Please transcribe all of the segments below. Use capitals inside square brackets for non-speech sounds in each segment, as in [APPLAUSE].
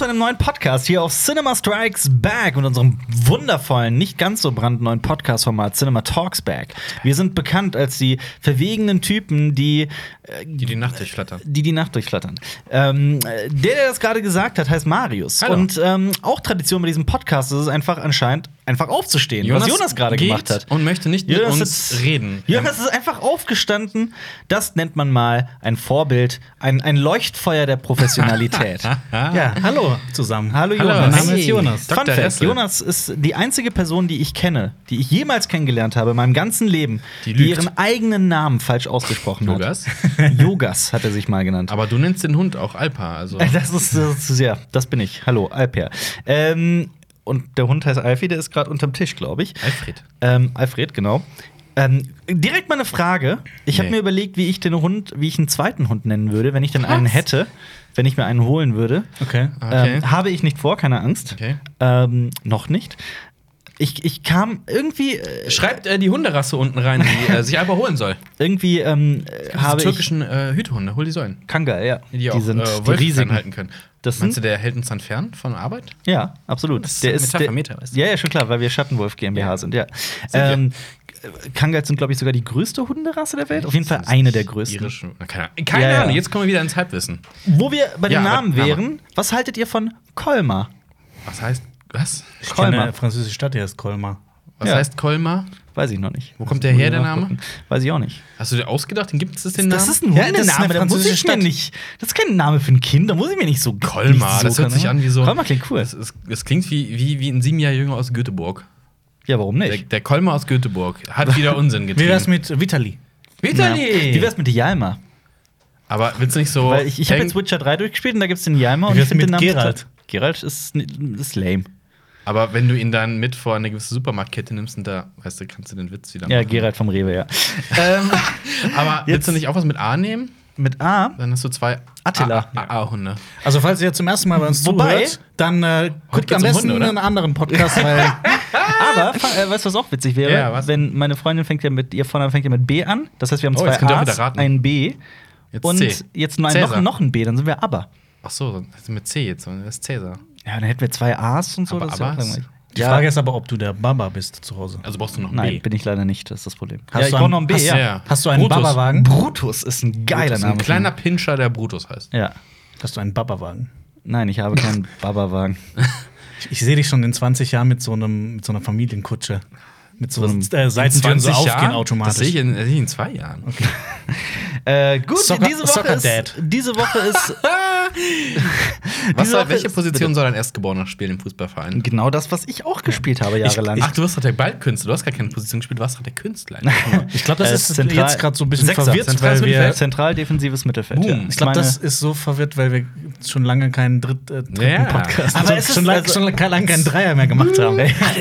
einem neuen Podcast hier auf Cinema Strikes Back und unserem wundervollen, nicht ganz so brandneuen Podcast-Format Cinema Talks Back. Wir sind bekannt als die verwegenen Typen, die äh, Die die Nacht durchflattern. die die Nacht durchflattern. Ähm, äh, der, der das gerade gesagt hat, heißt Marius. Hallo. Und ähm, auch Tradition bei diesem Podcast ist es einfach anscheinend, einfach aufzustehen, was Jonas gerade geht gemacht hat. Und möchte nicht mit uns ist- reden. Jonas ist einfach aufgestanden. Das nennt man mal ein Vorbild, ein, ein Leuchtfeuer der [LAUGHS] Professionalität. Ah. Ja, hallo zusammen. Hallo Hallo, Jonas. Mein Name ist Jonas. Fun Dr. Fact, Hessel. Jonas ist die einzige Person, die ich kenne, die ich jemals kennengelernt habe in meinem ganzen Leben, Die die, lügt. ihren eigenen Namen falsch ausgesprochen Jogas? hat. [LAUGHS] Jogas hat er sich mal genannt. Aber du nennst den Hund auch Alpa, also. Äh, Das ist, das ist ja, das bin ich. Hallo, Alper. Ähm, und der Hund heißt Alfie, der ist gerade unterm Tisch, glaube ich. Alfred. Ähm, Alfred, genau. Ähm, direkt mal eine Frage. Ich habe Nee. mir überlegt, wie ich den Hund, wie ich einen zweiten Hund nennen würde, wenn ich denn einen Was? hätte, wenn ich mir einen holen würde. Okay. Okay. Ähm, habe ich nicht vor, keine Angst. Okay. Ähm, noch nicht. Ich, ich kam irgendwie, äh, Schreibt äh, die Hunderasse unten rein, die äh, sich Alpa holen soll. irgendwie ähm, äh, Diese habe ich türkischen äh, Hütehunde, hol die Säulen. Kangal, ja. Die, auch, sind äh, die Wolken riesigen. halten können. Das Meinst du, sind- der hält uns dann fern von Arbeit? Ja, absolut. Das ist eine Metapher, Meta, weißt du. Ja, ja, schon klar, weil wir Schattenwolf GmbH Ja. sind, ja. wir. ähm, Kangals sind, glaube ich, sogar die größte Hunderasse der Welt. Auf jeden Fall Das ist eine nicht der größten. irisch. Keine, Ahnung. keine Ja, ja. Ahnung, jetzt kommen wir wieder ins Halbwissen. Wo wir bei den Ja, aber- Namen aber- wären, was haltet ihr von Kolmar? Was heißt, was? Ich Kolmar. kenne eine französische Stadt, die heißt Colmar. Was Ja. heißt Colmar? Weiß ich noch nicht. Wo kommt der her, der Name? Nachgucken. Weiß ich auch nicht. Hast du dir ausgedacht? Den gibt es den Namen? Das ist ein Ja, das ist Hundename, eine da muss französische ich mir Stadt. nicht. Das ist kein Name für ein Kind, da muss ich mir nicht so. Colmar, nicht so das hört sich keine- an wie so. Colmar klingt cool. Das, ist, das klingt wie, wie, wie ein siebenjähriger Jünger aus Göteborg. Ja, warum Der, nicht? der Colmar aus Göteborg [LAUGHS] hat wieder Unsinn Wie wär's getrieben. mit Vitali? Ja. Wie wär's mit Jalma? Aber willst du nicht so. Weil ich, ich habe eng- jetzt Witcher 3 durchgespielt und da gibt es den Jalma Wie und ich wär's finde mit den Namen. Geralt? total- Geralt ist, ist lame. aber wenn du ihn dann mit vor eine gewisse Supermarktkette nimmst und da, weißt du, kannst du den Witz wieder Ja, machen. Gerald vom Rewe, ja. [LAUGHS] Aber willst du nicht auch was mit A nehmen? Mit A. Dann hast du zwei Attila. A-Hunde. Also, falls ihr zum ersten Mal bei uns Wobei- zuhört, dann äh, guckt geht's am um besten Hunde, oder? einen anderen Podcast, weil Aber, äh, weißt du, was auch witzig wäre? Ah! Ja, was? Wenn meine Freundin fängt ja mit, ihr Vorname fängt ja mit B an. Das heißt, wir haben Oh, zwei jetzt könnt ihr auch A's, wieder raten. ein B Jetzt und C. jetzt noch ein, noch, Cäsar. noch ein B, dann sind wir aber. Ach so, dann hast du mit C jetzt, das ist Cäsar. Ja, dann hätten wir zwei A's und so. Aber das ist ja auch Abbas? langweilig. die ja, Frage ist aber, ob du der Baba bist zu Hause. Also brauchst du noch ein Nein, B. bin ich leider nicht, das ist das Problem. Hast ja, ich du brauch einen- noch ein B, hast- ja. ja. Hast du einen Brutus. Babawagen? Brutus ist ein geiler Das ist Name. ein kleiner Pinscher, der Brutus heißt. Ja. Hast du einen Babawagen? Nein, ich habe keinen Babawagen. Ich- Ich sehe dich schon in 20 Jahren mit so, einem, mit so einer Familienkutsche. Mit so, äh, Seitentüren so Das aufgehen sehe ich, automatisch. in- das sehe ich in zwei Jahren. [LAUGHS] Äh, gut, Soccer- diese Woche Soccer ist. Dad. Diese Woche ist. [LAUGHS] Was Diese soll, Woche welche ist- Position soll ein Erstgeborener spielen im Fußballverein? genau das, was ich auch gespielt habe, jahrelang. Ach, du warst doch der Ballkünstler. Du hast gar keine Position gespielt, du warst doch der [LAUGHS] Künstler. Guck mal. Ich glaube, das Äh, ist zentral- jetzt gerade so ein bisschen Sechser, verwirrt, zentrales weil wir. Mittelfeld. Zentral defensives Mittelfeld. Boom. Ja. Ich glaube, Meine- das ist so verwirrt, weil wir schon lange keinen dritt, äh, dritten Ja. Podcast Aber schon, es ist schon, lange- also- schon lange keinen Dreier mehr gemacht haben.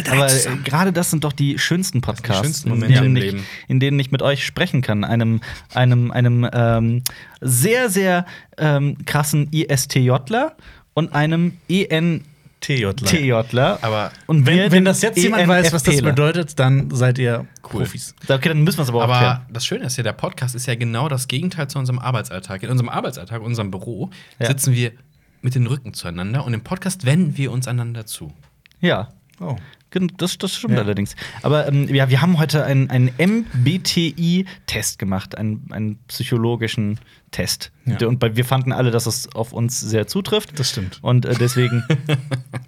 Aber äh, gerade das sind doch die schönsten Podcasts, schönsten Momente in, im denen ich, Leben. in denen ich mit euch sprechen kann. Einem, einem, einem ähm, sehr, sehr ähm, krassen ISTJler und einem E ENTJler. TJ. Aber Und wir Wenn, wenn den E das jetzt jemand weiß, was das ENFPler. bedeutet, dann seid ihr Cool. Profis. Okay, dann müssen wir es aber auch Aber klären. das Schöne ist ja, der Podcast ist ja genau das Gegenteil zu unserem Arbeitsalltag. In unserem Arbeitsalltag, in unserem Büro, Ja. sitzen wir mit den Rücken zueinander und im Podcast wenden wir uns einander zu. Ja. Oh. Gen- Das, das stimmt Ja. allerdings. Aber ähm, ja, wir haben heute einen, einen MBTI-Test gemacht, einen, einen psychologischen Test. Ja. Und bei, wir fanden alle, dass es auf uns sehr zutrifft. Das stimmt. Und äh, [LAUGHS] deswegen,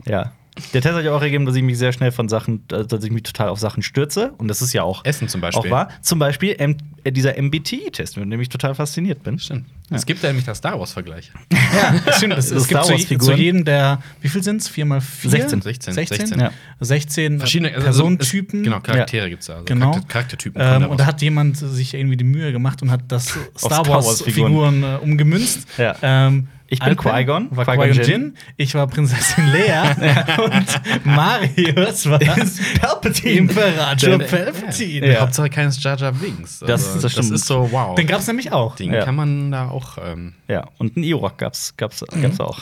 ja. Der Test hat ja auch ergeben, dass ich mich sehr schnell von Sachen, äh, dass ich mich total auf Sachen stürze. Und das ist ja auch, Essen zum Beispiel. auch wahr. Zum Beispiel ähm, äh, dieser MBTI-Test, mit dem ich total fasziniert bin. Stimmt. Ja. Es gibt ja nämlich das Star Wars-Vergleich. [LAUGHS] Ja, das [LAUGHS] stimmt. Es, es Star gibt zu, je- Wars-Figuren. zu jedem der, wie viel sind es? Vier mal vier? 16. 16, 16. 16, 16, ja. 16 Verschiedene also, Personentypen. es- Genau, Charaktere gibt's da. Also Genau. Charakter- Charaktertypen. kommen Ähm, daraus. und da hat jemand sich irgendwie die Mühe gemacht und hat das Star Star Wars-Figuren. Wars-Figuren äh, umgemünzt. Ja. Ähm, Ich bin Alpen Qui-Gon, War Qui-Gon Qui-Gon Jinn. Ich war Prinzessin Lea. und Marius war Palpatine. Imperator Der- Palpatine. Ja. Hauptsache keines Jar Jar Binks. Also, Das- das das stimmt. ist so, wow. Den gab es nämlich auch. Den Ja. kann man da auch. Ähm, Ja, und ein Ewok gab's, gab's, gab's Mhm. auch.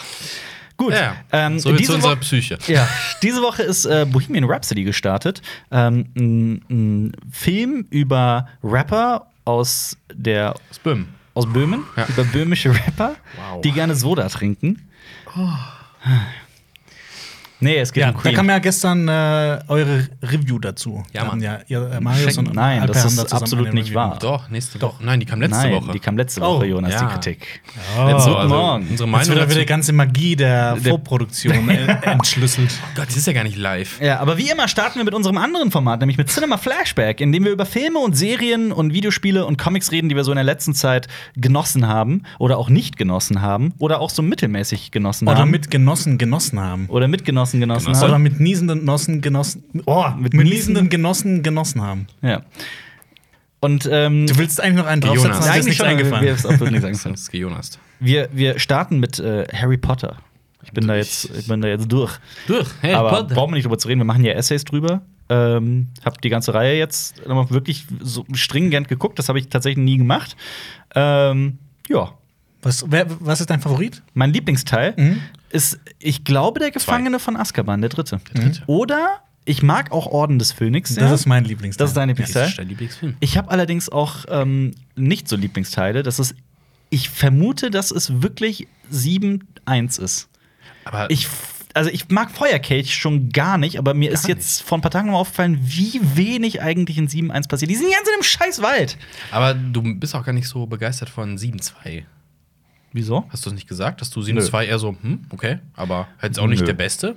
Gut. ja, ähm, so wie zu diese unserer Wo- Psyche. Ja, [LAUGHS] diese Woche ist äh, Bohemian Rhapsody gestartet. Ähm, ein, ein Film über Rapper aus der Das Böhm. aus Böhmen, Ja. über böhmische Rapper, Wow. die gerne Soda trinken. Nee, es geht Oh. Ja, um da Queen. kam ja gestern äh, eure Review dazu. Ja, Da Mann. haben Ja, ihr, äh, Marius Schenken. und Nein, Alper das haben ist da zusammen absolut eine nicht Review. wahr. Doch, nächste Woche. Nein, die kam letzte Nein, Woche. die kam letzte Woche, Oh, Jonas, ja. die Kritik. Oh. Letzte Woche. also, Guten Morgen. Unsere Jetzt Meinung wird da wieder dazu. die ganze Magie der [LAUGHS] Vorproduktion äh, entschlüsselt. Oh Gott, das ist ja gar nicht live. Ja, aber wie immer starten wir mit unserem anderen Format, nämlich mit Cinema Flashback, in dem wir über Filme und Serien und Videospiele und Comics reden, die wir so in der letzten Zeit genossen haben oder auch nicht genossen haben oder auch so mittelmäßig genossen Oder haben. mit Genossen genossen haben. oder mitgenossen genossen Genossen. haben. Oder mit niesenden Genossen genossen. Oh, Mit mit, niesen- niesenden Genossen genossen haben. Ja. Und ähm, Du willst eigentlich noch einen Jonas. draufsetzen, Nein, dir ist nichts eingefallen. Wir, absolut nichts eingefallen. Sonst gejonast. wir, wir starten mit äh, Harry Potter. Ich bin, da jetzt, ich bin da jetzt durch. Durch, hey, Aber Pod. brauchen wir nicht drüber zu reden, wir machen ja Essays drüber. Ähm, hab die ganze Reihe jetzt nochmal wirklich so stringent geguckt, das habe ich tatsächlich nie gemacht. Ähm, ja, Was, wer, was ist dein Favorit? mein Lieblingsteil Mhm. ist, ich glaube, der Gefangene von Azkaban, der dritte. Oder ich mag auch Orden des Phönix. Das ist mein Lieblingsteil. Das ist dein Das ist Lieblingsteil. dein Lieblingsfilm. Ich habe allerdings auch ähm, nicht so Lieblingsteile. Das ist, ich vermute, dass es wirklich 7-1 ist. Aber Ich, f- also ich mag Feuercage schon gar nicht, aber mir ist Gar jetzt vor ein paar Tagen noch mal aufgefallen, wie wenig eigentlich in 7-1 passiert. Die sind ganz in einem scheiß Wald. Aber du bist auch gar nicht so begeistert von 7-2. Wieso? Hast du es nicht gesagt, dass du 7-2 eher so, hm, okay, aber halt auch nicht Nö. der Beste?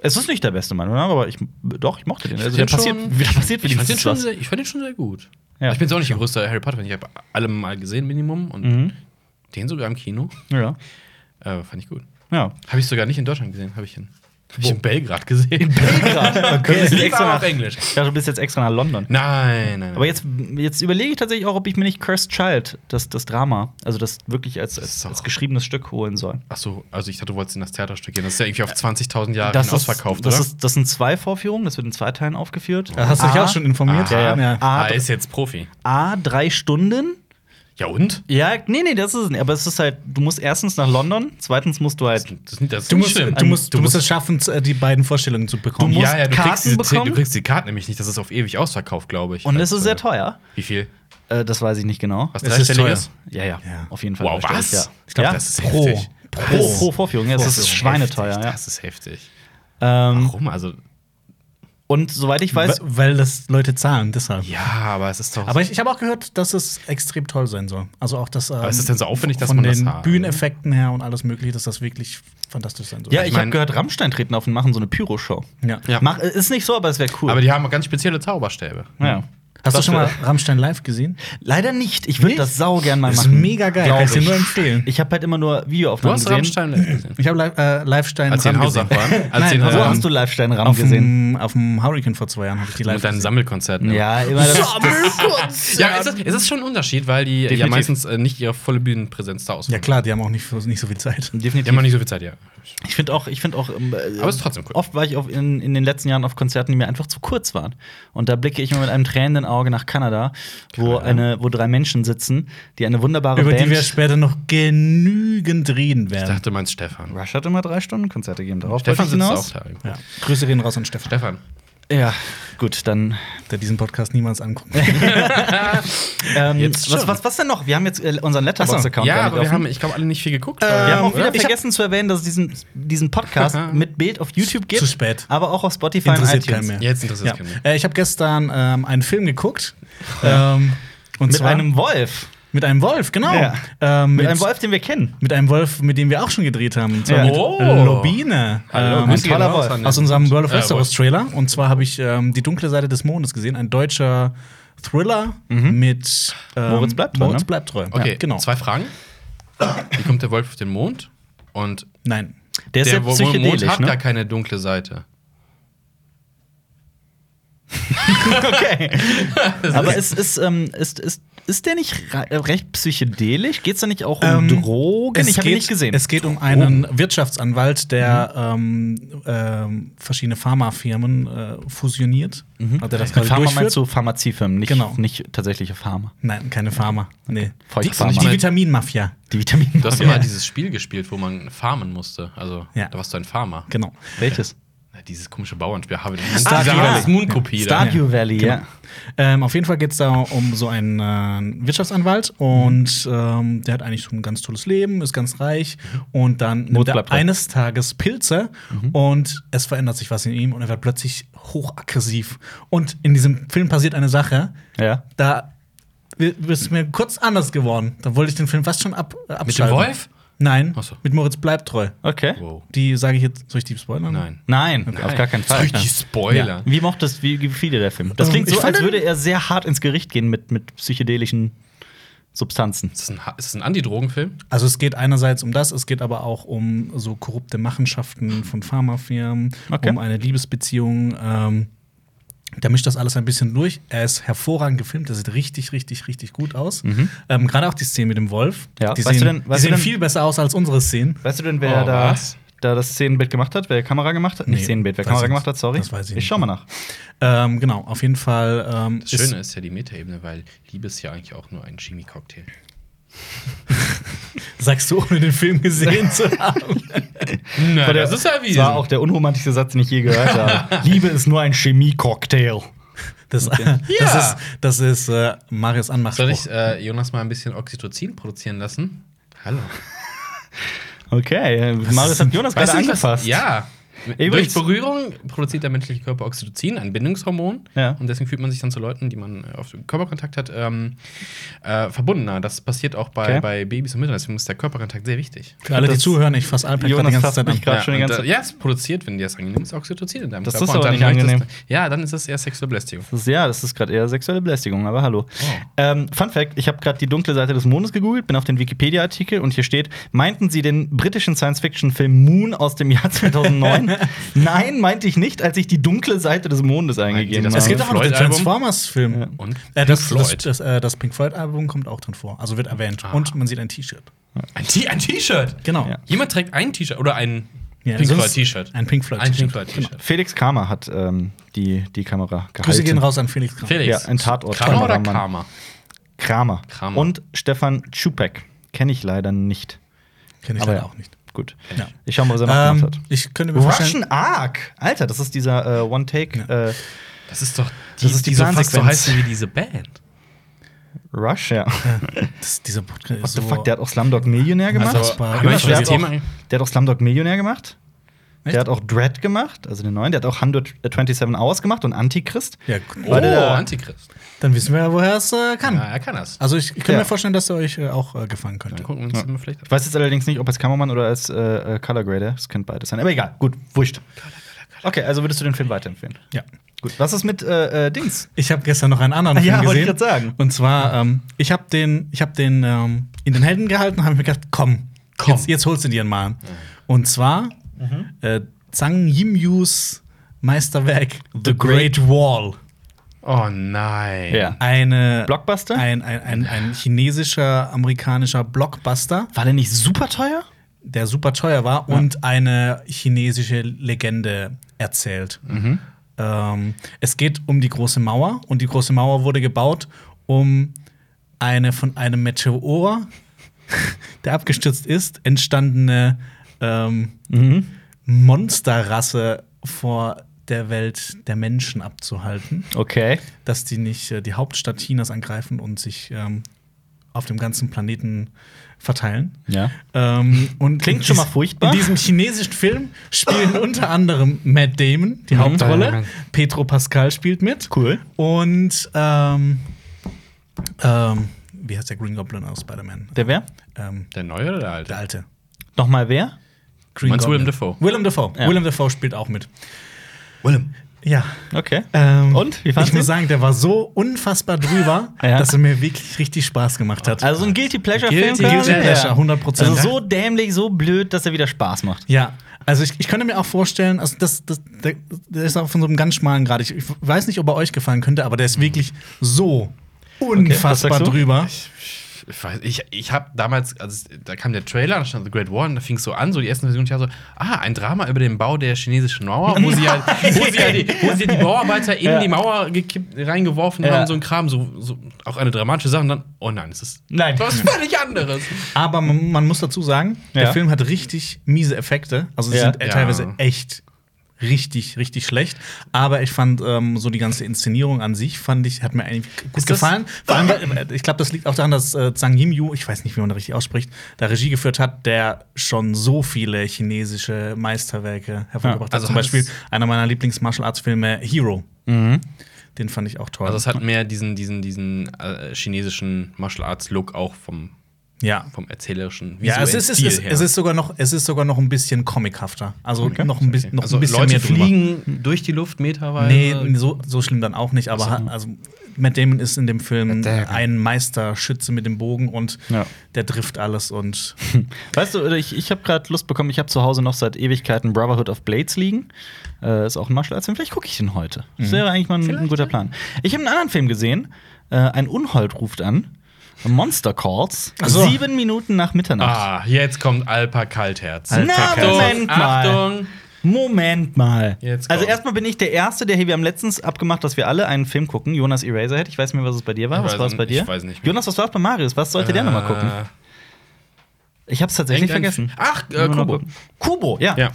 Es ist nicht der beste Mann, oder? aber ich, doch, ich mochte den. Also, der Ich fand passiert, schon- der passiert ich fand, den wenigstens schon was. sehr, ich fand den schon sehr gut. Ja. Ich bin jetzt auch nicht der größte Harry Potter-Fan. Ich habe alle mal gesehen, Minimum. Und Mhm. den sogar im Kino. Ja. Äh, fand ich gut. ja. Habe ich sogar nicht in Deutschland gesehen. Habe ich in, hab ich in Belgrad gesehen. [LAUGHS] In Belgrad? Okay, das ist lief extra aber nach- auf Englisch. Ich dachte, du bist jetzt extra nach London. Nein, nein, nein. Aber jetzt, jetzt überlege ich tatsächlich auch, ob ich mir nicht Cursed Child, das, das Drama, also das wirklich als, als, So. als geschriebenes Stück holen soll. Achso, also ich dachte, du wolltest in das Theaterstück gehen. Das ist ja irgendwie auf 20.000 Jahre Das hin ist- ausverkauft, das oder? Ist, das sind zwei Vorführungen, das wird in zwei Teilen aufgeführt. Da hast du dich A- auch schon informiert? Ah. Ja, ja. ah, A- ist jetzt Profi. A, drei Stunden. Ja, und? Ja, nee, nee, das ist es nicht. Aber es ist halt, du musst erstens nach London, zweitens musst du halt. Das, ist- das ist Du, nicht musst, schlimm. du, musst, du Du musst es schaffen, z- äh, die beiden Vorstellungen zu bekommen. Du musst ja, ja, du Karten kriegst, diese, Zehn- bekommen. du kriegst die Karte nämlich nicht. Das ist auf ewig ausverkauft, glaube ich. Und es Also, ist sehr teuer. Wie viel? Äh, das weiß ich nicht genau. Was Es ist dreistelliges? Ja, ja, Ja. auf jeden Fall. Wow, Verstehe was? Ich, ja. Ich glaube, ja? das ist Pro. heftig. pro, pro Vorführung. Ja, das ist schweineteuer. heftig, Ja. Das ist heftig. Ähm, Warum? Also, und soweit ich weil, weiß, weil das Leute zahlen, deshalb. ja, aber es ist doch. Aber ich, ich habe auch gehört, dass es extrem toll sein soll. Also auch das. Ähm, ist es denn so aufwendig, dass von man das den hat? Bühneneffekten her und alles Mögliche, dass das wirklich fantastisch sein soll. ja, ich, hab mein- habe gehört, Rammstein treten auf und machen so eine Pyro-Show. Ja. Ja. Mach- Ist nicht so, aber es wäre cool. aber die haben ganz spezielle Zauberstäbe. ja. Hast du schon mal Das Rammstein live gesehen? Leider nicht. Ich würde Nicht? das sau gern mal Das machen. ist mega geil. Glaub Kann ich dir ich. nur empfehlen. Ich habe halt immer nur Du Videoaufnahmen hast gesehen. Rammstein live gesehen. Ich habe li äh, Live-Stein Als sie in Hausach waren. Als sie in Nein, Wo ähm, hast du Live-Stein Ramm Auf gesehen? dem, auf dem Hurricane vor zwei Jahren habe ich die live Mit deinen Sammelkonzerten. Ja, immer das. Ja, es ist, es ist schon ein Unterschied, weil die ja Definitiv. meistens äh, nicht ihre volle Bühnenpräsenz da ausführen. Ja klar, die haben auch nicht, so- nicht so viel Zeit. Die haben Definitiv. auch nicht so viel Zeit, ja. Ich finde auch, ich finde auch. ähm, äh, Aber es ist trotzdem cool. Oft war ich auf in, in den letzten Jahren auf Konzerten, die mir einfach zu kurz waren. Und da blicke ich immer mit einem tränenden Auge nach Kanada, wo eine, wo drei Menschen sitzen, die eine wunderbare [LAUGHS] Über Band. die wir später noch genügend reden werden. Ich dachte, du meinst Stefan. Rush hat immer drei Stunden Konzerte gegeben. Darauf Stefan wollte ich sitzt hinaus. auch da irgendwo. ja. Grüße gehen raus an Stefan, Stefan. Ja, gut, dann. der diesen Podcast [LAUGHS] niemals anguckt. Ähm, Jetzt was, schon. was, was denn noch? Wir haben jetzt äh, unseren Letterbox-Account. gar Ja, nicht aber wir offen. Ähm, haben, ich glaube, alle nicht viel geguckt. Wir haben auch oder? wieder Ich hab- vergessen zu erwähnen, dass es diesen, diesen Podcast mit Bild auf YouTube gibt. Zu spät. Aber auch auf Spotify Interessiert und keinen iTunes. mehr. Jetzt interessiert Ja. es keinen mehr. Äh, ich habe gestern ähm, einen Film geguckt. Ähm, und Mit zwar einem Wolf. mit einem Wolf, genau. Ja. Ähm, Mit, einem Wolf, den wir kennen. mit einem Wolf, mit dem wir auch schon gedreht haben. Und zwar Ja. mit Oh. Lobine. Hallo, ähm, Grüße gehen toller raus Wolf. an den- aus unserem World of Äh, Westeros Trailer. Und zwar habe ich ähm, Die dunkle Seite des Mondes gesehen, ein deutscher Thriller mit ähm, Moritz bleibt treu, Moritz ne? bleibt treu. Okay, Ja, genau. zwei Fragen. Wie kommt der Wolf auf den Mond? Und Nein. Der ist der ja Wo- Wo- Mond psychedelisch, hat gar ne? keine dunkle Seite. Okay. Aber ist, ist, ähm, ist, ist, ist der nicht re recht psychedelisch? Geht's da nicht auch um Ähm, Drogen? Ich habe ihn nicht gesehen. Es geht um einen Wirtschaftsanwalt, der Mhm. ähm, ähm, verschiedene Pharmafirmen äh, fusioniert. Also der das Mhm. Mit quasi Pharma durchführt. meinst du Pharmaziefirmen, nicht, Genau. nicht tatsächliche Pharma. Nein, keine Pharma. Nee. Volkspharma. nicht Die Nein. Vitaminmafia. die Vitamine. [LAUGHS] Du hast immer dieses Spiel gespielt, wo man farmen musste. Also, Ja. da warst du ein Farmer. Genau. Welches? Na, Dieses komische Bauernspiel habe ich. Stardew Diese Valley. Harvest Moon Kopie. da. Stardew Valley, Genau. ja. Ähm, auf jeden Fall geht es da um so einen äh, Wirtschaftsanwalt Mhm. und ähm, der hat eigentlich so ein ganz tolles Leben, ist ganz reich und dann nimmt bleibt er dran. eines Tages Pilze Mhm. und es verändert sich was in ihm und er wird plötzlich hochaggressiv. Und in diesem Film passiert eine Sache, ja. da wi- ist mir kurz anders geworden. Da wollte ich den Film fast schon ab äh, Mit dem abschalten. Wolf? Nein, Ach so. mit Moritz bleibt treu. Okay. Wow. Die sage ich jetzt, soll ich die spoilern? Nein. Nein, auf gar keinen Fall. Richtig Spoiler. Wie mochtest, wie gefiel dir der Film? Das Ähm, klingt so, ich fand als den- würde er sehr hart ins Gericht gehen mit, mit psychedelischen Substanzen. Ist das ein, Ha- ist das ein Antidrogenfilm? Also es geht einerseits um das, es geht aber auch um so korrupte Machenschaften von Pharmafirmen, Okay. um eine Liebesbeziehung. Ähm, der mischt das alles ein bisschen durch. Er ist hervorragend gefilmt, der sieht richtig, richtig, richtig gut aus. Ähm, Gerade auch die Szene mit dem Wolf. Mhm. Ja, Die weißt du sehen, denn- weißt die du sehen denn- viel besser aus als unsere Szenen. Weißt du denn, wer Oh, da, was? da das Szenenbild gemacht hat? Wer Kamera gemacht hat? Nicht Nee, Szenenbild, wer weiß Kamera ich gemacht nicht. hat, sorry. Das weiß ich ich schau mal nach. Ähm, genau, auf jeden Fall. Ähm, Das Schöne ist ja die Metaebene, weil Liebe ist ja eigentlich auch nur ein Chemie-Cocktail. ist, sagst du, ohne den Film [LAUGHS] gesehen zu haben. Na, der- Das war auch der unromantischste Satz, den ich je gehört habe. Liebe ist nur ein Chemie-Cocktail. Das, [LAUGHS] das Ja. ist, das ist äh, Marius Anmachspruch. Soll ich äh, Jonas mal ein bisschen Oxytocin produzieren lassen? Hallo. Okay, äh, Marius hat Jonas gerade Weißt du nicht, was- angefasst. Ja. Übrigens- Durch Berührung produziert der menschliche Körper Oxytocin, ein Bindungshormon. Ja. Und deswegen fühlt man sich dann zu Leuten, die man äh, auf Körperkontakt hat, ähm, äh, verbundener. Das passiert auch bei, Okay. bei Babys und Müttern. Deswegen ist der Körperkontakt sehr wichtig. Für alle, die Das- zuhören, ich fasse Alper gerade die Jonas ganze fasst Zeit an. mich Grad schon die und, ganze- äh, ja, es produziert, wenn dir das angenehm ist, Oxytocin in deinem Das Körper. ist Und aber dann nicht möchtest- angenehm. Ja, dann ist das eher sexuelle Belästigung. Das ist, ja, das ist gerade eher sexuelle Belästigung, aber hallo. Oh. Ähm, Fun Fact: Ich habe gerade die dunkle Seite des Mondes gegoogelt, bin auf den Wikipedia-Artikel und hier steht: Meinten Sie den britischen Science-Fiction-Film Moon aus dem Jahr 2009? [LAUGHS] Nein, meinte ich nicht, als ich die dunkle Seite des Mondes eingegeben das habe. Es gibt auch noch den Floyd-Album. Transformers-Film. Und Äh, das, Pink das, Floyd. das, äh, das Pink Floyd-Album kommt auch drin vor. Also wird erwähnt. Und man sieht ein T-Shirt. Ein T- ein T-Shirt. Genau. Ah. Ja. Jemand trägt ein T-Shirt oder ein Ja, Pink sonst- Floyd T-Shirt. Ein Pink Floyd Ein Pink T-Shirt. Floyd T-Shirt. Felix Kramer hat ähm, die, die Kamera gehalten. Grüße gehen raus an Felix Kram. Ja, Felix. ein Tatort. Kramer oder Kameramann. Kramer? Kramer. Kramer. Und Stefan Czupek. Kenne ich leider nicht. Kenne ich Aber leider ja. auch nicht. Gut. Ja. Ich schau mal, was er noch Ähm, gemacht hat. ich könnte mir vorstellen. Russian Ark! Alter, das ist dieser äh, One-Take äh, Das ist doch die, Das ist die die so fast so Plansequenz. heißen wie diese Band. Rush, ja. Das, dieser Podcast What ist the so. fuck, der hat auch Slumdog Millionär gemacht. Also, aber Jonas, ich der, weiß hat auch, der hat auch Slumdog Millionär gemacht. Echt? Der hat auch Dread gemacht, also den neuen. Der hat auch 127 Hours gemacht und Antichrist. ja, gut. Oh, Warte, da- Antichrist. Dann wissen wir ja, woher es äh, kann. Ja, er kann das. Also ich, ich könnte Ja. mir vorstellen, dass er euch äh, auch äh, gefallen könnte. Dann gucken wir uns den mal vielleicht Ich weiß jetzt allerdings nicht, ob als Kameramann oder als äh, äh, Color Grader. Das könnte beides sein. Aber egal, gut, wurscht. Okay, also würdest du den Film weiterempfehlen? Ja. Gut, was ist mit äh, äh, Dings? Ich habe gestern noch einen anderen Ah, Film ja, wollte gesehen. ich grad sagen. Und zwar, ähm, ich habe den, ich hab den ähm, in den Händen gehalten und habe mir gedacht, komm, Komm. Jetzt, jetzt holst du dir einen mal. Und zwar Mhm. äh, Zhang Yimyus Meisterwerk The, Great, Wall. Oh nein. Ja. Eine, Blockbuster? Ein, ein, ein, ein chinesischer, amerikanischer Blockbuster, War der nicht super teuer? der super teuer war und eine chinesische Legende erzählt. Ähm, es geht um die große Mauer und die große Mauer wurde gebaut, um eine von einem Meteor, [LAUGHS] der abgestürzt ist, entstandene ähm, Monsterrasse vor der Welt der Menschen abzuhalten, Okay. dass die nicht äh, die Hauptstadt Chinas angreifen und sich ähm, auf dem ganzen Planeten verteilen. Ja. Ähm, und Hm, Klingt in schon dies- mal furchtbar. In diesem chinesischen Film [LAUGHS] spielen unter anderem Matt Damon die Hauptrolle. Petro Pascal spielt mit. Mhm. Cool. Und ähm, ähm, wie heißt der Green Goblin aus Spider-Man? Der wer? Ähm, Der neue oder der alte? der alte. Nochmal wer? Green Meinst du Willem Goblin. Dafoe? Willem Dafoe. Ja. Willem Dafoe spielt auch mit. Willem. Ja. Okay. Ähm, Und? Wie fandst Ich muss du ihn? sagen, der war so unfassbar drüber, [LAUGHS] Ja. dass er mir wirklich richtig Spaß gemacht hat. Also so ein Guilty Pleasure Guilty Film. Guilty Pleasure, 100%. Also so dämlich, so blöd, dass er wieder Spaß macht. Ja, also ich, ich könnte mir auch vorstellen, also das, das, der, der ist auch von so einem ganz schmalen Grad. Ich, ich weiß nicht, ob er euch gefallen könnte, aber der ist wirklich so unfassbar Mhm. was sagst du? drüber. Ich, weiß, ich, ich habe damals, also da kam der Trailer, da stand The Great War, und da fing es so an, so die ersten Versionen, ich war so, ah, ein Drama über den Bau der chinesischen Mauer, wo [LAUGHS] sie halt, wo sie halt die, wo sie die Bauarbeiter in Ja. die Mauer gekippt, reingeworfen Ja. haben, so ein Kram, so, so auch eine dramatische Sache, und dann, oh nein, es ist Nein. was völlig anderes. Aber man, man muss dazu sagen, Ja. der Film hat richtig miese Effekte. Also sie Ja. sind äh, Ja. teilweise echt richtig, richtig schlecht. Aber ich fand ähm, so die ganze Inszenierung an sich, fand ich, hat mir eigentlich gut Ist das- gefallen. Vor allem, weil, äh, ich glaube, das liegt auch daran, dass äh, Zhang Yimou, ich weiß nicht, wie man das richtig ausspricht, da Regie geführt hat, der schon so viele chinesische Meisterwerke hervorgebracht Ja, also hat. Zum hat es- Beispiel einer meiner Lieblings-Martial-Arts-Filme, Hero. Mhm. Den fand ich auch toll. Also es hat mehr diesen, diesen, diesen äh, chinesischen Martial Arts Look auch vom, ja. vom erzählerischen Ja, es visuellen ist, es, Stil ist, her. es ist sogar noch, es ist sogar noch ein bisschen comichafter. Also Okay. noch ein bisschen, noch also ein bisschen Leute mehr drüber. fliegen äh, durch die Luft meterweise. Nee, so, so schlimm dann auch nicht, aber Ach so. ha- also Matt Damon ist in dem Film Matt Damon. ein Meisterschütze mit dem Bogen und Ja. der trifft alles und Weißt du, ich, ich habe gerade Lust bekommen, ich habe zu Hause noch seit Ewigkeiten Brotherhood of Blades liegen. Äh, ist auch ein Martial Arts Film. Vielleicht gucke ich den heute. Mhm. Das wäre eigentlich mal ein, ein guter Plan. Ich habe einen anderen Film gesehen. Äh, ein Unhold ruft an. Monster Calls. Ach so. Sieben Minuten nach Mitternacht. Ah, jetzt kommt Alpa Kaltherz. Na, Moment mal. Achtung! Moment mal. Ah. Jetzt also kommt's. erstmal bin ich der Erste, der hier, wir haben letztens abgemacht, dass wir alle einen Film gucken. Jonas Eraserhead. Ich weiß nicht mehr, was es bei dir war. Ich Was weiß war es nicht- bei dir? ich weiß nicht mehr. Äh, Jonas, was war es bei Marius? Was sollte der nochmal gucken? Ich habe es tatsächlich irgendein- vergessen. Ach, Nur äh, noch Kubo. gucken. Kubo, ja. Ja.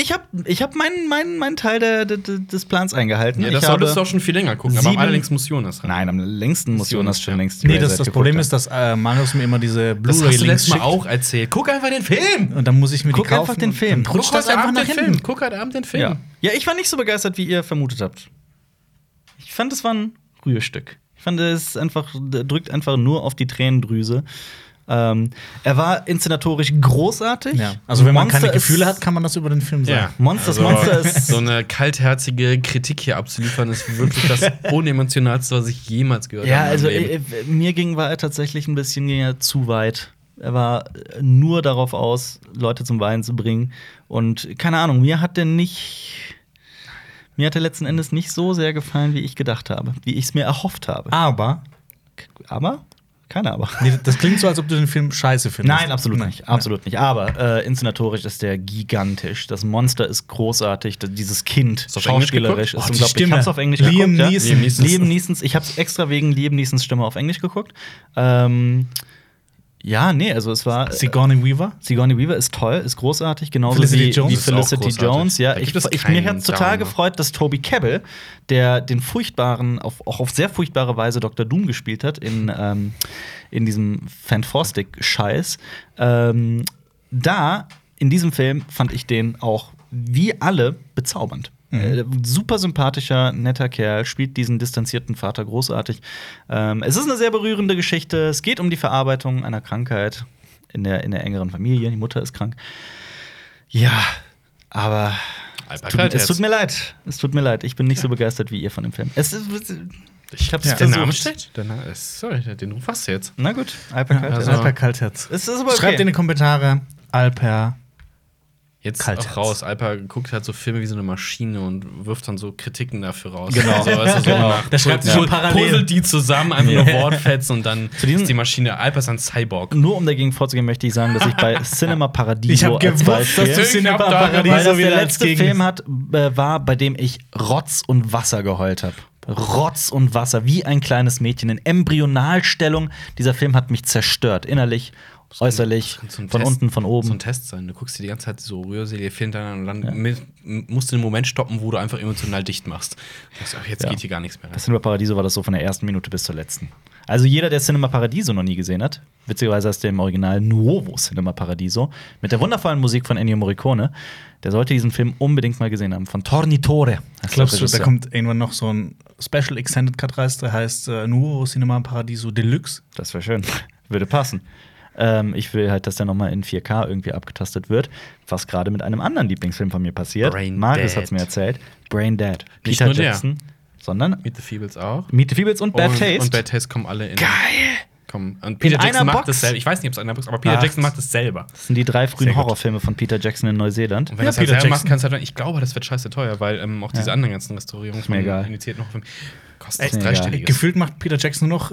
Ich habe ich hab meinen meinen meinen Teil der, der, der- des Plans eingehalten. ja, das ich solltest du auch schon viel länger gucken, aber sieben- am allerdings muss Jonas ran. Nein, am längsten muss Ist Jonas Jonas, schon ja. längst. die nee, Razorhead das, das geguckt Problem haben. ist, dass äh, Marius mir immer Das hast diese du Blu-ray-Links letztes Mal schickt auch erzählt. Guck einfach den Film! und dann muss ich mir Guck die kaufen einfach den und Film. Dann rutscht das heute einfach Abend nach den hinten. Film. Guck heute Abend den Film. Ja. ja, ich war nicht so begeistert, wie ihr vermutet habt. Ich fand, es war ein Rührstück. Ich fand, es einfach drückt einfach nur auf die Tränendrüse. Ähm, er war inszenatorisch großartig. Ja. Also wenn man keine Monster ist- Gefühle hat, kann man das über den Film sagen. Monsters Monster ist- Also, So eine kaltherzige Kritik hier abzuliefern, ist wirklich [LAUGHS] das unemotionalste, was ich jemals gehört Ja, habe. in also meinem äh, Leben. äh, mir ging war er tatsächlich ein bisschen ging er zu weit. Er war äh, nur darauf aus, Leute zum Weinen zu bringen. Und keine Ahnung, mir hat der nicht. Mir hat er letzten Endes nicht so sehr gefallen, wie ich gedacht habe, wie ich es mir erhofft habe. Aber Aber? Keine Aber. nee, das klingt so, als ob du den Film scheiße findest. Nein, absolut nicht. Absolut nicht. Aber äh, inszenatorisch ist der gigantisch. Das Monster ist großartig. Das, dieses Kind du auf Englisch schauspielerisch geguckt? ist Oh, die unglaublich. Stimme. Ich hab's auf Englisch Liam geguckt. Neeson. Ja? Liam Neeson. Liam Neesons. Ich hab's extra wegen Liam Neesons Stimme auf Englisch geguckt. Ähm, ja, nee, also es war. Äh, Sigourney Weaver? Sigourney Weaver ist toll, ist großartig, genauso Felicity wie, Jones wie ist auch Felicity großartig. Jones. Ja, Da ich, gibt es ich, mir keinen hat's total Downer. gefreut, dass Toby Cabell, der den furchtbaren, auf, auch auf sehr furchtbare Weise Dr. Doom gespielt hat in, ähm, in diesem Fantastic-Scheiß, ähm, da in diesem Film fand ich den auch wie alle bezaubernd. Äh, super sympathischer, netter Kerl, spielt diesen distanzierten Vater großartig. Ähm, es ist eine sehr berührende Geschichte. Es geht um die Verarbeitung einer Krankheit in der, in der engeren Familie. Die Mutter ist krank. Ja, aber Alper äh, tut, es Kaltherz. tut mir leid. Es tut mir leid. Ich bin nicht so begeistert wie ihr von dem Film. Es ist, ich hab's Ja, der versucht. Name steht. Der Name, sorry, den Ruf hast du jetzt. Na gut, Alper Kaltherz. also- Alper Kaltherz. es ist aber okay. Schreibt in die Kommentare Alper. Jetzt Kaltherz. auch raus. Alper guckt halt so Filme wie so eine Maschine und wirft dann so Kritiken dafür raus. Genau. Also, weißt du, so Genau. nach- Der schreibt sich pu- schon parallel. Puzzelt die zusammen, [LAUGHS] einfach nur Wortfetzen und dann diesem- ist die Maschine. Alper ist ein Cyborg. Nur um dagegen vorzugehen, möchte ich sagen, dass ich [LAUGHS] bei Cinema Paradiso Ich hab als gewusst, Beispiel, dass du Cinema Weil das Paradiso weil das wieder der als letzte Gegner- Film hat, äh, war, bei dem ich Rotz und Wasser geheult habe. Rotz und Wasser, wie ein kleines Mädchen in Embryonalstellung. Dieser Film hat mich zerstört, innerlich, äußerlich, So von ein Test- unten, von oben. So ein Test sein. Du guckst dir die ganze Zeit so Rührserie hintereinander und dann mi- m- musst du den Moment stoppen, wo du einfach emotional dicht machst. Du sagst, ach, jetzt Ja. geht hier gar nichts mehr. Bei Cinema Paradiso war das so von der ersten Minute bis zur letzten. Also jeder, der Cinema Paradiso noch nie gesehen hat, witzigerweise heißt der im Original Nuovo Cinema Paradiso, mit der wundervollen Musik von Ennio Morricone, der sollte diesen Film unbedingt mal gesehen haben. Von Tornitore. heißt Glaubst der du, da Regisseur. kommt irgendwann noch so ein Special Extended Cut Reis, der heißt äh, Nuovo Cinema Paradiso Deluxe? Das wäre schön. [LAUGHS] Würde passen. Ähm, ich will halt, dass der nochmal in 4K irgendwie abgetastet wird, was gerade mit einem anderen Lieblingsfilm von mir passiert. Brain Marius Dead. hat es mir erzählt. Brain Dead. Nicht Peter nur der. Jackson, sondern Meet the Feebles auch. Meet the Feebles und Bad und, Taste. Und Bad Taste kommen alle in. Geil! Kommen. Und Peter In einer Jackson Box? macht das selber. Ich weiß nicht, ob es einer Box aber Peter Ach. Jackson macht es selber. Das sind die drei frühen Sehr gut. Horrorfilme von Peter Jackson in Neuseeland. Und wenn Ja, das halt Peter selber machst, Jackson. kannst du halt, ich glaube, das wird scheiße teuer, weil ähm, auch diese Ja. anderen ganzen Restaurierungen mir von egal. initiierten Horrorfilmen kosten Ist echt mir dreistelliges. Gefühlt macht Peter Jackson nur noch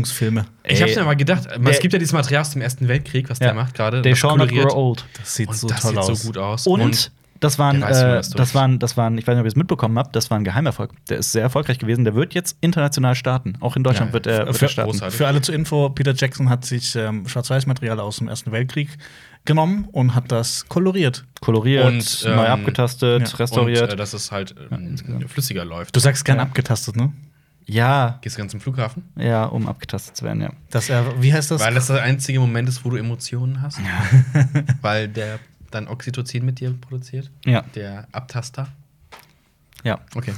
Restaurierungsfilme. Ich hab's mir mal gedacht, äh, Der- es gibt ja dieses Material aus dem Ersten Weltkrieg, was der macht gerade. They das shall not koloriert. grow old. Das sieht Und so das toll sieht aus. so gut aus. Und, Das waren, Der weiß, wie man äh, das tut. das waren, das waren, ich weiß nicht, ob ihr es mitbekommen habt, das war ein Geheimerfolg. Der ist sehr erfolgreich gewesen. Der wird jetzt international starten. Auch in Deutschland Ja, wird er, wird Für, er starten. großartig. für alle zur Info, Peter Jackson hat sich ähm, Schwarz-Weiß-Material aus dem Ersten Weltkrieg genommen und hat das koloriert. Koloriert, Und, ähm, neu abgetastet, ja. restauriert. Und äh, dass es halt ähm, flüssiger läuft. Du sagst gern Ja. abgetastet, ne? ja, Gehst du ganz zum Flughafen? ja, um abgetastet zu werden, ja. Dass er, wie heißt das? Weil das der einzige Moment ist, wo du Emotionen hast. [LAUGHS] Weil der dann Oxytocin mit dir produziert. Ja, Der Abtaster. ja. Okay.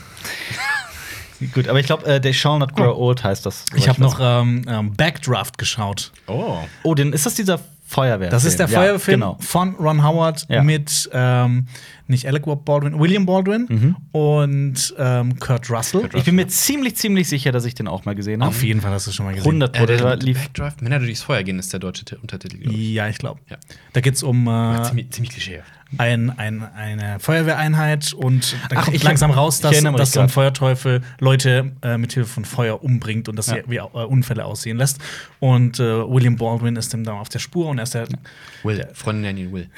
Gut, aber ich glaube, äh, They Shall Not Grow Old heißt das. soweit ich habe weiß. noch ähm, ähm, Backdraft geschaut. Oh. Oh, den, ist das dieser Feuerwehr? Das ist der Ja, Feuerwehrfilm genau. von Ron Howard Ja. mit ähm, nicht Alec Baldwin, William Baldwin Mhm. und ähm, Kurt Russell. Ich bin mir ziemlich, ziemlich sicher, dass ich den auch mal gesehen habe. Auf jeden Fall hast du schon mal gesehen. 100 Pro, Äh, der, der war- der lief. Backdraft, Männer, die durchs Feuer gehen, ist der deutsche Ti- Untertitel. glaub ich. Ja, ich glaube. Ja. Da geht es um äh, ziemlich, ziemlich klischeehaft. ein, ein, eine Feuerwehreinheit und da Ach, kommt ich- langsam raus, ich dass, erinnere mich dass so ein grad. Feuerteufel Leute äh, mit Hilfe von Feuer umbringt und dass sie wie, äh, Unfälle aussehen lässt. Und äh, William Baldwin ist dem dann auf der Spur und er ist der Will, Freundin nennt ihn Will.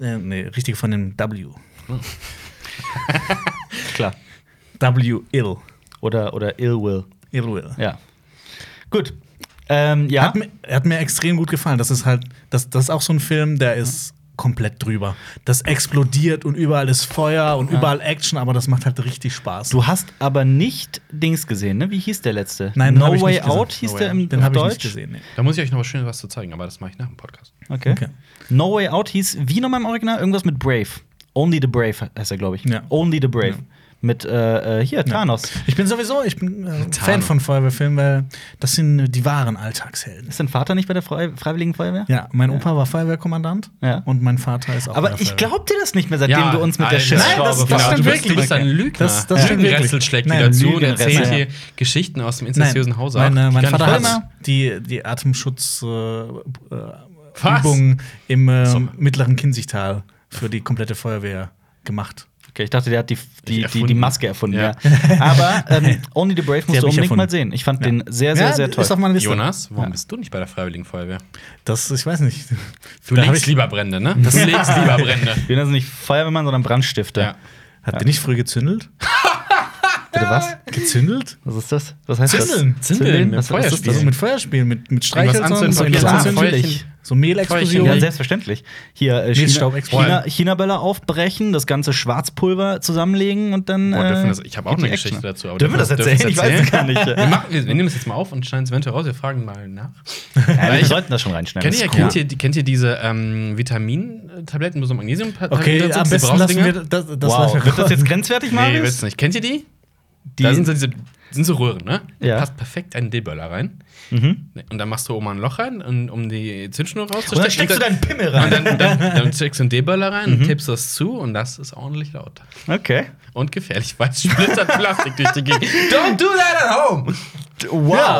äh, nee, richtige von dem W. Klar. W. Ill. Oder, oder Ill Will. Ill Will. Ja. Gut. Ähm, ja. Hat mir, er hat mir extrem gut gefallen. Das ist halt, das, das ist auch so ein Film, der ist komplett drüber. Das explodiert und überall ist Feuer und überall Action, aber das macht halt richtig Spaß. Du hast aber nicht Dings gesehen, ne? Wie hieß der letzte? Nein, den No hab ich Way nicht gesehen. Out hieß No der Way im Out. den auf habe ich Deutsch. nicht gesehen. Nee. Da muss ich euch noch was Schönes was zu zeigen, aber das mache ich nach dem Podcast. Okay. Okay. No Way Out hieß wie nochmal im Original? Irgendwas mit Brave. Only the Brave heißt er, glaube ich. Ja. Only the Brave. Mit äh, äh, hier, Thanos. Ich bin sowieso, ich bin äh, Fan von Feuerwehrfilmen, weil das sind äh, die wahren Alltagshelden. Ist dein Vater nicht bei der Frei Freiwilligen Feuerwehr? Ja, mein Opa war Feuerwehrkommandant Ja. und mein Vater ist auch. bei Aber der ich Feuerwehr. glaub dir das nicht mehr, seitdem du uns mit der Alter, Schissschraube Nein, das- das verarschst. stimmt du bist, du bist wirklich. ein Lügner. Das- das stimmt wirklich. Lügenrätsel schlägt Nein, wieder zu und Lügenrätsel, erzählt ja. hier Geschichten aus dem Nein, incestuösen Hause. mein, äh, mein Vater nicht hat immer. die, die Atemschutzübungen äh, äh, Was? Übungen im äh, So. mittleren Kinzigtal für die komplette Feuerwehr gemacht. Okay, ich dachte, der hat die, die, die, die erfunden. Maske erfunden. Ja. [LAUGHS] Ja. Aber ähm, Only the Brave musst hab du ich unbedingt erfunden. mal sehen. Ich fand den sehr, sehr, sehr toll. Ist auf meiner Liste. Jonas, warum bist du nicht bei der Freiwilligen Feuerwehr? Das, ich weiß nicht. Du Da hab legst ich- lieber Brände, ne? [LAUGHS] Du legst lieber Wir Brände. nennen sie also nicht Feuerwehrmann, sondern Brandstifter. Ja. Habt ihr nicht früh gezündelt? Bitte was? Gezündelt? Was ist das? Was heißt Zündeln. das? Zündeln, mit Was, was ist Feuerspiel. das? Also mit Feuerspielen, mit, mit Streichhölzern, anzünden, so, Papier etwas anzünden, anzünden. Feuerchen. so Ja, Feuerchen. Mehlexplosionen. selbstverständlich. Hier äh, China, Mehlstaubexplosion. China, Chinaböller aufbrechen, das ganze Schwarzpulver zusammenlegen und dann. Boah, dürfen äh, das, ich habe auch geht die eine Action [LAUGHS] Geschichte ab. dazu. aber Dürfen wir das dürfen erzählen? Ich weiß es gar erzählen? nicht. [LAUGHS] Wir, Nein, machen, wir, wir nehmen es jetzt mal auf und schneiden es eventuell raus. Wir fragen mal nach. wir ich- sollten das schon reinschneiden. Kennt ihr, Das ist kennt, cool. ihr, kennt ihr diese ähm, Vitamin-Tabletten, wo so magnesium Okay, am besten lassen wir das, das lassen Wow, wir wird das [LAUGHS] raus. jetzt grenzwertig, Nee, Marius? willst du nicht. Kennt ihr die? Die- da sind so diese sind so Röhren, ne? Ja. Mhm. Da passt perfekt einen D-Böller rein. Und dann machst du oben ein Loch rein, und, um die Zündschnur rauszustecken. Oder steckst du deinen Pimmel Und rein? dann, [LAUGHS] dann, dann steckst du einen D-Böller rein Mhm. und tippst das zu und das ist ordentlich laut. Okay. Und gefährlich, weil es [LAUGHS] splittert Plastik durch die Gegend. Don't do that at home! Wow. Ja,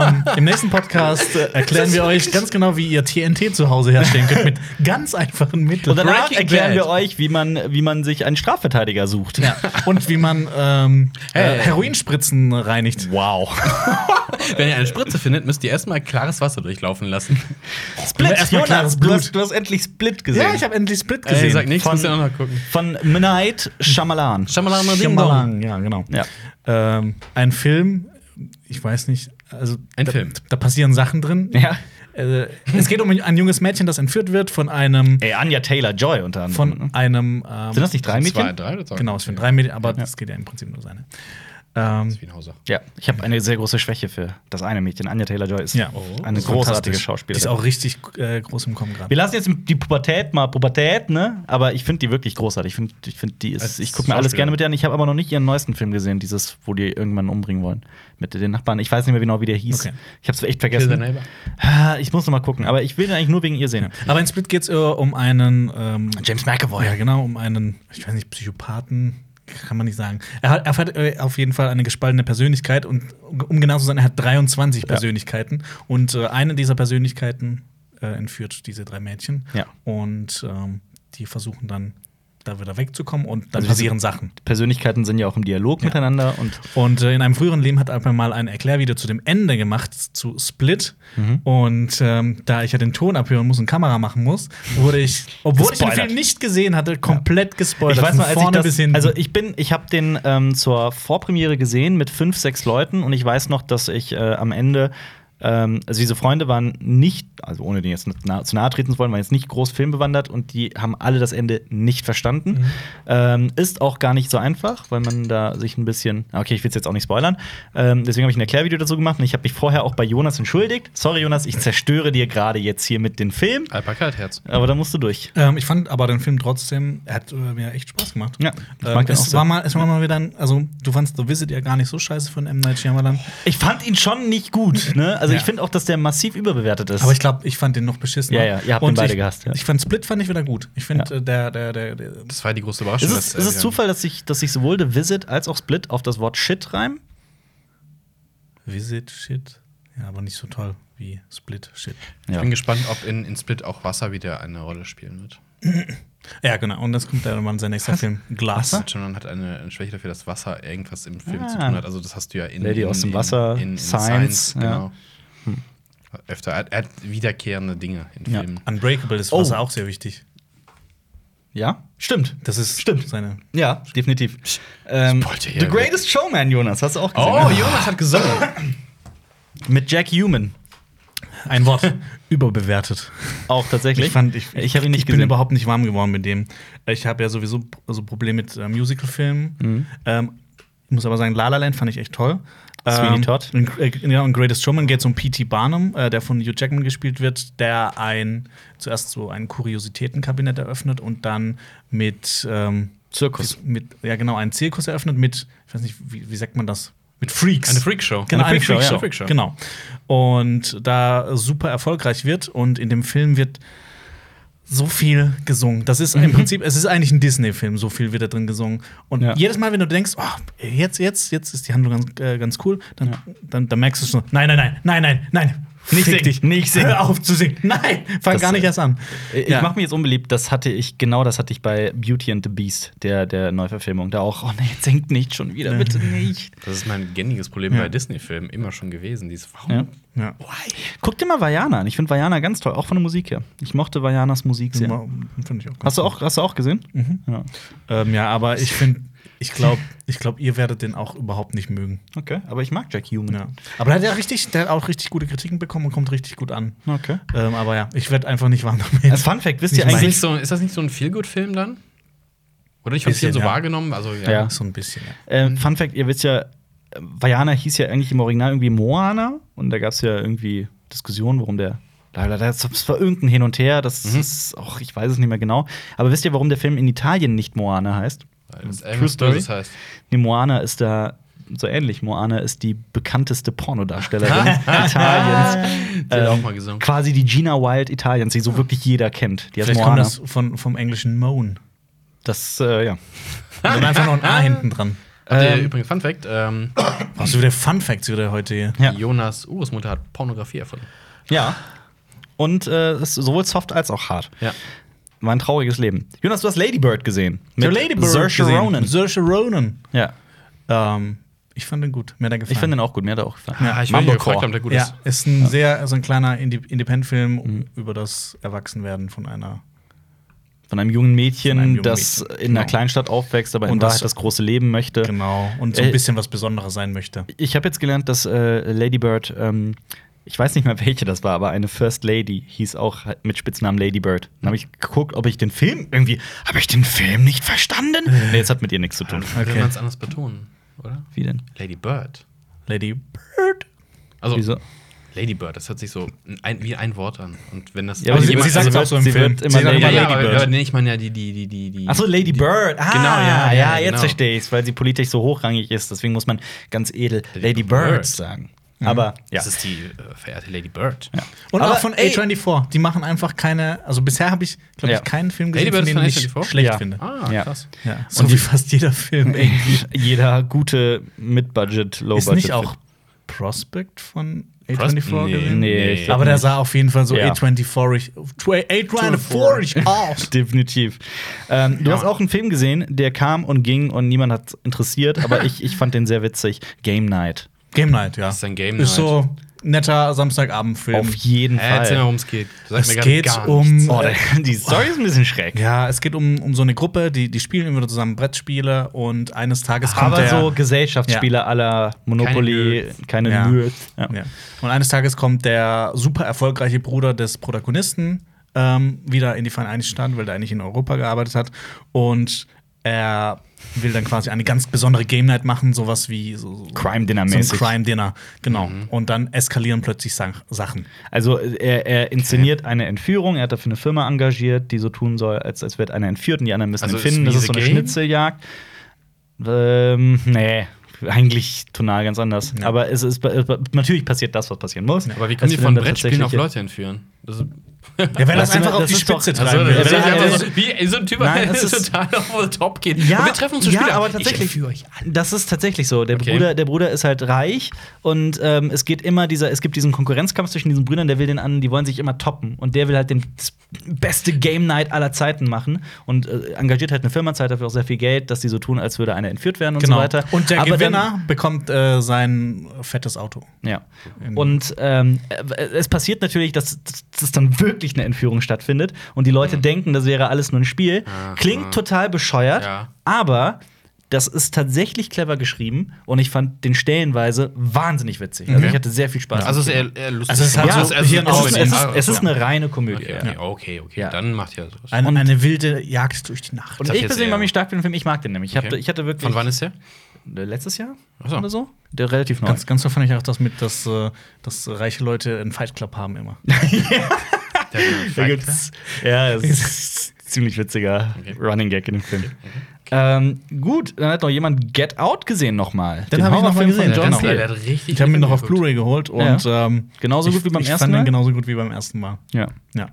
und ähm, im nächsten Podcast äh, erklären wir euch ganz genau, wie ihr TNT zu Hause herstellen könnt mit ganz einfachen Und Mitteln. danach Breaking erklären Bad. wir euch, wie man, wie man sich einen Strafverteidiger sucht. Ja. Und wie man ähm, Hey. äh, Heroinspritzen reinigt. Wow. Wenn ihr eine Spritze findet, müsst ihr erstmal klares Wasser durchlaufen lassen. Split, Erstmal klares Du Blut. hast, du hast endlich Split gesehen. habe endlich Split Ey, sag nichts, Von- müsst ihr auch noch gucken. Von M. Night Shyamalan. Schamalan, Schimmerlang, ja, genau. Ja. Ähm, ein Film, ich weiß nicht, also Ein da, Film. da passieren Sachen drin. Ja. Äh, es geht um ein junges Mädchen, das entführt wird von einem Ey, Anja Taylor Joy unter anderem. ne? von einem ähm, Sind das nicht drei Zwei, Mädchen? drei oder zwei? genau, es sind drei Medien, aber das geht ja im Prinzip nur um seine. Ähm, Wie ein Hauser. Ja, ich habe eine sehr große Schwäche für das eine Mädchen. Anja Taylor Joy ist ja, Oh. Oh, eine ist großartige fantastisch. Schauspielerin. Die ist auch richtig äh, groß im Kommen gerade. wir lassen jetzt die Pubertät mal Pubertät, ne? Aber ich finde die wirklich großartig. Ich finde, ich find die ist. Als Ich gucke mir alles Schauspielerin. gerne mit ihr an. Ich habe aber noch nicht ihren neuesten Film gesehen, dieses, wo die irgendwann umbringen wollen. Mit den Nachbarn. Ich weiß nicht mehr genau, wie der hieß. Okay. Ich habe es echt Kill the vergessen. Neighbor. Ah, Ich muss noch mal gucken, aber ich will den eigentlich nur wegen ihr sehen. Aber in Split geht es äh, um einen ähm, James McAvoy. Ja, genau, um einen, ich weiß nicht, Psychopathen, kann man nicht sagen. Er hat, er hat äh, auf jeden Fall eine gespaltene Persönlichkeit und um genau zu sein, er hat 23 Persönlichkeiten und äh, eine dieser Persönlichkeiten äh, entführt diese drei Mädchen Ja. und ähm, die versuchen dann da wieder wegzukommen und dann Also, passieren Sachen. Persönlichkeiten sind ja auch im Dialog miteinander und Und äh, in einem früheren Leben hat Alper mal ein Erklärvideo zu dem Ende gemacht, zu Split. Mhm. Und ähm, da ich ja den Ton abhören muss und Kamera machen muss, wurde ich, obwohl ich den Gespoilert. Film nicht gesehen hatte, komplett gespoilert. ich weiß Von noch, als ich vorne bis das, hinten. also ich bin, ich habe den ähm, zur Vorpremiere gesehen mit fünf, sechs Leuten und ich weiß noch, dass ich äh, am Ende ähm, also diese Freunde waren nicht, also ohne denen jetzt na, zu nahe treten zu wollen, waren jetzt nicht groß filmbewandert und die haben alle das Ende nicht verstanden. Mhm. Ähm, ist auch gar nicht so einfach, weil man da sich ein bisschen, okay, ich will es jetzt auch nicht spoilern. Ähm, deswegen habe ich ein Erklärvideo dazu gemacht und ich habe mich vorher auch bei Jonas entschuldigt. Sorry Jonas, ich zerstöre dir gerade jetzt hier mit den Film, Alpaka hat Herz. aber da musst du durch. Ähm, ich fand aber den Film trotzdem, er hat äh, mir echt Spaß gemacht. Ja, ich ähm, mag den auch es, sehr. war mal, es war mal wieder ein, also du fandst The Visit ja gar nicht so scheiße von M. Night Shyamalan. Ich fand ihn schon nicht gut, ne? Also Ja. ich finde auch, dass der massiv überbewertet ist. Aber ich glaube, ich fand den noch beschissen. Ja, ja, ihr habt den beide ich, gehasst, ja. Ich fand Split fand ich wieder gut. Ich finde, äh, der, der, der, der, Das war die große Überraschung. ist es, dass, ist äh, es wir- Zufall, dass sich dass sich sowohl The Visit als auch Split auf das Wort Shit reimen? Visit Shit. Ja, aber nicht so toll wie Split Shit. Ich bin gespannt, ob in, in Split auch Wasser wieder eine Rolle spielen wird. Ja, genau. Und das kommt dann sein nächster Film. Glass. Shyamalan hat eine eine Schwäche dafür, dass Wasser irgendwas im Film ne? Ah. zu tun hat. Also das hast du ja in Lady in, aus dem Wasser, Science, Hm. genau. Öfter, er, er hat wiederkehrende Dinge in Ja. Filmen. Unbreakable ist Oh. Wasser auch sehr wichtig. Ja, stimmt. Das ist Stimmt. seine. Ja, definitiv. Ähm, wollte hier- The Greatest Showman, Jonas, hast du auch gesehen? Oh, ne? Jonas hat gesungen. [COUGHS] Mit Jack Human. Ein Wort. [LAUGHS] Überbewertet. Auch tatsächlich. Ich fand, ich, ich habe ihn nicht ich bin gesehen. überhaupt nicht warm geworden mit dem. Ich habe ja sowieso p- so Probleme mit äh, Musicalfilmen. Mhm. Ähm, ich muss aber sagen, La La Land fand ich echt toll. Sweeney Todd. In, äh, ja, und Greatest Showman geht es um P.T. Barnum, äh, der von Hugh Jackman gespielt wird, der ein zuerst so ein Kuriositätenkabinett eröffnet und dann mit ähm, Zirkus. mit ja genau einen Zirkus eröffnet mit ich weiß nicht wie, wie sagt man das mit Freaks Eine Freakshow. Genau, Eine eine Freakshow, Freakshow. ja. Freakshow. Genau. Und da super erfolgreich wird und in dem Film wird so viel gesungen. Das Mhm. ist im Prinzip, es ist eigentlich ein Disney-Film, so viel wird da drin gesungen. Und Ja. jedes Mal, wenn du denkst, oh, jetzt, jetzt, jetzt ist die Handlung ganz, äh, ganz cool, dann, dann, dann merkst du schon, nein, nein, nein, nein, nein, nein. Nicht Fick singen, dich, nicht singen. Hör auf zu singen. Nein, fang Das, gar nicht äh, erst an. Ich Ja. mache mich jetzt unbeliebt, das hatte ich, genau das hatte ich bei Beauty and the Beast, der, der Neuverfilmung. Da auch, oh nee, jetzt singt nicht schon wieder, bitte nicht. Das ist mein gängiges Problem Ja. bei Disney-Filmen immer schon gewesen. Dieses, warum? Ja. Ja. Oh, Why? Guck dir mal Vajana an. Ich finde Vajana ganz toll, auch von der Musik her. Ich mochte Vajanas Musik sehr. Finde ich auch ganz Hast du auch, hast du auch gesehen? Ja. Ähm, ja, aber ich finde, ich glaube, ich glaub, ihr werdet den auch überhaupt nicht mögen. Okay, aber ich mag Jack Human. Ja. Aber der hat ja richtig, der hat auch richtig gute Kritiken bekommen und kommt richtig gut an. Okay. Ähm, aber ja, ich werde einfach nicht warm damit. Als Äh, Fun Fact, wisst ihr Nicht Ist das, eigentlich, nicht so, ist das nicht so ein Feelgood-Film dann? Oder ich habe Bisschen, den so ja. wahrgenommen. Also, ja. Ja. so ein bisschen. Ja. äh, Fun Fact, ihr wisst ja, äh, Vajana hieß ja eigentlich im Original irgendwie Moana und da gab es ja irgendwie Diskussionen, warum der. Da- da- da- Das war irgendein Hin und Her, das Mhm. ist auch, ich weiß es nicht mehr genau. Aber wisst ihr, warum der Film in Italien nicht Moana heißt? Weil das True True Story. Story. heißt. Nee, Moana ist da so ähnlich. Moana ist die bekannteste [LAUGHS] Pornodarstellerin Italiens. Die hat auch Ähm, mal gesungen. Quasi die Gina Wild Italiens, die so wirklich jeder kennt. Die heißt Vielleicht kommt Moana. das von, vom englischen Moan. das äh, ja. Und dann einfach [LAUGHS] noch ein A hinten dran. Habt ihr ähm, übrigens Fun Fact: ähm, Hast du wieder Fun Facts wieder heute hier? Ja. Jonas Urgroßmutter hat Pornografie erfunden. Ja. Und äh, ist sowohl soft als auch hart. Ja. War ein trauriges Leben. Jonas, du hast Lady Bird gesehen. Ich hab Lady Bird Saoirse gesehen. Ronan. Saoirse Ronan. Ja. Ähm, ich fand den gut. Mir hat er gefallen. Ich fand den auch gut. Mir hat er auch gefallen. Ah, ich Mambo wollte mich gefragt Core. haben, der gut ist. ja, ist ein sehr, so ein kleiner Indi- Independent-Film Mhm. über das Erwachsenwerden von einer Von einem jungen Mädchen, Von einem jungen das Mädchen, in einer genau. Kleinstadt aufwächst, aber in Und das- Wahrheit das große Leben möchte. Genau, und so ein Äh, bisschen was Besonderes sein möchte. Ich habe jetzt gelernt, dass äh, Lady Bird, ähm, ich weiß nicht mehr [LAUGHS] welche das war, aber eine First Lady hieß auch mit Spitznamen Lady Bird. Dann habe ich geguckt, ob ich den Film irgendwie, habe ich den Film nicht verstanden? Äh. Nee, jetzt hat mit ihr nichts zu tun. Okay. Will Okay. man es anders betonen, oder? Wie denn? Lady Bird. Lady Bird. Also, Wieso? Lady Bird, das hört sich so ein, wie ein Wort an. Und wenn das. Ja, aber Also sie, sie- sie sie sagt sagt's also auch so im sie Film. Wird immer Sie sagt Lady, ja, immer ja, Lady aber, Bird. aber nee, ich meine ja die, die, die, die, die. Achso, Lady Bird. Ah, Genau, ja, ja, ja genau. jetzt verstehe ich weil sie politisch so hochrangig ist. Deswegen muss man ganz edel Lady, Lady Bird, Bird. sagen. Aber ja. [LAUGHS] Das ist die äh, verehrte Lady Bird. Und Aber, auch von ey- A24. Die machen einfach keine. Also bisher habe ich, glaube Ja. ich, keinen Film Lady gesehen, Bird von ist dem von ich A24? schlecht Ja. finde. Ah, Ja. krass. Ja. So wie fast jeder Film irgendwie. jeder gute Mid-Budget, Low-Budget. Ist nicht auch Prospect von Pros- A24 Nee, gesehen? nee, ich glaub Aber der nicht. sah auf jeden Fall so Ja. A24-ig [LAUGHS] A24 aus. Definitiv. Ähm, du Ja. hast auch einen Film gesehen, der kam und ging und niemand hat interessiert, aber ich, ich fand den sehr witzig. Game Night. Game Night, ja. Das ist ein Game Ist so netter Samstagabendfilm. Auf jeden Äh, erzähl mal, Fall. worum es geht. Sag Es mir grad geht gar um- nichts. Oh, der, die Story ist ein bisschen schräg. Ja, es geht um, um so eine Gruppe, die, die spielen immer zusammen Brettspiele und eines Tages kommt Ah, Aber der, so Gesellschaftsspiele aller Monopoly, keine, Ja. Mühe. Ja. ja. Und eines Tages kommt der super erfolgreiche Bruder des Protagonisten ähm, wieder in die Vereinigten Staaten, weil er eigentlich in Europa gearbeitet hat. Und er will dann quasi eine ganz besondere Game Night machen, sowas wie so, so Crime Dinner so ein mäßig. Crime Dinner, genau. Mhm. Und dann eskalieren plötzlich Sa- Sachen. Also er, er inszeniert eine Entführung, er hat dafür eine Firma engagiert, die so tun soll, als, als wird einer entführt und die anderen müssen Also ihn finden. ist Das wie ist so The eine Game? Schnitzeljagd. Ähm, nee, eigentlich tonal ganz anders. Ja. Aber es ist es- natürlich passiert das, was passieren muss. Also, Aber wie können die Es von werden dann Brettspielen auf tatsächliche- Leute entführen? Das ist Ja, wenn Das das, ist- einfach auf das die ist doch- Spitze [LAUGHS] Also, treiben das ist Ja, einfach ja, so, wie so ein Typ, [LAUGHS] Nein, der es ist- total auf den Top geht. Und wir treffen uns zum ja, Spiel. aber tatsächlich. Ich euch. Das ist tatsächlich so. Der, Okay. Bruder, der Bruder ist halt reich und ähm, es geht immer dieser, es gibt diesen Konkurrenzkampf zwischen diesen Brüdern, der will den anderen, die wollen sich immer toppen und der will halt den das beste Game Night aller Zeiten machen und äh, engagiert halt eine Firma, zahlt dafür auch sehr viel Geld, dass die so tun, als würde einer entführt werden und Genau. so weiter. Und der Aber dann- Gewinner bekommt äh, sein fettes Auto. ja. Und ähm, äh, es passiert natürlich, dass, dass dann wirklich eine Entführung stattfindet und die Mhm. Leute denken, das wäre alles nur ein Spiel. Aha. Klingt total bescheuert, Ja. aber das ist tatsächlich clever geschrieben und ich fand den stellenweise wahnsinnig witzig. Also Okay. ich hatte sehr viel Spaß. Also, es mit ist dem. eher, eher lustig. Also, es ist halt ja, so- es, also hier ist, es, ist, ein es, ist, Comedy. es ist eine reine Komödie. Okay, ja. okay, okay, okay. Ja. Dann macht ihr sowas. Eine, eine wilde Jagd durch die Nacht. Und dachte ich jetzt persönlich eher- war mich stark für den Film. Ich mag den nämlich. Ich, Okay. hatte, ich hatte wirklich. Von wann ist der? Äh, Letztes Jahr Ach so. oder so? Der relativ neu. Ganz, ganz so fand ich auch das mit, dass, äh, dass reiche Leute einen Fight Club haben immer. [LAUGHS] Da gibt's, ja, das ist ein ziemlich witziger Okay. Running Gag in dem Film. Ähm, gut, dann hat noch jemand Get Out gesehen nochmal. Den hab ich noch mal gesehen, John genau. Steele. Der hat richtig Ich habe ihn noch auf geguckt. Blu-ray geholt und ähm, Genauso ich, gut wie beim ich ersten fand Mal? ihn genauso gut wie beim ersten Mal. Ja. Ja. Das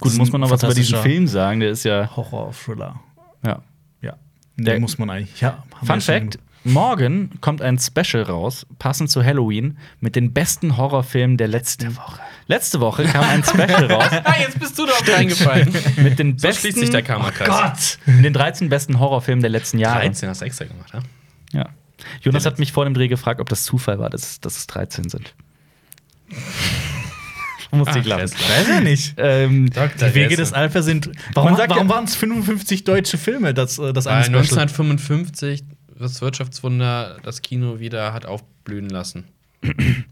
Gut, ist muss ein man noch was über diesen fantastischer Film sagen, der ist ja. Horror-Thriller. ja. Ja. Den Der- muss man eigentlich. Ja, haben wir Fun schon Fact: Morgen kommt ein Special raus, passend zu Halloween, mit den besten Horrorfilmen der letzten Woche. Letzte Woche kam ein [LAUGHS] Special raus Ah, jetzt bist du da auf reingefallen. Oh mit den [LAUGHS] So besten. schließt sich der Karma-Kreis. Gott! Mit den 13 besten Horrorfilmen der letzten Jahre. 13 hast du extra gemacht, ne? ja? Ja. Jonas hat mich vor dem Dreh gefragt, ob das Zufall war, dass, dass es 13 sind. Musste ich lachen. Fest. Weiß ich nicht. Ähm, Dr. Die Wege Essen. des Alpha sind. Warum, sagt ja- warum waren es 55 deutsche Filme, das, äh, das Weil eine Special? 1955 das Wirtschaftswunder das Kino wieder hat aufblühen lassen. ähm,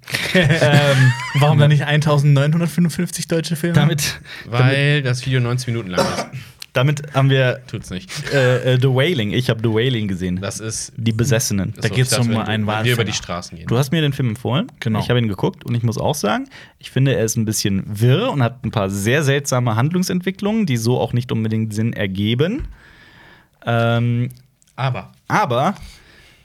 Warum dann nicht 1955 deutsche Filme? damit, Weil das Video 90 Minuten lang ist. [LAUGHS] damit haben wir Tut's nicht. äh, äh, The Wailing. Ich habe The Wailing gesehen. Das ist. Die Besessenen. das Da ist geht's das, um wenn einen du- wenn Wir über Walfänger. die Straßen gehen. Du hast mir den Film empfohlen. Genau. Ich habe ihn geguckt und ich muss auch sagen, ich finde, er ist ein bisschen wirr und hat ein paar sehr seltsame Handlungsentwicklungen, die so auch nicht unbedingt Sinn ergeben. Ähm, Aber. Aber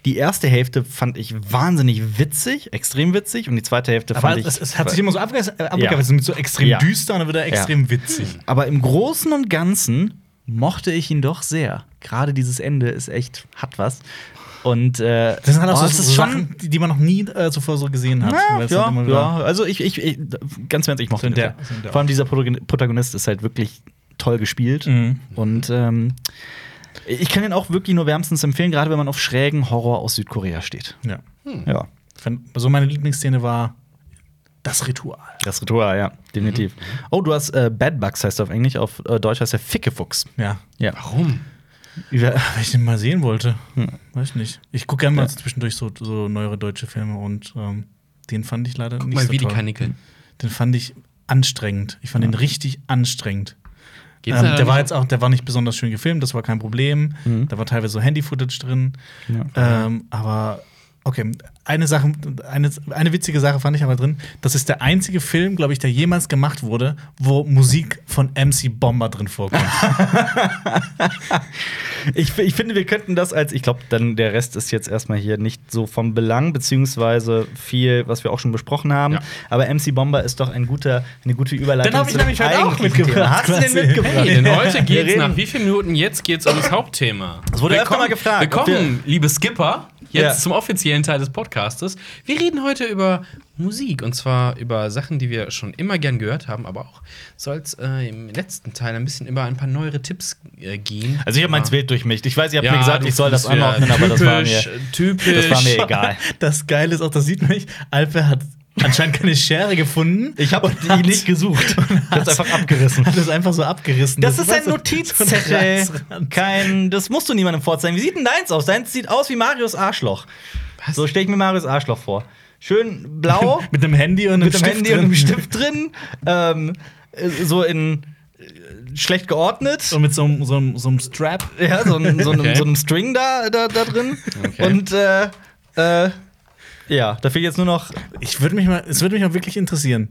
die erste Hälfte fand ich wahnsinnig witzig, extrem witzig, und die zweite Hälfte Aber fand ich. es, es hat sich immer so äh, abgewechselt abgewechselt mit so extrem Ja. Hm. düster und dann wieder extrem witzig. aber im Großen und Ganzen mochte ich ihn doch sehr. Gerade dieses Ende ist echt, hat was. Und äh, Das sind halt auch oh, so, es so ist schon- Sachen, die die man noch nie äh, zuvor so gesehen hat. Na, weil es halt ja, immer wieder- ja, also ich, ich, ich ganz ehrlich, ich mochte Sind den der- sehr. sind der Vor allem dieser Protagon- Protagonist ist halt wirklich toll gespielt. Mhm. Und ähm, ich kann ihn auch wirklich nur wärmstens empfehlen, gerade wenn man auf schrägen Horror aus Südkorea steht. ja. Ja. Wenn- So meine Lieblingsszene war das Ritual. Das Ritual, ja, definitiv. Mhm. Oh, du hast äh, Bad Bugs heißt er auf Englisch, auf äh, Deutsch heißt er Fickefuchs. Ja. Ja. Warum? [LAUGHS] Über- Weil ich den mal sehen wollte. Hm. Weiß nicht. Ich gucke gerne mal Ja. zwischendurch so, so neuere deutsche Filme und ähm, den fand ich leider Guck nicht mal, so wie die toll. Karnickel. Den fand ich anstrengend. Ich fand den richtig anstrengend. Geht's ähm, da der nicht- um war Hm. jetzt auch, der war nicht besonders schön gefilmt, das war kein Problem. Da war teilweise so Handy-Footage drin. Ähm, aber okay, eine Sache, eine, eine witzige Sache fand ich aber drin. Das ist der einzige Film, glaube ich, der jemals gemacht wurde, wo Musik von MC Bomber drin vorkommt. [LAUGHS] Ich, ich finde, wir könnten das als, ich glaube, dann der Rest ist jetzt erstmal hier nicht so vom Belang, beziehungsweise viel, was wir auch schon besprochen haben. Ja. Aber MC Bomber ist doch ein guter, eine gute Überleitung. Den hab ich zu nämlich dem heute auch eigentlichen mitgebracht, Thema. Hast du den quasi. mitgebracht? Hey, [LAUGHS] denn heute Wir geht's reden- nach wie vielen Minuten? Jetzt geht's ums Hauptthema. Es wurde öfter mal gefragt, ob Willkommen, liebe Skipper. jetzt Ja. zum offiziellen Teil des Podcastes. Wir reden heute über Musik und zwar über Sachen, die wir schon immer gern gehört haben, aber auch soll es äh, im letzten Teil ein bisschen über ein paar neuere Tipps äh, gehen. Also ich habe meins Ja. wild durchmischt. Ich weiß, ihr habt Ja, mir gesagt, du ich soll das bist wieder anordnen, aber das war mir, Typisch, das war typisch. mir egal. Das Geile ist auch, das sieht man nicht. Alpe hat anscheinend keine Schere gefunden. Ich habe Und hat- die nicht [LAUGHS] gesucht. Ich hab's einfach abgerissen. Hat das einfach so abgerissen. Das ist ein weißt du, [LAUGHS] so ein Notizzettel. Reißrand. Kein, das musst du niemandem vorzeigen. Wie sieht denn deins aus? Deins sieht aus wie Marios Arschloch. Was? So stelle ich mir Marios Arschloch vor. Schön blau, [LAUGHS] Mit einem Handy und einem mit dem Stift Handy drin. und einem Stift drin. Ähm, äh, so in äh, schlecht geordnet. Und mit so einem, so einem, so einem Strap. Ja, so, ein, so, einem, Okay. so einem String da, da, da drin. Okay. Und äh, äh, ja, da fehlt jetzt nur noch. Ich würde mich mal, es würde mich auch wirklich interessieren.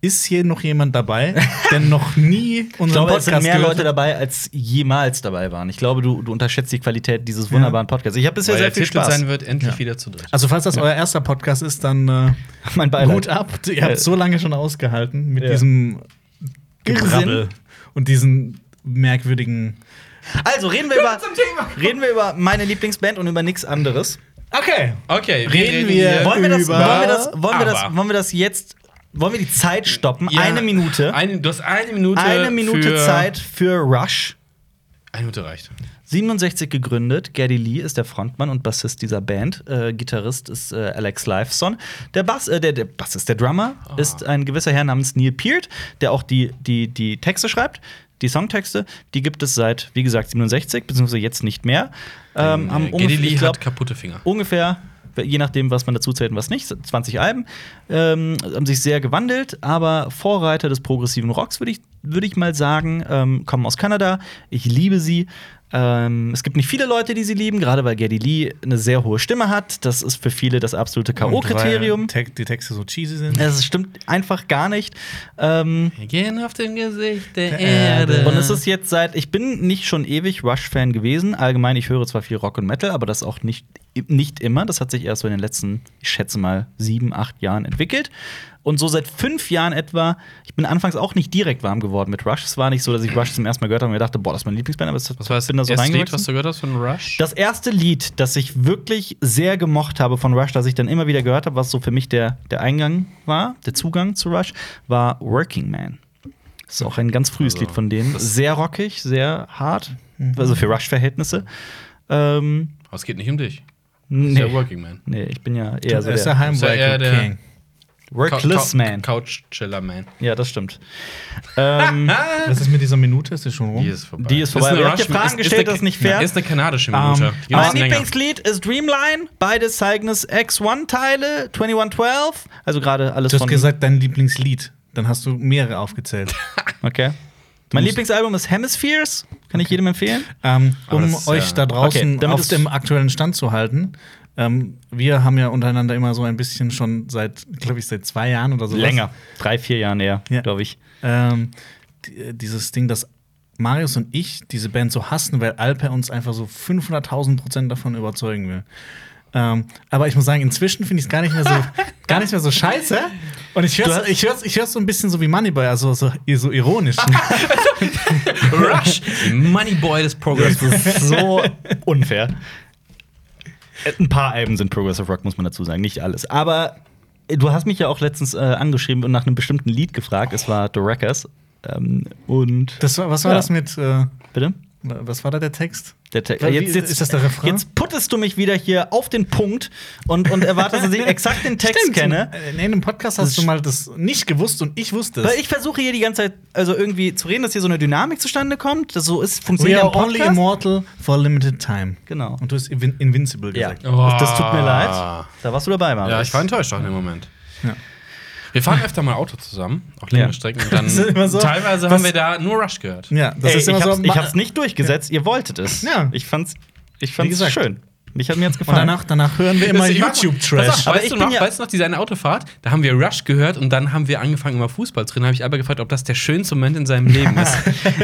Ist hier noch jemand dabei, der noch nie [LAUGHS] unseren Ich glaube, es Podcast sind mehr gehört Leute hat? dabei, als jemals dabei waren. Ich glaube, du, du unterschätzt die Qualität dieses wunderbaren Podcasts. Ich habe bisher Weil sehr der viel Titel Spaß. sein wird, endlich Ja. wieder zu dritt. Also falls das euer erster Podcast ist, dann äh, mein Beileid. Hut ab. Ihr Ja. habt so lange schon ausgehalten mit Ja. diesem Irrsinn. Gebrabbel und diesen merkwürdigen. Also reden wir über reden wir über meine Lieblingsband und über nichts anderes. Okay. Okay, Reden wir- Wollen wir das, Über- wollen wir das, wollen wir das, Aber. wollen wir das jetzt wollen wir die Zeit stoppen? Ja, eine Minute. Eine, du hast eine Minute. Eine Minute für- Zeit für Rush. Eine Minute reicht. 67 gegründet. Geddy Lee ist der Frontmann und Bassist dieser Band. Äh, Gitarrist ist äh, Alex Lifeson. Der Bass, äh, der, der Bassist, der Drummer Ah. ist ein gewisser Herr namens Neil Peart, der auch die, die, die Texte schreibt. Die Songtexte, die gibt es seit, wie gesagt, 67, beziehungsweise jetzt nicht mehr. Ähm, haben Geddy ungefähr- äh, Lee ich glaub, hat kaputte Finger. ungefähr, je nachdem, was man dazu zählt und was nicht, 20 Alben, ähm, haben sich sehr gewandelt, aber Vorreiter des progressiven Rocks, würde ich, würd ich mal sagen, ähm, kommen aus Kanada. Ich liebe sie. Ähm, es gibt nicht viele Leute, die sie lieben, gerade weil Geddy Lee eine sehr hohe Stimme hat. Das ist für viele das absolute K.O.-Kriterium. Und weil Te die Texte so cheesy sind. Es stimmt einfach gar nicht. Ähm, Wir gehen auf dem Gesicht der Erde. Äh, und es ist jetzt seit, ich bin nicht schon ewig Rush-Fan gewesen. Allgemein, ich höre zwar viel Rock und Metal, aber das auch nicht, nicht immer. Das hat sich erst so in den letzten, ich schätze mal, sieben, acht Jahren entwickelt. Und so seit fünf Jahren etwa, ich bin anfangs auch nicht direkt warm geworden mit Rush. Es war nicht so, dass ich Rush zum ersten Mal gehört habe und mir dachte, boah, das ist mein Lieblingsband, aber es, Was war das bin da so erste Lied, reingewachsen. was du gehört hast von Rush? Das erste Lied, das ich wirklich sehr gemocht habe von Rush, das ich dann immer wieder gehört habe, was so für mich der, der Eingang war, der Zugang zu Rush, war Working Man. Das ist auch ein ganz frühes Also, Lied von denen. Sehr rockig, sehr hart, also für Rush-Verhältnisse. Ähm, Aber es geht nicht um dich. Das ist nee. ja Working Man. nee, ich bin ja eher so Er ist der der ist ja eher Heimwerker der- King. Workless Man. Couch Chiller Man. Ah! Ja, das stimmt. [LAUGHS] ähm, Was ist mit dieser Minute? Ist die schon rum? Die ist vorbei. Die ist vorbei. eine Aber ihr habt ja Rush- Fragen gestellt, eine- das ist nicht fair. Ja, Ist eine kanadische Minute. Ähm, Die mein ist länger. Lieblingslied ist Dreamline, beide Cygnus X1-Teile, 2112, also gerade alles Du hast von gesagt, dein Lieblingslied. Dann hast du mehrere aufgezählt. Okay. Mein Lieblingsalbum ist Hemispheres. Kann ich jedem empfehlen. ähm, Aber um das ist, euch äh, da draußen okay, damit auf ist- dem aktuellen Stand zu halten. Ähm, wir haben ja untereinander immer so ein bisschen schon seit, glaube ich, seit zwei Jahren oder so. Drei, vier Jahren eher, Ja. glaube ich. Ähm, die- dieses Ding, dass Marius und ich diese Band so hassen, weil Alper uns einfach so 500.000 Prozent davon überzeugen will. Ähm, aber ich muss sagen, inzwischen finde ich es gar nicht mehr so, [LAUGHS] gar nicht mehr so scheiße. Und ich höre ich hör's, ich hör's so ein bisschen so wie Moneyboy, also so, [LAUGHS] so ironisch. Rush, die Moneyboy des Progress. so [LAUGHS] unfair. Ein paar Alben sind Progressive Rock, muss man dazu sagen. Nicht alles. Aber äh, du hast mich ja auch letztens äh, angeschrieben und nach einem bestimmten Lied gefragt. Es war The Wreckers. Ähm, und. Das war, was war Ja. das mit, äh, bitte? was war da der Text? Der Te- Weil wie- jetzt, jetzt, ist das der Refrain? Jetzt puttest du mich wieder hier auf den Punkt und, und erwartest, [LAUGHS] dass ich exakt den Text kenne. Äh, Nee, in einem Podcast hast du mal das nicht gewusst und ich wusste es. Weil ich versuche hier die ganze Zeit also irgendwie zu reden, dass hier so eine Dynamik zustande kommt. Das so ist, funktioniert We ja im are only Podcast. immortal for a limited time. Genau. Und du hast Invin Invincible Ja. gesagt. Oh. [LAUGHS] Das tut mir leid. Da warst du dabei, Marius. Ah. Ja, ich war enttäuscht auch in dem Moment. Ja. Wir fahren öfter mal Auto zusammen, auch längere Ja. [LAUGHS] Strecken. Und dann Das ist immer so, teilweise was- haben wir da nur Rush gehört. Ja, das Ey, ist immer ich, hab's, so. ich hab's nicht durchgesetzt, ihr wolltet es. Ja. Ich fand's, ich Wie fand's gesagt. schön. Mich hat mir jetzt Und gefallen. danach, danach hören wir immer Das- ich mach mal- Pass auf, YouTube-Trash. Aber Weißt, ich du bin noch- ja- weißt du noch, diese eine Autofahrt? Da haben wir Rush gehört und dann haben wir angefangen, über Fußball zu reden. Da habe ich aber gefragt, ob das der schönste Moment in [LAUGHS] seinem Leben ist.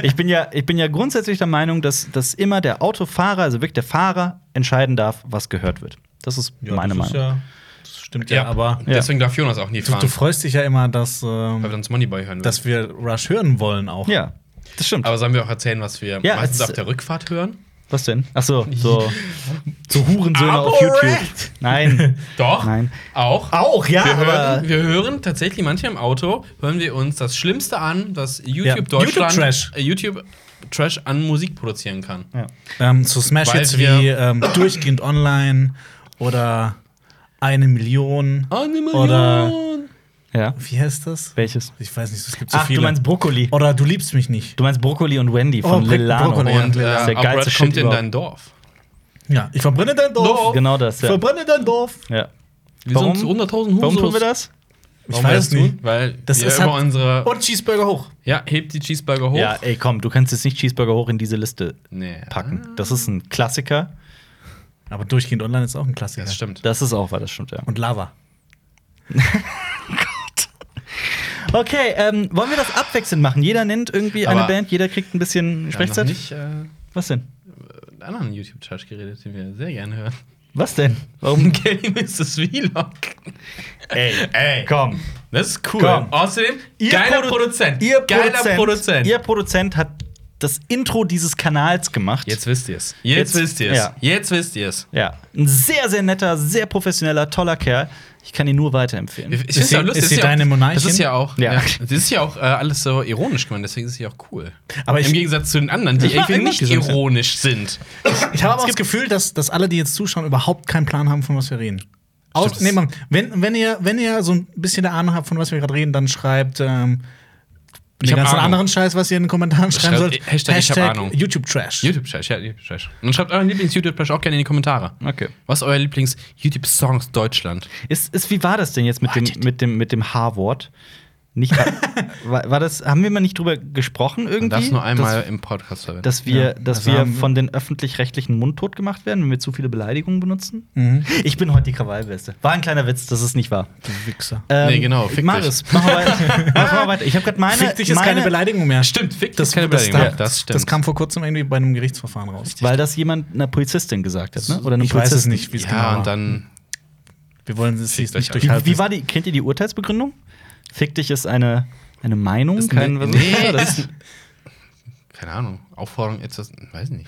ich, bin ja, ich bin ja grundsätzlich der Meinung, dass, dass immer der Autofahrer, also wirklich der Fahrer, entscheiden darf, was gehört wird. Das ist meine Meinung. ja, das stimmt ja, aber Ja. deswegen darf Jonas auch nie du, fahren. du freust dich ja immer, dass, weil wir ähm, sonst Moneyboy hören würden. dass wir Rush hören wollen auch. ja, das stimmt. Aber sollen wir auch erzählen, was wir Ja, meistens es- auf der Rückfahrt hören? Was denn? Ach so, so, so Hurensöhne auf YouTube. Arborette! Nein. Doch. Nein. Auch. Auch, ja, Wir aber. hören, wir hören tatsächlich manchmal im Auto, hören wir uns das Schlimmste an, was YouTube Ja. Deutschland YouTube Trash. äh, YouTube Trash an Musik produzieren kann. Ja. Ähm, so Smash-Hits Weil wir- wie ähm, Durchgehend Online oder Eine Million. Eine Million. Oder- ja. Wie heißt das? Welches? Ich weiß nicht, es gibt so Ach, viele. du meinst Brokkoli. oder Du liebst mich nicht. Du meinst Brokkoli und Wendy Oh, von Bro- Lilano. Brokkoli, ja. Und äh, Das ist der der geilste Shit kommt in überhaupt. dein Dorf. Ja, ich verbrenne dein Dorf. Dorf. Genau das, Ich ja. verbrenne dein Dorf. ja. Wir Warum? sind 100.000 Husos. Warum tun wir das? Ich Warum wir weiß das tun? nicht. Weil Das wir ist über halt- unsere. Und Cheeseburger hoch. Ja, hebt die Cheeseburger hoch. Ja, ey, komm, du kannst jetzt nicht Cheeseburger hoch in diese Liste Nee. packen. Das ist ein Klassiker. Aber Durchgehend Online ist auch ein Klassiker. Das stimmt. Das ist auch, weil das stimmt, ja. Und Lava. Okay, ähm, wollen wir das abwechselnd machen? Jeder nennt irgendwie eine Aber- Band, jeder kriegt ein bisschen Wir haben noch Sprechzeit. nicht äh, einen Was denn? anderen YouTube-Trash geredet, den wir sehr gerne hören. Was denn? Warum? Gary Mrs. Vlog. [LAUGHS] ey, Ey, komm. das ist cool. Komm. Außerdem, Ihr geiler Produ- Produzent. Ihr geiler Produzent, Produzent. Ihr Produzent hat das Intro dieses Kanals gemacht. Jetzt wisst ihr es. Jetzt, Jetzt- wisst ihr es. ja. Jetzt wisst ihr es. Ja. Ein sehr, sehr netter, sehr professioneller, toller Kerl. Ich kann ihn nur weiterempfehlen. Ich find's sie- ja lustig, ist das sie ja auch- deine Monarchin? Das ist ja auch, Ja. ja. das ist ja auch äh, alles so ironisch gemeint, deswegen ist es ja auch cool. Aber ich- Im Gegensatz zu den anderen, die Ich mag- irgendwie ich mag nicht die so ein bisschen. ironisch sind. Ich habe aber das Gefühl, dass, dass alle, die jetzt zuschauen, überhaupt keinen Plan haben, von was wir reden. Aus, das- nee, Mann, wenn, wenn, ihr, wenn ihr so ein bisschen eine Ahnung habt, von was wir gerade reden, dann schreibt ähm, Ich den hab ganzen Ahnung. anderen Scheiß, was ihr in den Kommentaren schreiben Schreibt, sollt. äh, Hashtag, ich hab Ahnung. YouTube Trash. YouTube-Trash, ja, YouTube-Trash. Und schreibt euren Lieblings-YouTube-Trash auch gerne in die Kommentare. Okay. Was ist euer Lieblings-YouTube-Song aus Deutschland? Ist, ist, wie war das denn jetzt mit dem, mit dem, mit dem H-Wort? Nicht, ha- [LAUGHS] war, war das, haben wir mal nicht drüber gesprochen irgendwie? Man darf es nur einmal im Podcast verwenden. Dass wir, Ja, dass also wir haben wir- von den öffentlich-rechtlichen mundtot gemacht werden, wenn wir zu viele Beleidigungen benutzen. Mhm. Ich bin heute die Krawallbeste. War ein kleiner Witz, das ist nicht wahr. Du Wichser. Ähm, Nee, genau, fick Marius, mach mal weiter. mach mal weiter. Ich habe gerade meine. Fick dich ist meine, keine Beleidigung mehr. Stimmt, fick Das, ist keine das, Beleidigung. das, Ja, das, das stimmt. kam vor kurzem irgendwie bei einem Gerichtsverfahren raus. Weil das jemand einer Polizistin gesagt hat, ne? Oder einem ich weiß Polizisten. es nicht, wie es ja, genau war. und dann. Wir wollen es jetzt euch nicht alle. durchhalten. Wie, wie war die, kennt ihr die Urteilsbegründung? Fick dich ist eine, eine Meinung, Ist kein ne- was- nee, Ja, [LAUGHS] das- ist- Keine Ahnung. Aufforderung, etwas. Weiß [LAUGHS] nicht.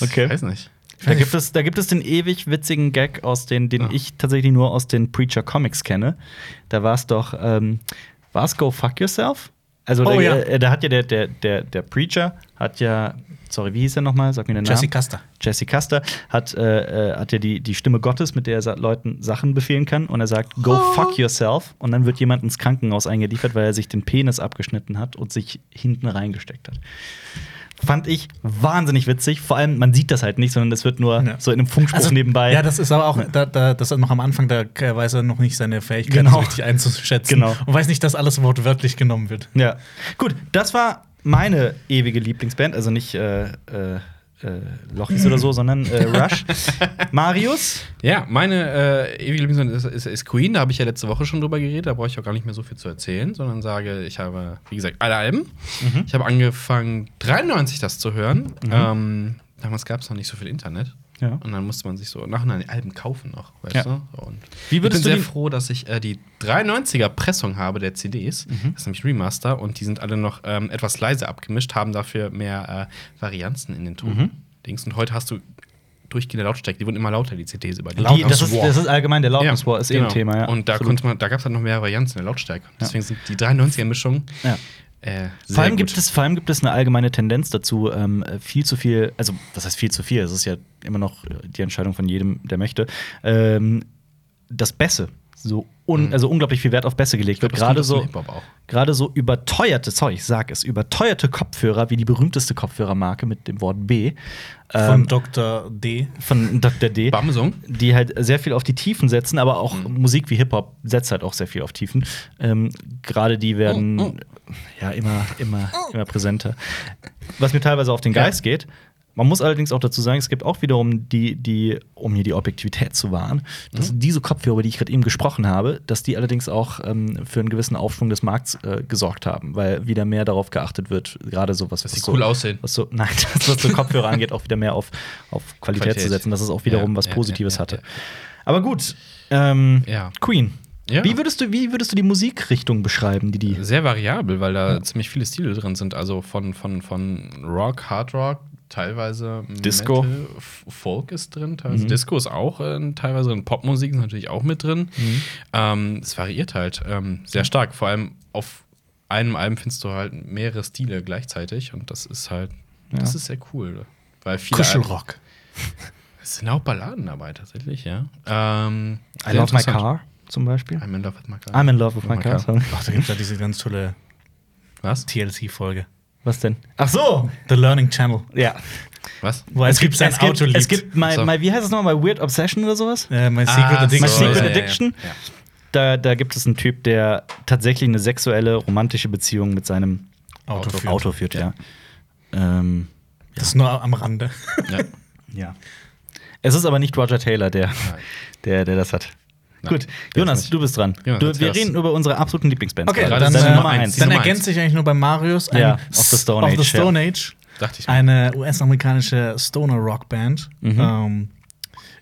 Okay. Weiß nicht. Da gibt, es, da gibt es den ewig witzigen Gag aus den, Ah. den ich tatsächlich nur aus den Preacher Comics kenne. Da war es doch, ähm, war es Go Fuck Yourself? Also Oh, der, ja. äh, da hat ja der, der, der, der Preacher hat ja, sorry, wie hieß er nochmal? Sag mir den Jesse Namen. Custer. Jesse Custer hat, äh, äh, hat ja die, die Stimme Gottes, mit der er sa- Leuten Sachen befehlen kann. Und er sagt, go fuck yourself. Und dann wird jemand ins Krankenhaus eingeliefert, weil er sich den Penis abgeschnitten hat und sich hinten reingesteckt hat. Fand ich wahnsinnig witzig. Vor allem, man sieht das halt nicht, sondern das wird nur Ja. so in einem Funkspruch nebenbei. Ja, das ist aber auch, da, da, das ist noch am Anfang, da weiß er noch nicht seine Fähigkeiten Genau. so richtig einzuschätzen. Genau. Und weiß nicht, dass alles wortwörtlich genommen wird. Ja. Gut, das war meine ewige Lieblingsband. Also nicht äh, äh, äh, Lochis oder so, sondern äh, Rush. Marius. Ja, meine äh, ewige Lieblingsband ist, ist, ist Queen. Da habe ich ja letzte Woche schon drüber geredet. Da brauche ich auch gar nicht mehr so viel zu erzählen, sondern sage, ich habe, wie gesagt, alle Alben. Mhm. Ich habe angefangen, 93 das zu hören. Ähm, damals gab es noch nicht so viel Internet. Ja. Und dann musste man sich so nachher die Alben kaufen noch, weißt Ja. du? Und Wie würdest ich bin du sehr die- froh, dass ich äh, die 93er Pressung habe der CDs. Mhm. Das ist nämlich Remaster und die sind alle noch ähm, etwas leiser abgemischt, haben dafür mehr äh, Varianzen in den Ton. Mhm. Dings. Und heute hast du durchgehende Lautstärke, die wurden immer lauter, die CDs über die Die, das, ist, das ist allgemein der Loudness War, ist eh genau. ein Thema. Ja. Und da, Absolut. konnte man, da gab es halt noch mehr Varianzen in der Lautstärke. Deswegen sind die 93er-Mischung Ja. äh, Vor sehr allem, gut. gibt es, vor allem gibt es eine allgemeine Tendenz dazu, ähm, viel zu viel, also was heißt viel zu viel, es ist ja immer noch äh, die Entscheidung von jedem, der möchte, ähm, das Bässe, so un, also unglaublich viel Wert auf Bässe gelegt wird. Mhm. das Gerade kommt aus dem so, Hip-Hop auch. gerade so überteuerte, sorry, ich sag es, überteuerte Kopfhörer, wie die berühmteste Kopfhörermarke mit dem Wort B Von ähm, Dr. D. von Dr. D. Bamsung. die halt sehr viel auf die Tiefen setzen, aber auch Mhm. Musik wie Hip-Hop setzt halt auch sehr viel auf Tiefen. Ähm, Gerade die werden Oh, oh. ja immer, immer, immer präsenter. Was mir teilweise auf den Geist geht. Man muss allerdings auch dazu sagen, es gibt auch wiederum die, die, um hier die Objektivität zu wahren, Mhm. dass diese Kopfhörer, über die ich gerade eben gesprochen habe, dass die allerdings auch ähm, für einen gewissen Aufschwung des Markts äh, gesorgt haben, weil wieder mehr darauf geachtet wird, gerade sowas, Dass die was cool aussehen. Was so, [LAUGHS] nein, das, was so Kopfhörer angeht, auch wieder mehr auf, auf Qualität, Qualität. zu setzen, dass es auch wiederum Ja, was ja, Positives ja, ja, hatte. ja. Aber gut, ähm, Ja. Queen. Ja. Wie, würdest du, wie würdest du die Musikrichtung beschreiben, die die Sehr variabel, weil da ziemlich viele Stile drin sind. Also von, von, von Rock, Hard Rock, teilweise Disco. Mhm. Metal, F- Folk ist drin, teilweise Disco ist auch äh, teilweise in Popmusik ist natürlich auch mit drin. Mhm. Ähm, es variiert halt ähm, sehr stark. Vor allem auf einem Album findest du halt mehrere Stile gleichzeitig und das ist halt, das ist sehr cool. Weil viele Kuschelrock. Es sind auch Balladen dabei tatsächlich, ja. Ähm, I sehr Love My interessant. Car zum Beispiel. I'm in love with my car. I'm in love with my my car. car. Song. Ach, da gibt es ja diese ganz tolle Was? TLC-Folge. Was denn? Ach so! The Learning Channel. Ja. Was? Wo es, gibt sein es gibt, Autolied. Es gibt my, So. my, wie heißt es nochmal, My Weird Obsession oder sowas? äh, My Secret Ah, Addiction. My Secret ja, ja, ja. Addiction. Ja. Da, da gibt es einen Typ, der tatsächlich eine sexuelle, romantische Beziehung mit seinem Auto Auto, führt. führt, ja. Ähm, Das ist nur am Rande. Ja. ja. Es ist aber nicht Roger Taylor, der, Nein. der, der das hat. Nein, Gut, der ist Jonas, nicht. du bist dran. Jonas, du, jetzt wir erst. reden über unsere absoluten Lieblingsbands. Okay, gerade. dann, das ist äh, Nummer eins. die Dann Nummer ergänzt eins. sich eigentlich nur bei Marius ein Ja, of the Stone of the Age, Stone Age. Dachte ich mir. Eine US-amerikanische Stoner-Rock-Band. Mhm. Ähm,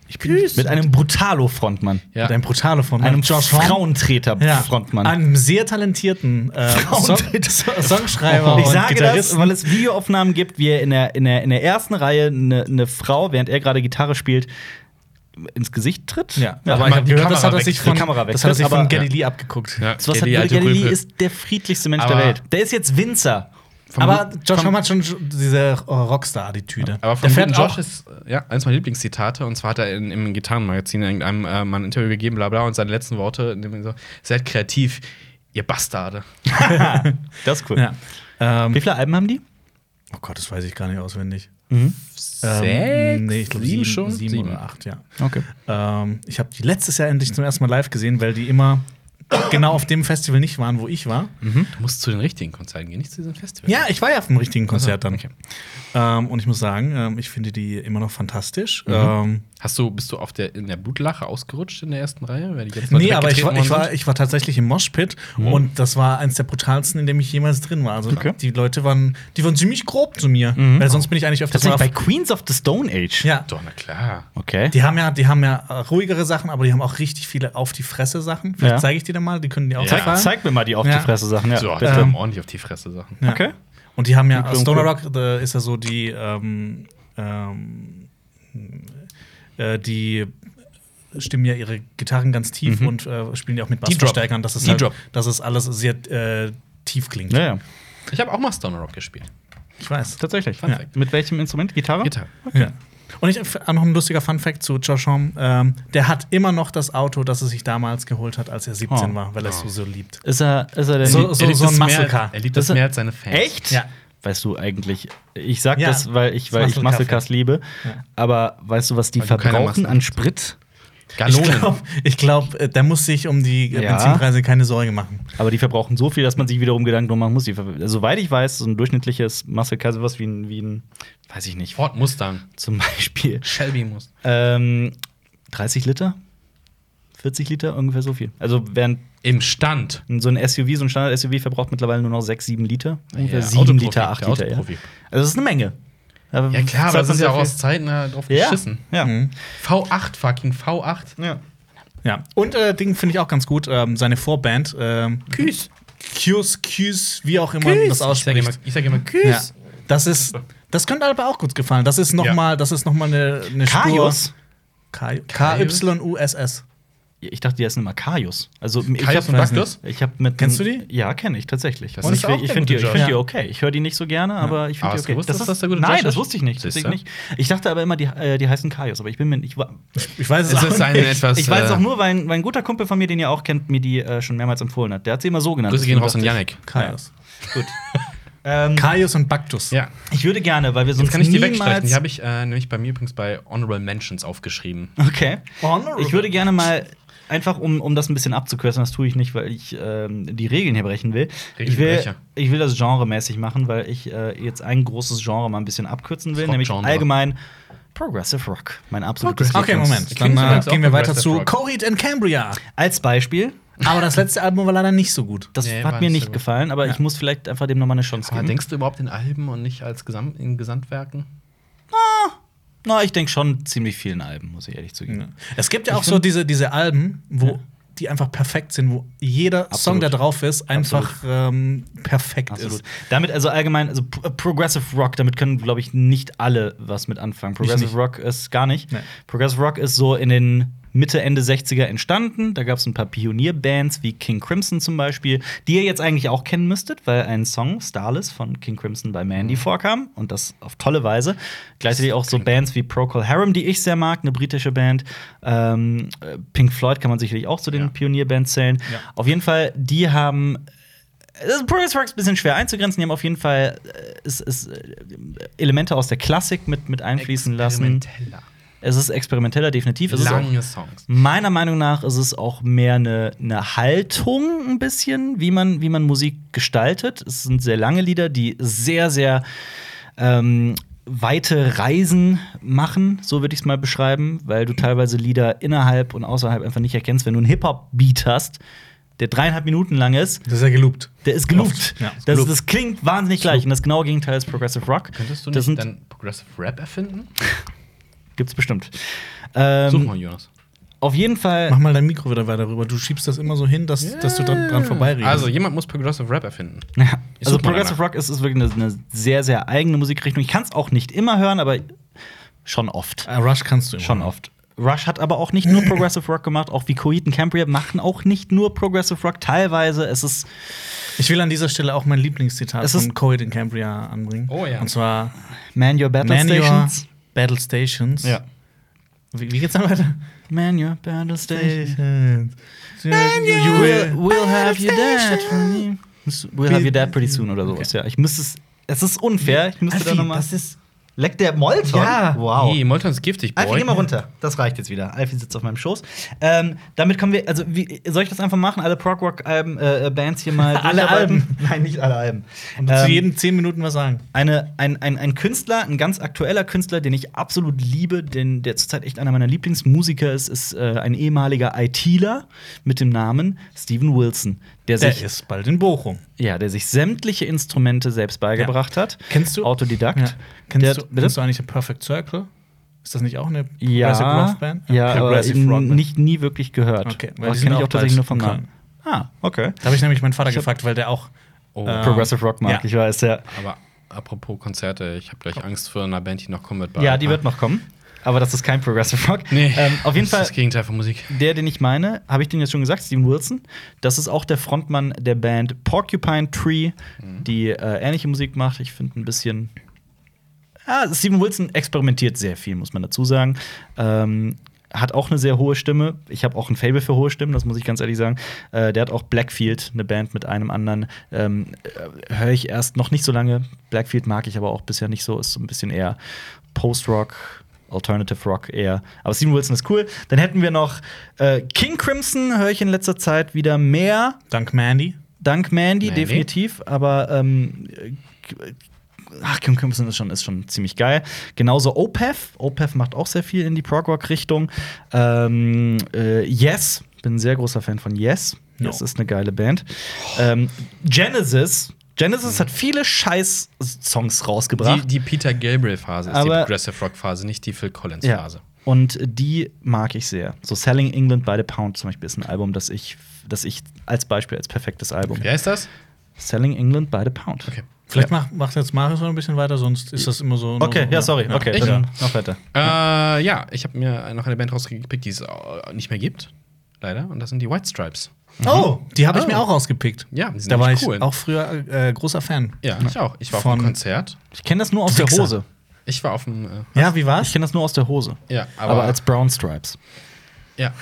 ich bin Mit einem Brutalo-Frontmann. Ja. mit einem brutalen von Einem Horn. Frauentreter-Frontmann. Einem sehr talentierten [LAUGHS] äh, Frauentreter. Song Songschreiber Ich und sage das, Gitarristen. weil es Videoaufnahmen gibt, wie er in der, in der, in der ersten Reihe eine eine Frau, während er gerade Gitarre spielt, ins Gesicht tritt. ja, Also aber aber ich man habe die gehört, Kamera das hat er weg- sich von, die Kamera weg- das hat er sich aber- von Galilei abgeguckt. Ja, was ja, hat die alte Galilei Rüpel. ist der friedlichste Mensch Aber- der Welt. Der ist jetzt Winzer. Vom aber guten- Josh vom- Homme hat schon diese äh, Rockstar-Attitüde. Aber von Der fährt guten Josh auch ist äh, ja, eins meiner Lieblingszitate. Und zwar hat er in, im Gitarrenmagazin irgendeinem äh, mal ein Interview gegeben, bla bla. Und seine letzten Worte, in dem er so, seid kreativ, ihr Ähm, Bastarde. Das ist cool. ja. ähm, Wie viele Alben haben die? Oh Gott, das weiß ich gar nicht auswendig. Ähm, Sechs? nee, ich glaube Sieben sieben, schon? Sieben, Sieben. oder acht, ja. Okay. Ähm, ich habe die letztes Jahr endlich zum ersten Mal live gesehen, weil die immer genau auf dem Festival nicht waren, wo ich war. Mhm. Du musst zu den richtigen Konzerten gehen, nicht zu diesem Festival. Ja, ich war ja auf dem richtigen Konzert dann. okay. Ähm, und ich muss sagen, ähm, ich finde die immer noch fantastisch. Mhm. Ähm, Hast du, bist du auf der, in der Blutlache ausgerutscht in der ersten Reihe? Weil die jetzt mal nee, aber ich war, weggetreten ich, worden war, ich war tatsächlich im Moshpit und das war eins der brutalsten, in dem ich jemals drin war. Also Mhm. Okay. Mhm. die Leute waren, die waren ziemlich grob zu mir, weil sonst bin ich eigentlich öfters mal Tatsächlich auf bei Queens of the Stone Age. ja, sind? Doch, na klar. Okay. Die haben ja, die haben ja äh, ruhigere Sachen, aber die haben auch richtig viele auf die Fresse Sachen. Vielleicht Ja. zeige ich dir dann mal, die können dir auch Ja. zeig, gefallen. zeig mir mal die auf Ja. Ähm. die Fresse Sachen. Ja, so, also, die bitte. haben ordentlich auf die Fresse Sachen. Ja. Okay. Und die haben ja Klingt Stoner cool. Rock da ist ja so die ähm, ähm, äh, die stimmen ja ihre Gitarren ganz Mhm. tief und äh, spielen ja auch mit Die-Drop. Bassverstärkern, dass es Die halt, Drop. dass es alles sehr äh, tief klingt. Ja, ja. Ich habe auch mal Stoner Rock gespielt. Ich weiß. Tatsächlich. Fun Ja. fact. Mit welchem Instrument? Gitarre? Gitarre. Ja. Und ich auch noch ein lustiger Fun Fact zu Josh Homme. Ähm, der hat immer noch das Auto, das er sich damals geholt hat, als er 17 Oh. war, weil er es so, so liebt. Ist er, ist er denn So- Er so- liebt so ein es mehr- Muscle Car. Er liebt Das das ist- mehr als seine Fans. Echt? Ja. Weißt du eigentlich, ich sag Ja, das, weil ich, weil ich das Muscle Muscle Cars Car. liebe, Ja. aber weißt du, was die Weil du keine verbrauchen Muskeln an Sprit? Ich Galonen. glaube, ich glaub, äh, da muss sich um die äh, Ja. Benzinpreise keine Sorge machen. Aber die verbrauchen so viel, dass man sich wiederum Gedanken drum machen muss. Die ver- Soweit ich weiß, so ein durchschnittliches Muscle Car, sowas wie ein, wie ein, weiß ich nicht, Ford Mustang. zum Beispiel, Shelby Mustang. ähm, 30 Liter? 40 Liter, ungefähr so viel. Also während Im Stand. so ein SUV, so ein Standard-SUV verbraucht mittlerweile nur noch 6, 7 Liter. Ungefähr Ja, 7 Autoprofi, Liter, 8 der Liter. Ja. Also Autoprofi. das ist eine Menge. Ja, klar, aber das ist ja auch aus raus. Zeiten äh, drauf Ja, geschissen. ja. Mhm. V8, fucking V8. ja. Ja. Und äh, Ding finde ich auch ganz gut, ähm, seine Vorband, ähm, Küss. Kyus, Kyus, wie auch immer man das Ich sag immer, ausspricht. ich sag immer Ja. Küss. Das ist, das könnte aber auch gut gefallen. Das ist Ja. nochmal, das ist noch mal eine, eine Spur. Kaius? Kai- K-Y-U-S-S. Ich dachte, die heißen immer Kaius. Also, ich Kaius hab- und weiß Baktus? nicht. Ich hab mit Kennst du die? Ja, kenne ich tatsächlich. Das und ist ich auch ich der finde die, gute ich find die Josh. okay. Ich höre die nicht so gerne, aber ich finde die Aber Ah, hast du okay. gewusst, dass das der gute Nein, Josh das ist? wusste ich nicht. Siehste? Deswegen nicht. Ich dachte aber immer, die, äh, die heißen Kaius, aber ich bin mir nicht. Ich, wa- Ich weiß es, Es auch ist nicht. ein etwas. ich weiß es äh, auch nur, weil ein, weil ein guter Kumpel von mir, den ihr auch kennt, mir die äh, schon mehrmals empfohlen hat. Der hat sie immer so genannt. Grüße gehen Deswegen raus an dachte Yannick. Kaius. ich- Gut. ähm, Kaius und Baktus. Ja. ich würde gerne, weil wir sonst Jetzt kann ich die wegstreichen. niemals. Die habe ich äh, nämlich bei mir übrigens bei Honorable Mentions aufgeschrieben. okay. Honorable. Ich würde gerne mal, einfach um, um das ein bisschen abzukürzen, das tue ich nicht, weil ich ähm, die Regeln hier brechen will. Ich will, Regelbrecher. ich will das genremäßig machen, weil ich äh, jetzt ein großes Genre mal ein bisschen abkürzen will, Das nämlich Rockgenre. allgemein Progressive Rock. Mein absolutes Okay, Lieblings- Moment. Klingt Dann äh, übrigens auch gehen wir weiter Progressive zu Rock. Coheed and Cambria. Als Beispiel, Aber das letzte Album war leider nicht so gut. das Nee, hat war mir nicht nicht so gut. gefallen, aber Ja. ich muss vielleicht einfach dem nochmal eine Chance Aber geben. denkst du überhaupt in Alben und nicht als Gesam in Gesamtwerken? Ne? Na, ich denke schon ziemlich vielen Alben, muss ich ehrlich zugeben. Es gibt ja auch so diese, diese Alben, wo die einfach perfekt sind, wo jeder Song, der drauf ist, einfach ähm, perfekt Absolut. ist. Damit, also allgemein, also P- äh, Progressive Rock, damit können, glaube ich, nicht alle was mit anfangen. Progressive nicht. Rock ist gar nicht. Nee. Progressive Rock ist so in den Mitte, Ende 60er entstanden. Da gab es ein paar Pionierbands wie King Crimson zum Beispiel, die ihr jetzt eigentlich auch kennen müsstet, weil ein Song, Starless, von King Crimson bei Mandy Mhm. vorkam und das auf tolle Weise. Gleichzeitig auch so Bands wie Procol Harum, die ich sehr mag, eine britische Band. Ähm, äh, Pink Floyd kann man sicherlich auch zu den Ja. Pionierbands zählen. Ja. Auf jeden Fall, die haben das Progressive Rock ist ein bisschen schwer einzugrenzen. Die haben auf jeden Fall äh, es, es, äh, Elemente aus der Klassik mit, mit einfließen lassen. Experimenteller. Es ist experimenteller, definitiv. Es ist auch, Lange Songs. meiner Meinung nach ist es auch mehr eine, eine Haltung ein bisschen, wie man, wie man Musik gestaltet. Es sind sehr lange Lieder, die sehr, sehr ähm, weite Reisen machen, so würde ich es mal beschreiben, weil du teilweise Lieder innerhalb und außerhalb einfach nicht erkennst, wenn du einen Hip-Hop-Beat hast, der dreieinhalb Minuten lang ist. Das ist ja geloopt. Der ist gelooft. Ja, das, gelooft. das klingt wahnsinnig gleich. Und das genaue Gegenteil ist Progressive Rock. Könntest du das nicht dann Progressive Rap erfinden? Gibt's bestimmt. Ähm, Such mal, Jonas. Auf jeden Fall. Mach mal dein Mikro wieder weiter rüber. Du schiebst das immer so hin, dass, dass du dran, Hm. dran vorbeiredest. Also, jemand muss Progressive Rap erfinden. Ja. Ich Also such mal Progressive Rock ist, ist wirklich eine, eine sehr, sehr eigene Musikrichtung. Ich kann es auch nicht immer hören, aber schon oft. Ah. Äh, Rush kannst du immer. Schon oft. Rush hat aber auch nicht nur Progressive Rock gemacht, auch wie Coheed und Cambria machen auch nicht nur Progressive Rock. Teilweise es ist Ich will an dieser Stelle auch mein Lieblingszitat Es ist- von Coed in Cambria anbringen. Oh ja. Und zwar Man Your Battle Man Your Stations. Battle Stations. Ja. Wie, wie geht's dann weiter? Man Your Battle Stations. Stations. You You will, will. we'll have your dad from me. We'll have your dad pretty soon oder sowas, ja. Ich müsste es. Es ist unfair. Ich müsste da Alfie, nochmal. das ist. Leckt der Molton? Ja. Wow. Hey, Molton ist giftig, Alfie, Boy. geh mal runter. Das reicht jetzt wieder. Alfie sitzt auf meinem Schoß. Ähm, damit kommen wir, also wie, soll ich das einfach machen? Alle Prog Rock Alben, äh, Bands hier [LAUGHS] mal. Alle durcharbeiten? Nein, nicht alle Alben. Und zu Ähm, jedem 10 Minuten was sagen. eine, ein, ein, ein Künstler, ein ganz aktueller Künstler, den ich absolut liebe, den, der zurzeit echt einer meiner Lieblingsmusiker ist, ist äh, ein ehemaliger ITler mit dem Namen Steven Wilson, der Der sich, ist bald in Bochum. ja, der sich sämtliche Instrumente selbst beigebracht hat. Kennst du- Autodidakt. Ja. Der- Kennst, du, bitte? kennst du eigentlich The Perfect Circle? Ist das nicht auch eine Progressive Ja, Rock Band? ja, aber Progressive Rock Band. nicht nie wirklich gehört. Okay, weil aber kenne die sind ich auch auch tatsächlich nur bald vom in Namen. Ah, okay. Da habe ich nämlich meinen Vater Ich hab- gefragt, weil der auch. Oh. Ähm, Progressive Rock mag ja. ich weiß ja. Aber apropos Konzerte, ich habe gleich Angst vor einer Band, die noch kommen wird. bei- Ah. Ja, die wird noch kommen, aber das ist kein Progressive Rock. Nee, ähm, auf jeden das Fall ist das Gegenteil von Musik. der, den ich meine, habe ich den jetzt schon gesagt, Steven Wilson. Das ist auch der Frontmann der Band Porcupine Tree, die äh, ähnliche Musik macht. Ich finde ein bisschen. Ja, Steven Wilson experimentiert sehr viel, muss man dazu sagen. Ähm, hat auch eine sehr hohe Stimme. Ich habe auch ein Fable für hohe Stimmen, das muss ich ganz ehrlich sagen. Äh, der hat auch Blackfield, eine Band mit einem anderen. Ähm, äh, Höre ich erst noch nicht so lange. Blackfield mag ich aber auch bisher nicht so. Ist so ein bisschen eher Post-Rock, Alternative Rock eher. Aber Steven Wilson ist cool. Dann hätten wir noch äh, King Crimson, höre ich in letzter Zeit wieder mehr. Dank Mandy. Dank Mandy, Mandy. definitiv. Aber ähm, äh, ach, Kim Crimson ist schon, ist schon ziemlich geil. Genauso Opeth. Opeth macht auch sehr viel in die Prog-Rock-Richtung. Ähm, äh, yes, bin ein sehr großer Fan von Yes. No. Das ist eine geile Band. Ähm, Genesis. Genesis hat viele Scheiß-Songs rausgebracht. Mhm. Die, die Peter Gabriel-Phase ist Aber- die Progressive Rock-Phase, nicht die Phil Collins-Phase. Ja. Und die mag ich sehr. So Selling England by the Pound zum Beispiel ist ein Album, das ich, das ich als Beispiel als perfektes Album. Wer ist das? Selling England by the Pound. Okay. Vielleicht mach- macht jetzt Marius noch ein bisschen weiter, sonst ist das immer so. nur Okay, so, ja, sorry. Okay, Echt? dann noch weiter. Äh, ja, ich habe mir noch eine Band rausgepickt, die es äh, nicht mehr gibt. Leider. Und das sind die White Stripes. Oh, die habe ich Oh. mir auch rausgepickt. Ja, die sind da war echt ich cool. auch früher äh, großer Fan. Ja, ich auch. Ich war auf Von- einem Konzert. Ich kenne das nur aus der Wichser. Hose. Ich war auf dem. Ja, wie Ich war's? kenne das nur aus der Hose. Äh, ja, aber, Aber, als Brown Stripes. Ja.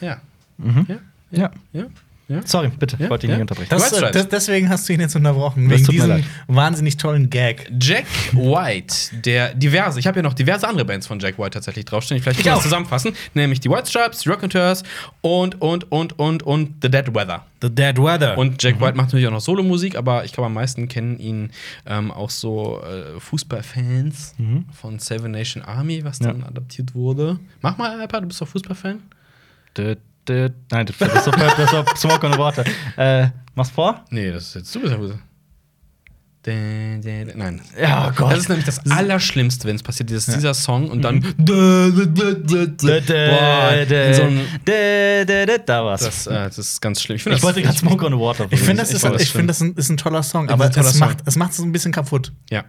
Ja. Mhm. Ja. Ja. Ja. Ja. Sorry, bitte. Ich Ja, wollte ihn ja. nicht unterbrechen. Das, äh, White Stripes. das, deswegen hast du ihn jetzt unterbrochen. Das Wegen tut mir diesem leid. wahnsinnig tollen Gag. Jack White, der diverse, ich habe ja noch diverse andere Bands von Jack White tatsächlich draufstehen. Vielleicht kann ich das zusammenfassen, nämlich die White Stripes, die Rocketeurs und und und und und The Dead Weather. The Dead Weather. Mhm. Und Jack White macht natürlich auch noch Solomusik, aber ich glaube, am meisten kennen ihn ähm, auch so äh, Fußballfans Mhm. von Seven Nation Army, was dann adaptiert wurde. Mach mal, Alper, du bist doch Fußballfan. Dö, dö. Nein, das das war, das war Smoke ohne Worte. Äh, mach's vor? Nee, das ist jetzt du bist ja Fußball. Dä, dä, dä. Nein. Ja, oh Gott. Mhm. Das ist nämlich das Allerschlimmste, wenn es passiert. Dieses, Dieser Song und dann. Dä, dä, Boah, dä, in so einem- dä, dä, dä, Da war's. das, äh, das ist ganz schlimm. find ich das- wollte gerade Smoke on the Water. Ich finde, das, Ich ist, wollte das ich schon. find, das ein- ist ein toller Song, ein aber toller es, Song. Macht, es macht es ein bisschen kaputt. Ja.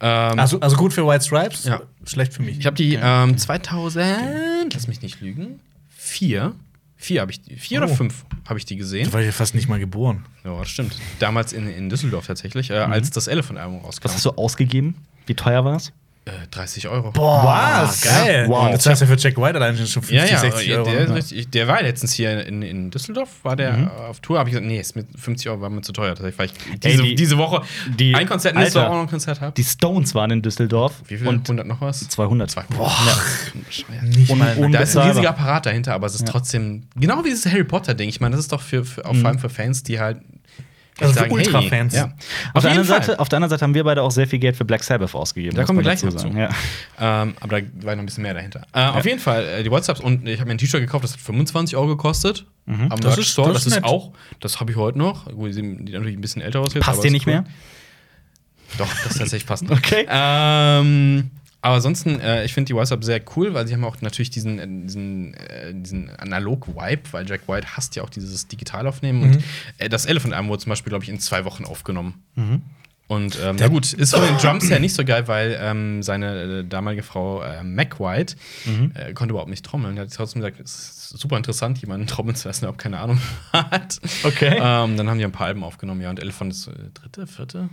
Ähm, Also, also gut für White Stripes, Ja. schlecht für mich. Ich habe die ähm, 2000, lass mich nicht lügen, vier, vier habe ich, die- vier oder Oh. fünf habe ich die gesehen. Du warst ja fast nicht mal geboren. Ja, das stimmt. Damals in, in Düsseldorf tatsächlich, Mhm. äh, als das Elephant-Album rauskam. Was hast du ausgegeben? Wie teuer war's? Äh, 30 Euro. Was? Geil. Wow. Wow. Das heißt ja für Jack White allein schon 50, Ja, ja, 60 der, Euro. ne? der, ist richtig- der war letztens hier in, in Düsseldorf, war der Mhm. äh, auf Tour, habe ich gesagt, nee, ist mit 50 Euro war mir zu teuer. Tatsächlich, weil ich diese, die- diese Woche die- ein Konzert nächste Woche Alter. auch noch ein Konzert habe. Die Stones waren in Düsseldorf. Wie viel? Und 100 noch was? 200. Boah. Nicht Un- un- Da mal. ist ein Unbezahlbar. riesiger Apparat dahinter, aber es ist trotzdem genau wie dieses Harry Potter-Ding. Ich meine, das ist doch für, für auch vor Mhm. allem für Fans, die halt. Also für sagen, Ultra-Fans. Hey, ja. Auf, Auf der jeden anderen Fall. Seite, auf der anderen Seite haben wir beide auch sehr viel Geld für Black Sabbath ausgegeben. Da muss kommen wir man gleich dazu sagen. noch zu. Ja. Ähm, aber da war noch ein bisschen mehr dahinter. Äh, Auf jeden Fall, äh, die WhatsApps und ich habe mir ein T-Shirt gekauft, das hat 25 Euro gekostet. Am Das Merch ist- Store, das das ist ist nett. auch, das habe ich heute noch. Gut, die sehen die natürlich ein bisschen älter aus jetzt. Passt aber dir ist nicht cool. mehr? Doch, das ist tatsächlich [LAUGHS] passend. Okay. Ähm, aber ansonsten, äh, ich finde die WhatsApp sehr cool, weil sie haben auch natürlich diesen, äh, diesen, äh, diesen Analog-Vibe, weil Jack White hasst ja auch dieses Digitalaufnehmen. Mhm. Und äh, das Elephant Arm wurde zum Beispiel, glaube ich, in zwei Wochen aufgenommen. Mhm. Und ähm, na gut, ist von den Drums her nicht so geil, weil ähm, seine äh, damalige Frau äh, Mac White Mhm. äh, konnte überhaupt nicht trommeln. Er hat trotzdem gesagt, es ist super interessant, jemanden trommeln zu lassen, der überhaupt keine Ahnung [LAUGHS] hat. Okay. Ähm, dann haben die ein paar Alben aufgenommen, ja, und Elephant ist äh, dritte, vierte.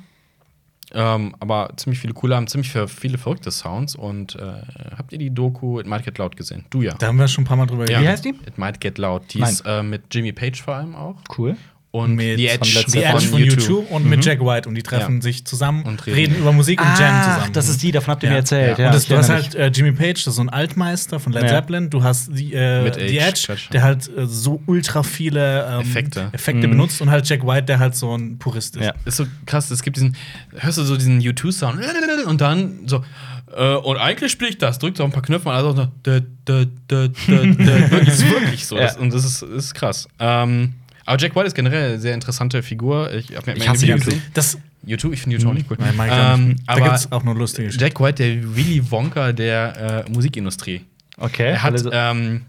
Ähm, aber ziemlich viele coole haben ziemlich ver- viele verrückte Sounds. Und äh, habt ihr die Doku It Might Get Loud gesehen? Du ja. Da haben wir schon ein paar Mal drüber ja. Wie heißt die? It Might Get Loud. Die Nein. ist äh, mit Jimmy Page vor allem auch. Cool. Und Mit The von Edge, letzter Die Edge von YouTube und mit Jack White und die treffen Ja. sich zusammen Und und reden. reden, über Musik und Jam zusammen. das ist die, davon habt ihr Ja. mir erzählt. ne? Ja. Ja. und das, ich du hast erinnere mich. halt äh, Jimmy Page, das ist so ein Altmeister von Led Ja. Zeppelin. Du hast die, äh, Mit die Age, Edge, Quatsch. der halt äh, so ultra viele ähm, Effekte. Effekte benutzt und halt Jack White, der halt so ein Purist ist. Ja. Ist so krass, es gibt diesen, hörst du so diesen U2-Sound und dann so, äh, und eigentlich spiele ich das, drückt so ein paar Knöpfe und alles und so, dö, dö, dö, dö, [LAUGHS] dö. wirklich, ist wirklich so. Ja. Das, und das ist, ist krass. Ähm, aber Jack White ist generell eine sehr interessante Figur. Ich, hab mir Ich hasse ein Video U2. gesehen. Das U2, ich finde U2 auch nicht cool. Mhm. Nein, mag ich auch ähm, nicht. Da aber gibt's auch nur lustige Geschichten. Jack White, der Willy Wonka der äh, Musikindustrie. Okay. Er hat, Also- ähm,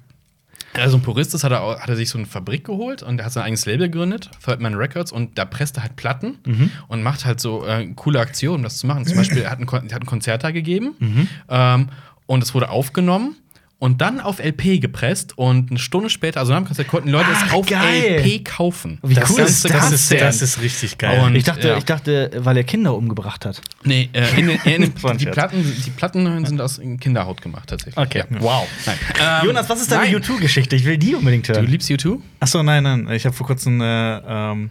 er so ein Purist ist, hat er, au- hat er sich so eine Fabrik geholt und er hat sein eigenes Label gegründet, Third Man Records, und da presst er halt Platten Mhm. und macht halt so äh, coole Aktionen, um das zu machen. Zum Beispiel, er hat ein, Kon er hat ein Konzert da gegeben Mhm. ähm, und es wurde aufgenommen. Und dann auf LP gepresst und eine Stunde später, also nach dem Konzert, konnten Leute es Ach, auf geil. LP kaufen. Wie cool ist ganze das Konzert. ist richtig Und- ich, dachte, ja. ich dachte, weil er Kinder umgebracht hat. Nee, äh, in, den- in, den- Das war ein die, Scherz. Platten, die Platten sind aus Kinderhaut gemacht, tatsächlich. Ja. Wow. Nein. Ähm, Jonas, was ist deine nein. YouTube-Geschichte? Ich will die unbedingt Du hören. liebst U2? Achso, nein, nein. Ich habe vor kurzem äh, ähm,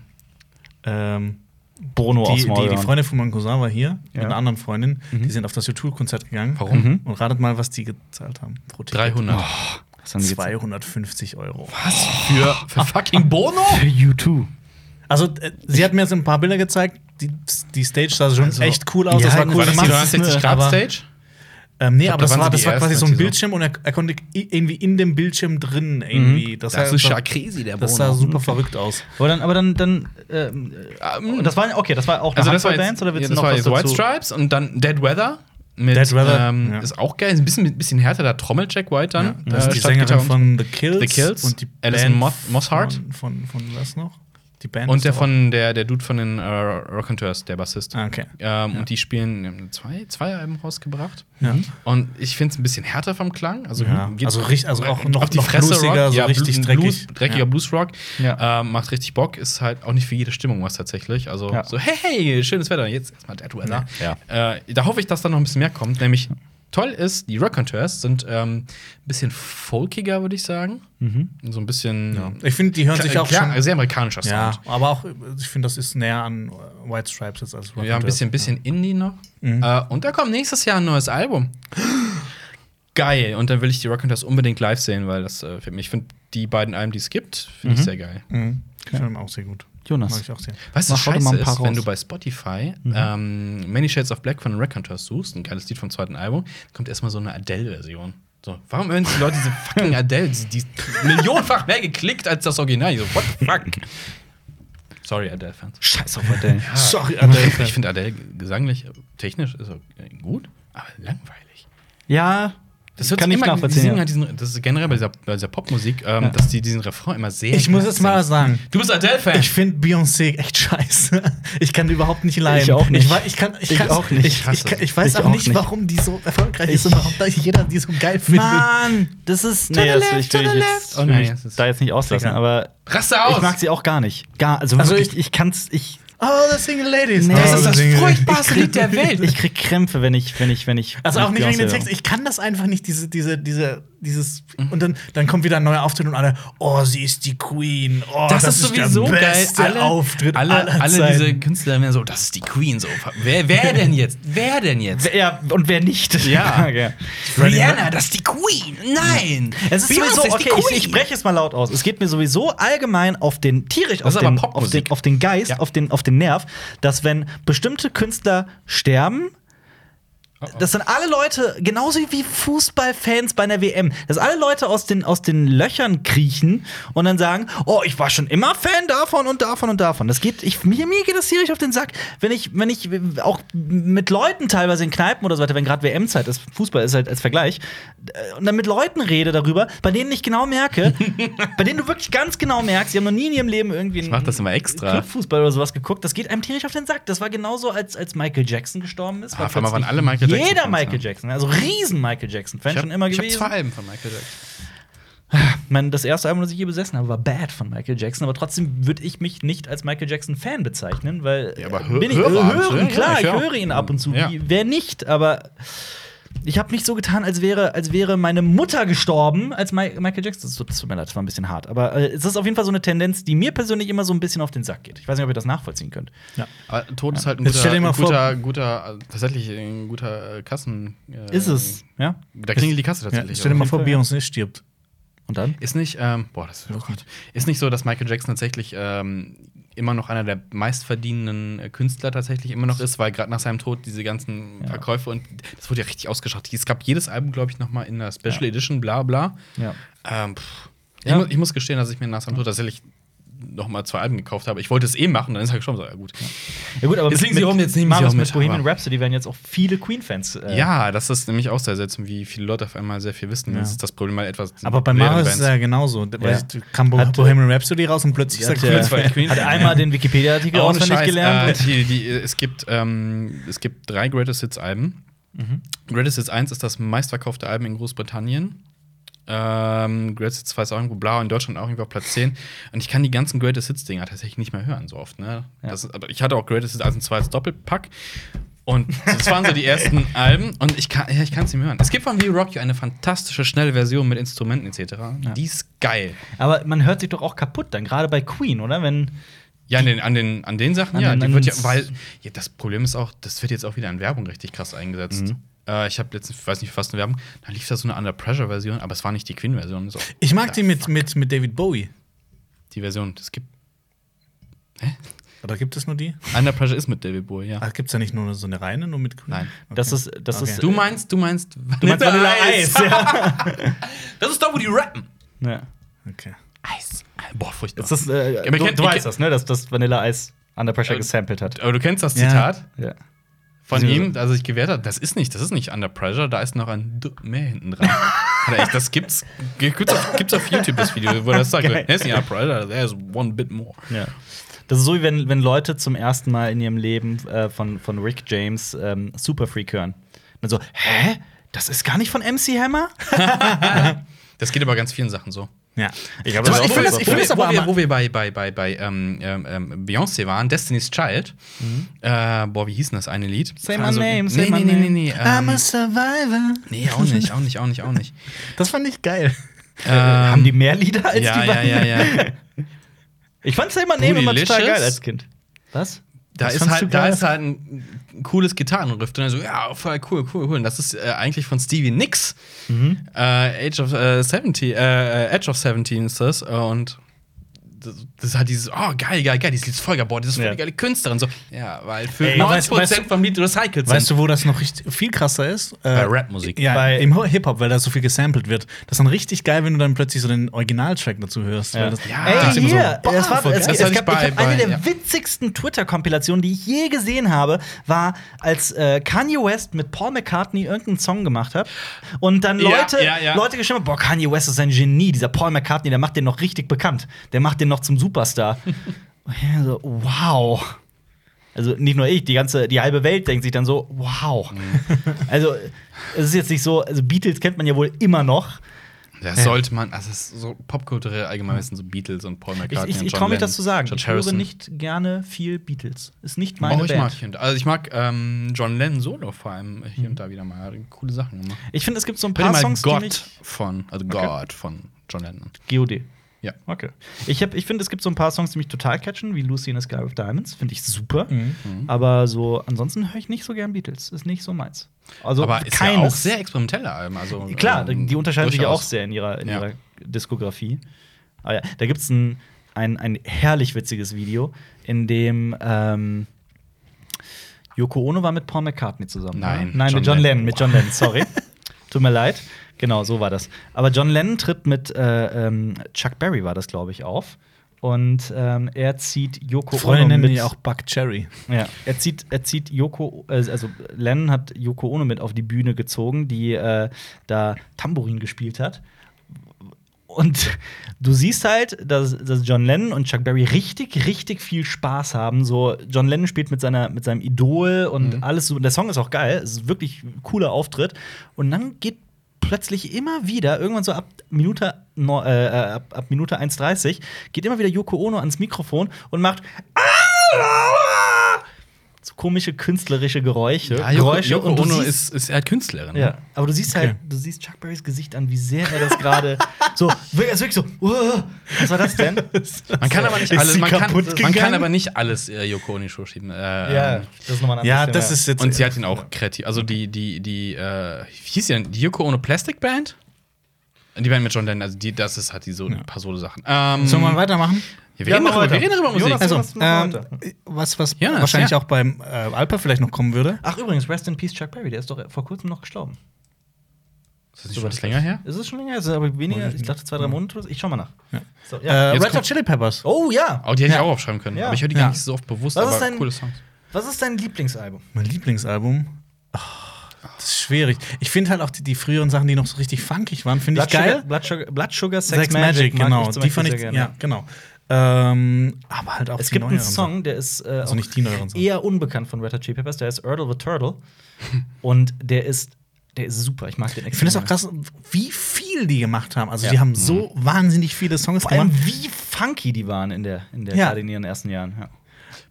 ähm, Bruno die, die, die Maulhorn. Freundin von meinem Cousin war hier Ja. mit einer anderen Freundin. Die sind auf das YouTube-Konzert gegangen. Warum? Und ratet mal, was die gezahlt haben. Pro Ticket. 300. Oh, Was haben die gezahlt? 250 Euro. Für, für fucking Bono? Für U2. Also, äh, sie hat mir jetzt ein paar Bilder gezeigt. Die, die Stage sah schon echt cool aus. ja, das war gut, cool Also, War das die gemacht. 69 Grad aber- Stage? Ähm, nee, glaub, aber da das waren war, sie das die war Ersten, quasi ne? so ein die so- Bildschirm und er, er konnte i- irgendwie in dem Bildschirm Mhm. drin irgendwie. Das, sah- crazy, der Das sah super verrückt aus. Aber dann, aber dann, dann ähm, äh, das war okay, das war auch eine Also das war Handball-Band, jetzt, oder willst ja, du das noch war was jetzt dazu? White Stripes und dann Dead Weather. Mit, Dead Weather, ähm, ja. Ist auch geil, ist ein bisschen, ein bisschen härter, da trommelt Jack White dann. Ja, das äh, ist die statt Sängerin Gitarre. von The Kills, The Kills, und die Alison Band Moth- Mosshart. Von, von, von was noch? Die Band Und ist der auch- von der, der Dude von den äh, Rockanteurs, der Bassist. Ah, okay. Ähm, Und die spielen die haben zwei, zwei Alben rausgebracht. Ja. Und ich finde es ein bisschen härter vom Klang. Also, Ja, geht- also richtig- also auch auf noch- die noch Fresse bluesiger, Rock. so richtig Blues- dreckig. dreckiger Ja. Bluesrock. Ja. Ähm, macht richtig Bock. Ist halt auch nicht für jede Stimmung was tatsächlich. Also Ja. so, hey, hey, schönes Wetter. Jetzt erstmal Dead Weather. Ja. Äh, da hoffe ich, dass da noch ein bisschen mehr kommt. Nämlich toll ist, die Rockanteurs sind ähm, ein bisschen folkiger, würde ich sagen. So ein bisschen. Mhm. Ja. Ich finde, die hören sich auch klar, schon. sehr amerikanischer Sound. ja, aber auch, ich finde, das ist näher an äh, White Stripes jetzt als Rock Ja, ein and bisschen, bisschen Indie noch. Mhm. Äh, und da kommt nächstes Jahr ein neues Album. geil. Und dann will ich die Rock das unbedingt live sehen, weil das, äh, ich finde die beiden Alben, die es gibt, finde ich sehr geil. Earth. Mhm. Ich finde auch sehr gut. Jonas. Mag ich auch sehr. Weißt du, was Mach, hau doch mal scheiße ein paar ist, wenn raus. Mhm. du bei Spotify ähm, Many Shades of Black von Raconteurs suchst, ein geiles Lied vom zweiten Album, kommt erstmal so eine Adele-Version. So, warum hören [LAUGHS] die Leute diese [LAUGHS] fucking Adele? Die, die ist millionenfach mehr geklickt als das Original. Ich so, what the fuck? Sorry, Adele-Fans. Scheiß auf Adele. Sorry, Ah, [LAUGHS] Ich finde Adele gesanglich, äh, technisch ist okay, gut, aber langweilig. Ja, das kann ich immer, die nachvollziehen. singen ja. halt diesen, das ist generell bei dieser, bei dieser Popmusik, ähm, dass die diesen Refrain immer sehr. Ich muss jetzt mal was sagen. Du bist Adele-Fan. Ich finde Beyoncé echt scheiße. [LAUGHS] Ich kann die überhaupt nicht leiden. Ich auch nicht. Ich, wei- ich, kann, ich, Ich kann's- auch nicht. Ich, ich, kann- ich weiß Ich auch auch nicht, nicht. warum die so erfolgreich Ich- ist und warum da jeder die so geil findet. Mann, das ist. Nee, the das will left, ich, to will ich the jetzt, left. Oh will nein, ich das ist- da jetzt nicht auslassen, Digga. aber Raste aus! ich mag sie auch gar nicht. Gar, also, Also wirklich, ich- ich, kann's. Ich, Oh, the single ladies. Nee. Oh, das aber ist das Single- furchtbarste [LAUGHS] Lied der Welt. ich krieg Krämpfe, wenn ich, wenn ich, wenn ich. Also wenn auch ich nicht wegen Beyoncé den Text. höre. Ich kann das einfach nicht, diese, diese, diese, dieses. Mhm. Und dann, dann kommt wieder ein neuer Auftritt und alle, oh, sie ist die Queen. Oh, das, ist sowieso der geil. beste Auftritt alle, aller alle Zeiten. diese Künstler werden so, das ist die Queen. So, wer, wer denn jetzt? Wer denn jetzt? Wer- Ja, und wer nicht? [LAUGHS] Ja. ja. Rihanna, das ist die Queen. Nein. Es ist Beyoncé sowieso, die okay, Queen. ich, ich breche es mal laut aus. Es geht mir sowieso allgemein auf den tierisch Das auf ist aber den, auf Popmusik. den, auf den Geist, Ja. auf, den, auf den Nerv, dass wenn bestimmte Künstler sterben, das sind alle Leute, genauso wie Fußballfans bei einer WM, dass alle Leute aus den, aus den Löchern kriechen und dann sagen, oh, ich war schon immer Fan davon und davon und davon. Das geht, ich, mir, mir geht das tierisch auf den Sack. Wenn ich, wenn ich auch mit Leuten teilweise in Kneipen oder so weiter, wenn gerade WM-Zeit ist, Fußball ist halt als Vergleich, äh, und dann mit Leuten rede darüber, bei denen ich genau [LAUGHS] merke, bei denen du wirklich ganz genau merkst, die haben noch nie in ihrem Leben irgendwie Ich mach das immer extra. Clubfußball oder sowas geguckt, das geht einem tierisch auf den Sack. Das war genauso, als, als Michael Jackson gestorben ist. Ah, auf einmal plötzlich waren alle Michael Jackson Jeder Fans, Michael ja. Jackson, also riesen Michael Jackson-Fan Ich hab- schon immer ich hab gewesen. zwei Alben von Michael Jackson. Mein, das erste Album, das ich je besessen habe, war Bad von Michael Jackson, aber trotzdem würde ich mich nicht als Michael Jackson-Fan bezeichnen, weil Ja, aber äh, hö- bin ich Hörer hören, abends, ne? Ja, klar, ich ich auch. höre ihn ab und zu. Ja. Wie, wer nicht, aber ich habe nicht so getan, als wäre, als wäre meine Mutter gestorben, als Mi Michael Jackson. Das tut das tut mir leid, das war ein bisschen hart. Aber äh, es ist auf jeden Fall so eine Tendenz, die mir persönlich immer so ein bisschen auf den Sack geht. Ich weiß nicht, ob ihr das nachvollziehen könnt. Aber Tod ist halt ein Jetzt guter, stell dir mal ein vor- guter, guter, äh, tatsächlich ein guter äh, Kassen. äh, Ist es, ja? Da klingelt die Kasse Ja, tatsächlich. stell dir oder? mal vor, Fall, ja. Beyoncé stirbt. Und dann? Ist nicht, ähm, boah, das ist, oh Gott. ist nicht so, dass Michael Jackson tatsächlich ähm, immer noch einer der meistverdienenden äh, Künstler tatsächlich immer noch ist, weil gerade nach seinem Tod diese ganzen Verkäufe und das wurde ja richtig ausgeschachtet. Es gab jedes Album, glaube ich, nochmal in der Special Edition, bla bla. Ja. Ähm, pff. Ja. Ich, mu ich muss gestehen, dass ich mir nach seinem Tod tatsächlich nochmal zwei Alben gekauft habe. Ich wollte es eh machen, dann ist er gestorben. So, ja, gut. Ja gut, aber Jetzt mit- legen sie mit- rum, jetzt nehmen sie Marius, auch mit, mit, Bohemian aber- Rhapsody werden jetzt auch viele Queen-Fans. äh, Ja, das ist nämlich auch sehr seltsam, wie viele Leute auf einmal sehr viel wissen. Das ist das Problem bei etwas. Aber bei populären Marius ist Bands. es ja genauso. Da weiß ich, kam Bo Hat- Bohemian Rhapsody raus und plötzlich Hat, sagt äh, er zwei Queen- hat einmal den Wikipedia-Artikel Auch ohne auswendig Scheiß, gelernt. Äh, die, die, es, gibt, ähm, es gibt drei Greatest Hits Alben. Mhm. Greatest Hits 1 ist das meistverkaufte Album in Großbritannien. Ähm, Greatest Hits 2 ist auch irgendwo blau, in Deutschland auch irgendwo auf Platz 10. Und ich kann die ganzen Greatest Hits Dinger tatsächlich nicht mehr hören, so oft. Ne? Ja. Das ist, aber ich hatte auch Greatest Hits 1 und 2 als Doppelpack. Und das waren so [LAUGHS] die ersten Alben und ich kann es ja, ich kann's nicht mehr hören. Es gibt von We Rock You eine fantastische, schnelle Version mit Instrumenten etc. Die ist geil. aber man hört sich doch auch kaputt dann, gerade bei Queen, oder? Wenn, Ja, an den, an den, an den Sachen, An ja. den- die an wird den- ja, weil ja, das Problem ist auch, das wird jetzt auch wieder in Werbung richtig krass eingesetzt. Äh, ich habe letztens, ich weiß nicht, für was eine Werbung, da lief da so eine Under Pressure-Version, aber es war nicht die Queen-Version. das ist auch Ich mag die mit, mit, mit David Bowie. Die Version, es gibt. Oder gibt es nur die? Under Pressure ist mit David Bowie, ja. Ah, gibt es da nicht nur so eine reine, nur mit Queen? Nein. das ist, das Okay. ist Du meinst, du meinst, du meinst Vanilla Eis. ja. Das ist doch, wo die rappen. ja. Okay. Eis. Boah, furchtbar. Das ist, äh, aber du, kennt- du ihr weißt kennt- das, ne? Dass, dass Vanilla Eis Under Pressure Äh, gesampelt hat. aber du kennst das Ja. Zitat Ja. von Sie- ihm, also ich gewährt hat, das ist nicht, das ist nicht Under Pressure, da ist noch ein D mehr hinten dran. Hat er echt, das gibt's, gibt's auf, gibt's auf YouTube das Video, wo er das sagt, Geil. there's not Under Pressure, there's one bit more. Ja. Das ist so, wie wenn, wenn Leute zum ersten Mal in ihrem Leben äh, von, von Rick James ähm, Super Freak hören. Dann so, hä? Das ist gar nicht von MC Hammer? Das geht aber ganz vielen Sachen so. Ja. Ich glaube, Aber das ich ist auch finde das- so. ich find das wo, aber wir, am- wo wir bei, bei, bei, bei ähm, ähm, ähm, Beyoncé waren, Destiny's Child. Äh, boah, wie hieß denn das eine Lied? Mhm. Also, Say my name, say nee, my nee, nee, name. nee, nee, I'm a ähm, survivor. nee, auch nicht, auch nicht, auch nicht, auch nicht. Das fand ich geil. Ähm, Haben die mehr Lieder als ja, die ja, beiden? ja, ja. Ich fand's ja immer neben immer total Bootylicious? geil als Kind. Was? Da Das ist, fandst du halt, da geil? ist halt ein ein cooles Gitarrenriff drin. So, ja, voll cool, cool, cool. Und das ist äh, eigentlich von Stevie Nicks. Mhm. Äh, Age of äh, 17, äh, Edge of 17 ist das. Äh, Und das, das hat dieses, oh, geil, geil, geil, dieses Lied ist voll geil, boah, das ist voll Ja. die geile Künstlerin. So, ja, weil für Ey, 90% weißt- weißt- vom Lied recycelt Weißt sind. du, wo das noch richtig, viel krasser ist? Äh, Bei Rapmusik. Ja, Bei- im Ho- Hip-Hop, weil da so viel gesampelt wird. Das ist dann richtig geil, wenn du dann plötzlich so den Originaltrack dazu hörst. Weil das, Ja. du denkst Ey, immer hier, boah, es war, voll es, geil. Das es hab gab, ich ich bei- hab bei- eine der ja. witzigsten Twitter-Kompilationen, die ich je gesehen habe, war, als äh, Kanye West mit Paul McCartney irgendeinen Song gemacht hat. Und dann Ja, Leute, ja, ja. Leute geschrieben haben: Boah, Kanye West ist ein Genie, dieser Paul McCartney, der macht den noch richtig bekannt. Der macht den noch zum [LAUGHS] Superstar. Und ich so, wow. Also nicht nur ich, die ganze, die halbe Welt denkt sich dann so, wow. Mhm. Also, es ist jetzt nicht so, also Beatles kennt man ja wohl immer noch. Das sollte man, also das ist so popkulturell allgemein wissen, so Beatles und Paul Ich, McCartney. ich, und ich John traue mich Lennon, das zu sagen. George ich höre Harrison. nicht gerne viel Beatles. Ist nicht Auch meine ich mag Band. Mhm. hier und da. Also ich mag ähm, John Lennon Solo vor allem hier und da wieder mal. Hat coole Sachen gemacht. Ich finde, es gibt so ein Bin paar mal Songs, die Gott mich von, also God von John Lennon. GOD. Ja. Okay. Ich, hab- ich finde, es gibt so ein paar Songs, die mich total catchen, wie Lucy in the Sky with Diamonds. Finde ich super. Mhm. Aber so, ansonsten höre ich nicht so gern Beatles. Ist nicht so meins. Also Aber ist ja auch keines. sehr experimentelle Alben. Also, Klar, ähm, die unterscheiden sich ja auch durchaus. sehr in ihrer, in Ja. ihrer Diskografie. Aber ja, da gibt es ein, ein, ein herrlich witziges Video, in dem ähm, Yoko Ono war mit Paul McCartney zusammen. Nein, ne? Nein, John mit John Lennon. Lennon, mit John Lennon, [LAUGHS] sorry. Tut mir leid. Genau, so war das. Aber John Lennon tritt mit äh, ähm, Chuck Berry, war das, glaube ich, auf. Und ähm, er zieht Yoko Freunde Ono nennen mit. ihn ja auch Buck Cherry. Ja, er zieht, er zieht Yoko, äh, also Lennon hat Yoko Ono mit auf die Bühne gezogen, die äh, da Tambourin gespielt hat. Und du siehst halt, dass, dass John Lennon und Chuck Berry richtig, richtig viel Spaß haben. So, John Lennon spielt mit, seiner, mit seinem Idol und Mhm. alles so. Der Song ist auch geil, es ist wirklich ein cooler Auftritt. Und dann geht plötzlich immer wieder, irgendwann so ab Minute, neu- äh, ab, ab Minute 1,30, geht immer wieder Yoko Ono ans Mikrofon und macht so komische künstlerische Geräusche. Ja, Yoko, Geräusche Yoko und du Ono siehst- ist, ist halt Künstlerin. ne? ja, aber du siehst halt, Okay. du siehst Chuck Berrys Gesicht an, wie sehr er das [LAUGHS] gerade so, wir- er ist wirklich so, "Uah, was war das denn? [LAUGHS] Man kann aber nicht Ist alles, sie man kann, kaputt man kann gegangen? aber nicht alles äh, Yoko Ono schieben. Äh, ähm, das ist nochmal ein Ja, anderes das Thema. ist jetzt. Und sie hat ihn auch kreativ. Also die, die, die, äh, wie hieß sie denn? Die Yoko Ono Plastic Band? Die Band mit John Lennon, also die, das ist halt die so ein paar so Sachen. Ähm, Sollen wir mal weitermachen? ja, wir, Ja, reden mach darüber, wir weiter. reden darüber Musik. Jonas, also, du machst Also, mal ähm, weiter. was, was Jonas, wahrscheinlich ja. auch beim äh, Alper vielleicht noch kommen würde. Ach übrigens, Rest in Peace Chuck Berry, der ist doch vor kurzem noch gestorben. ist das nicht schon was länger her? Ist es schon länger? Ist es aber weniger, ich dachte zwei, drei Monate. oder so. Ich schau mal nach. So, ja. Äh, Jetzt Red Hot kommt- Chili Peppers. oh ja! Oh, die hätte Ja. ich auch aufschreiben können. Ja. Aber ich höre die Ja. gar nicht so oft bewusst, Was ist aber dein- coole Songs. Was ist dein Lieblingsalbum? Mein Lieblingsalbum. Ah, das ist schwierig. Ich finde halt auch die, die früheren Sachen, die noch so richtig funkig waren, finde ich geil. Sugar, Blood, Sugar, Blood Sugar, Sex, Sex Magic, Magic, mag genau. zum die Beispiel fand ich, sehr gerne. ja, genau. Ähm, aber halt auch Es die gibt einen neueren Sachen. Song, der ist äh, Also nicht die neueren Sachen. eher unbekannt von Red Hot Chili Peppers, der heißt Erdle the Turtle. und der ist, der ist super. Ich mag den Ich finde es auch extrem. krass, wie viel die gemacht haben. Also, Ja. Mhm. die haben so wahnsinnig viele Songs Vor Genau. allem, gemacht. wie funky die waren in der, in der Ja. gerade in ihren ersten Jahren.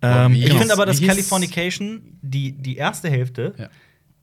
Ja. Ähm, wie- Ich Genau. finde aber, dass Wie hieß- Californication, die, die erste Hälfte, Ja.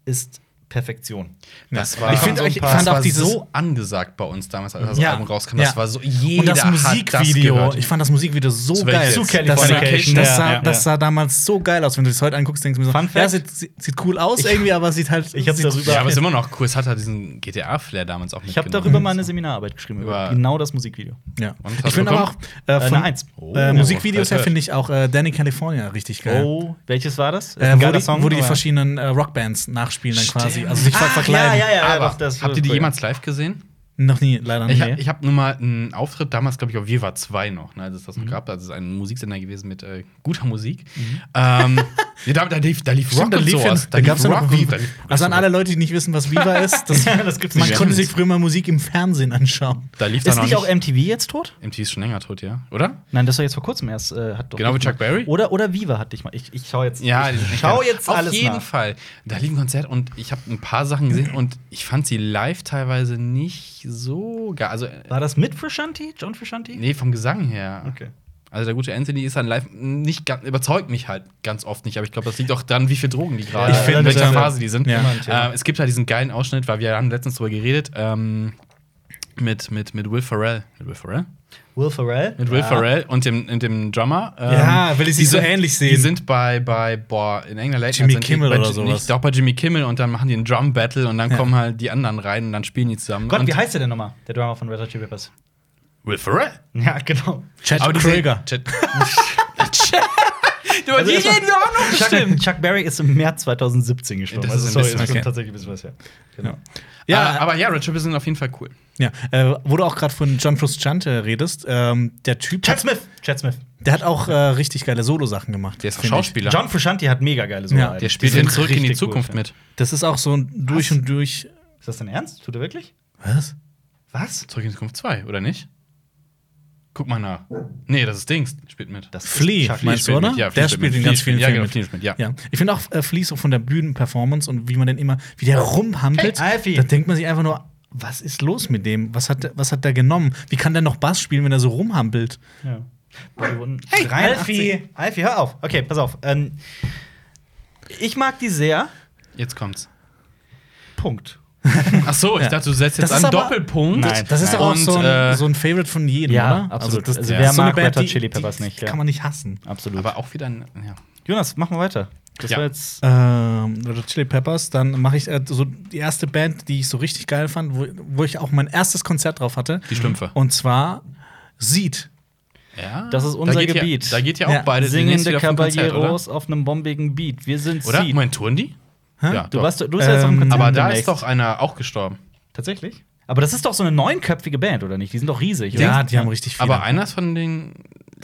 ist Perfektion. Das Ich find- so ein ich paar- fand das auch war dieses- so angesagt bei uns damals, als das Ja. Album rauskam. Ja. Das war so jeder und das Hat Musikvideo. das ich gehört. fand das Musikvideo so Zu geil. welches? Zu Das- Californication, Das, ja, sah, ja, ja. das sah damals so geil aus. Wenn du es heute anguckst, denkst du mir so, Fun ja, Fact? sieht, sieht sieht cool aus irgendwie, aber sieht halt. Ich hab's sieht- darüber- Ja, aber es ist immer noch cool. Es hat halt diesen GTA-Flair damals auch Ich habe mitgenommen. Mhm. darüber mal eine Seminarararbeit geschrieben, über genau. Über- genau das Musikvideo. Ja. Und hast Ich finde aber auch bekommen? äh, Äh, von eine Eins. äh, Oh, Musikvideos her hört. finde ich auch äh, Danny California richtig geil. Oh, welches war das? Ist äh, ein wo, geiler die, wo die die aber- verschiedenen äh, Rockbands nachspielen dann quasi. Also sich ver Ach, verkleiden. Ah, Ja, ja, ja. aber doch, das- habt ihr die das- jemals live gesehen? Noch nie, leider Ich, nicht. hab- ich habe nur mal einen Auftritt, damals glaube ich auf Viva 2 noch, ne, als es das noch gab. Das ist ein Musiksender gewesen mit äh, guter Musik. Ähm, ja, da, da lief, da lief Rock Stimmt, da und lief ja, sowas. da gab's ja noch und Viva. da lief- Also an alle Leute, die nicht wissen, was Viva ist, das, [LAUGHS] Ja, das gibt's man nicht. konnte sich früher mal Musik im Fernsehen anschauen. Da lief dann Ist noch nicht nicht. auch MTV jetzt tot? MTV ist schon länger tot, ja? Oder? Nein, das war jetzt vor kurzem erst. Äh, hat doch Genau wie Chuck Berry? Oder, oder Viva hatte ich mal. Ich, ich schau jetzt. Ja, ich schau jetzt auf alles jeden nach. Fall. Da lief ein Konzert und ich habe ein paar [CLEARS THROAT] Sachen gesehen und ich fand sie live teilweise nicht so geil. Also äh, War das mit Frusciante? John Frusciante? nee, vom Gesang her. Okay. Also der gute Anthony ist dann live nicht ganz, überzeugt mich halt ganz oft nicht, aber ich glaube, das liegt auch daran, wie viel Drogen die gerade, Ich finde, in welcher das- Phase die sind. Ja. Immer ein Thema. Äh, es gibt halt diesen geilen Ausschnitt, weil wir haben letztens drüber geredet, ähm, mit, mit, mit Will Ferrell. Mit Will Ferrell? Will Ferrell? Ah. Mit Will Ja. Ferrell und dem, und dem Drummer. ähm, Ja, will ich sie die so sind- ähnlich Die sehen. sind bei, bei boah, in England Late Jimmy Night sind die Kimmel bei, oder Ji- sowas. Nicht, doch bei Jimmy Kimmel und dann machen die einen Drum-Battle und dann kommen halt die anderen rein und dann spielen die zusammen. Gott, und wie heißt der denn nochmal? Der Drummer von Red Hot Chili Peppers. Will Ferrell. Ja, genau. Chad Aber diese- Kroeger. Chad. [LAUGHS] Über die erstmal- reden wir auch noch Chuck, bestimmt. Chuck Berry ist im März 2017 gestorben. Das ist Also ein bisschen- schon okay. tatsächlich ein bisschen was her. Genau. Ja, Ah. aber ja, Richard ist auf jeden Fall cool. Ja, äh, wo du auch gerade von John Frusciante redest, ähm, der Typ, Chad hat, Smith. Chad Smith. der hat auch äh, richtig geile Solo-Sachen gemacht. Der ist auch find ich. Schauspieler. John Frusciante hat mega geile Ja, Solo. der spielt in Zurück in die Zukunft mit. Das ist auch so ein durch und durch. Ist das denn ernst? Tut er wirklich? Was? Was? Zurück in die Zukunft 2, oder nicht? Guck mal nach. Nee, das ist Dings, spielt mit. Das ist Flea, Chuck- meinst du, spielt oder? mit. Ja, Flea der spielt spielt mit. in ganz Flea vielen spielt- ja, Filmen. genau, mit. Flea spielt, ja. Ich finde auch äh, Flea ist auch von der Bühnenperformance und wie man den immer, wie der rumhampelt, Hey, Alfie. da denkt man sich einfach nur, was ist los mit dem? Was hat, der- was hat der genommen? Wie kann der noch Bass spielen, wenn er so rumhampelt? Ja. Hey, Hey, Alfie. Alfie, hör auf. Okay, pass auf. Ähm, ich mag die sehr. Jetzt kommt's. Punkt. Ach so, ich Ja. dachte, du setzt jetzt Das ist einen aber- Doppelpunkt. Nein. Das ist Nein. doch auch Und, so ein, äh, so ein Favorite von jedem, ja, oder? absolut. das, Also, ja. wer so eine mag Red Hot die- Chili Peppers die, nicht, ja. Kann man nicht hassen. Absolut. Aber auch wieder ein. Ja. Jonas, mach mal weiter. Das Ja. war jetzt. Ähm, Red Hot Chili Peppers, dann mache ich äh, so die erste Band, die ich so richtig geil fand, wo, wo ich auch mein erstes Konzert drauf hatte. Die Schlümpfe. Und zwar Seed. Ja. Das ist unser da geht Gebiet. Ja, da geht ja auch Ja, beide demnächst Singende wieder auf ein Konzert, Caballeros auf einem bombigen Beat. Wir sind Oder? oder? Seed. Moment, touren die? Hä? Ja, Du, doch. warst, du bist ja jetzt auf dem Ähm, Konzert. aber da demnächst. ist doch einer auch gestorben. Tatsächlich? Aber das ist doch so eine neunköpfige Band, oder nicht? Die sind doch riesig. Oder? Ja, die haben richtig viel. Aber einer ist von den.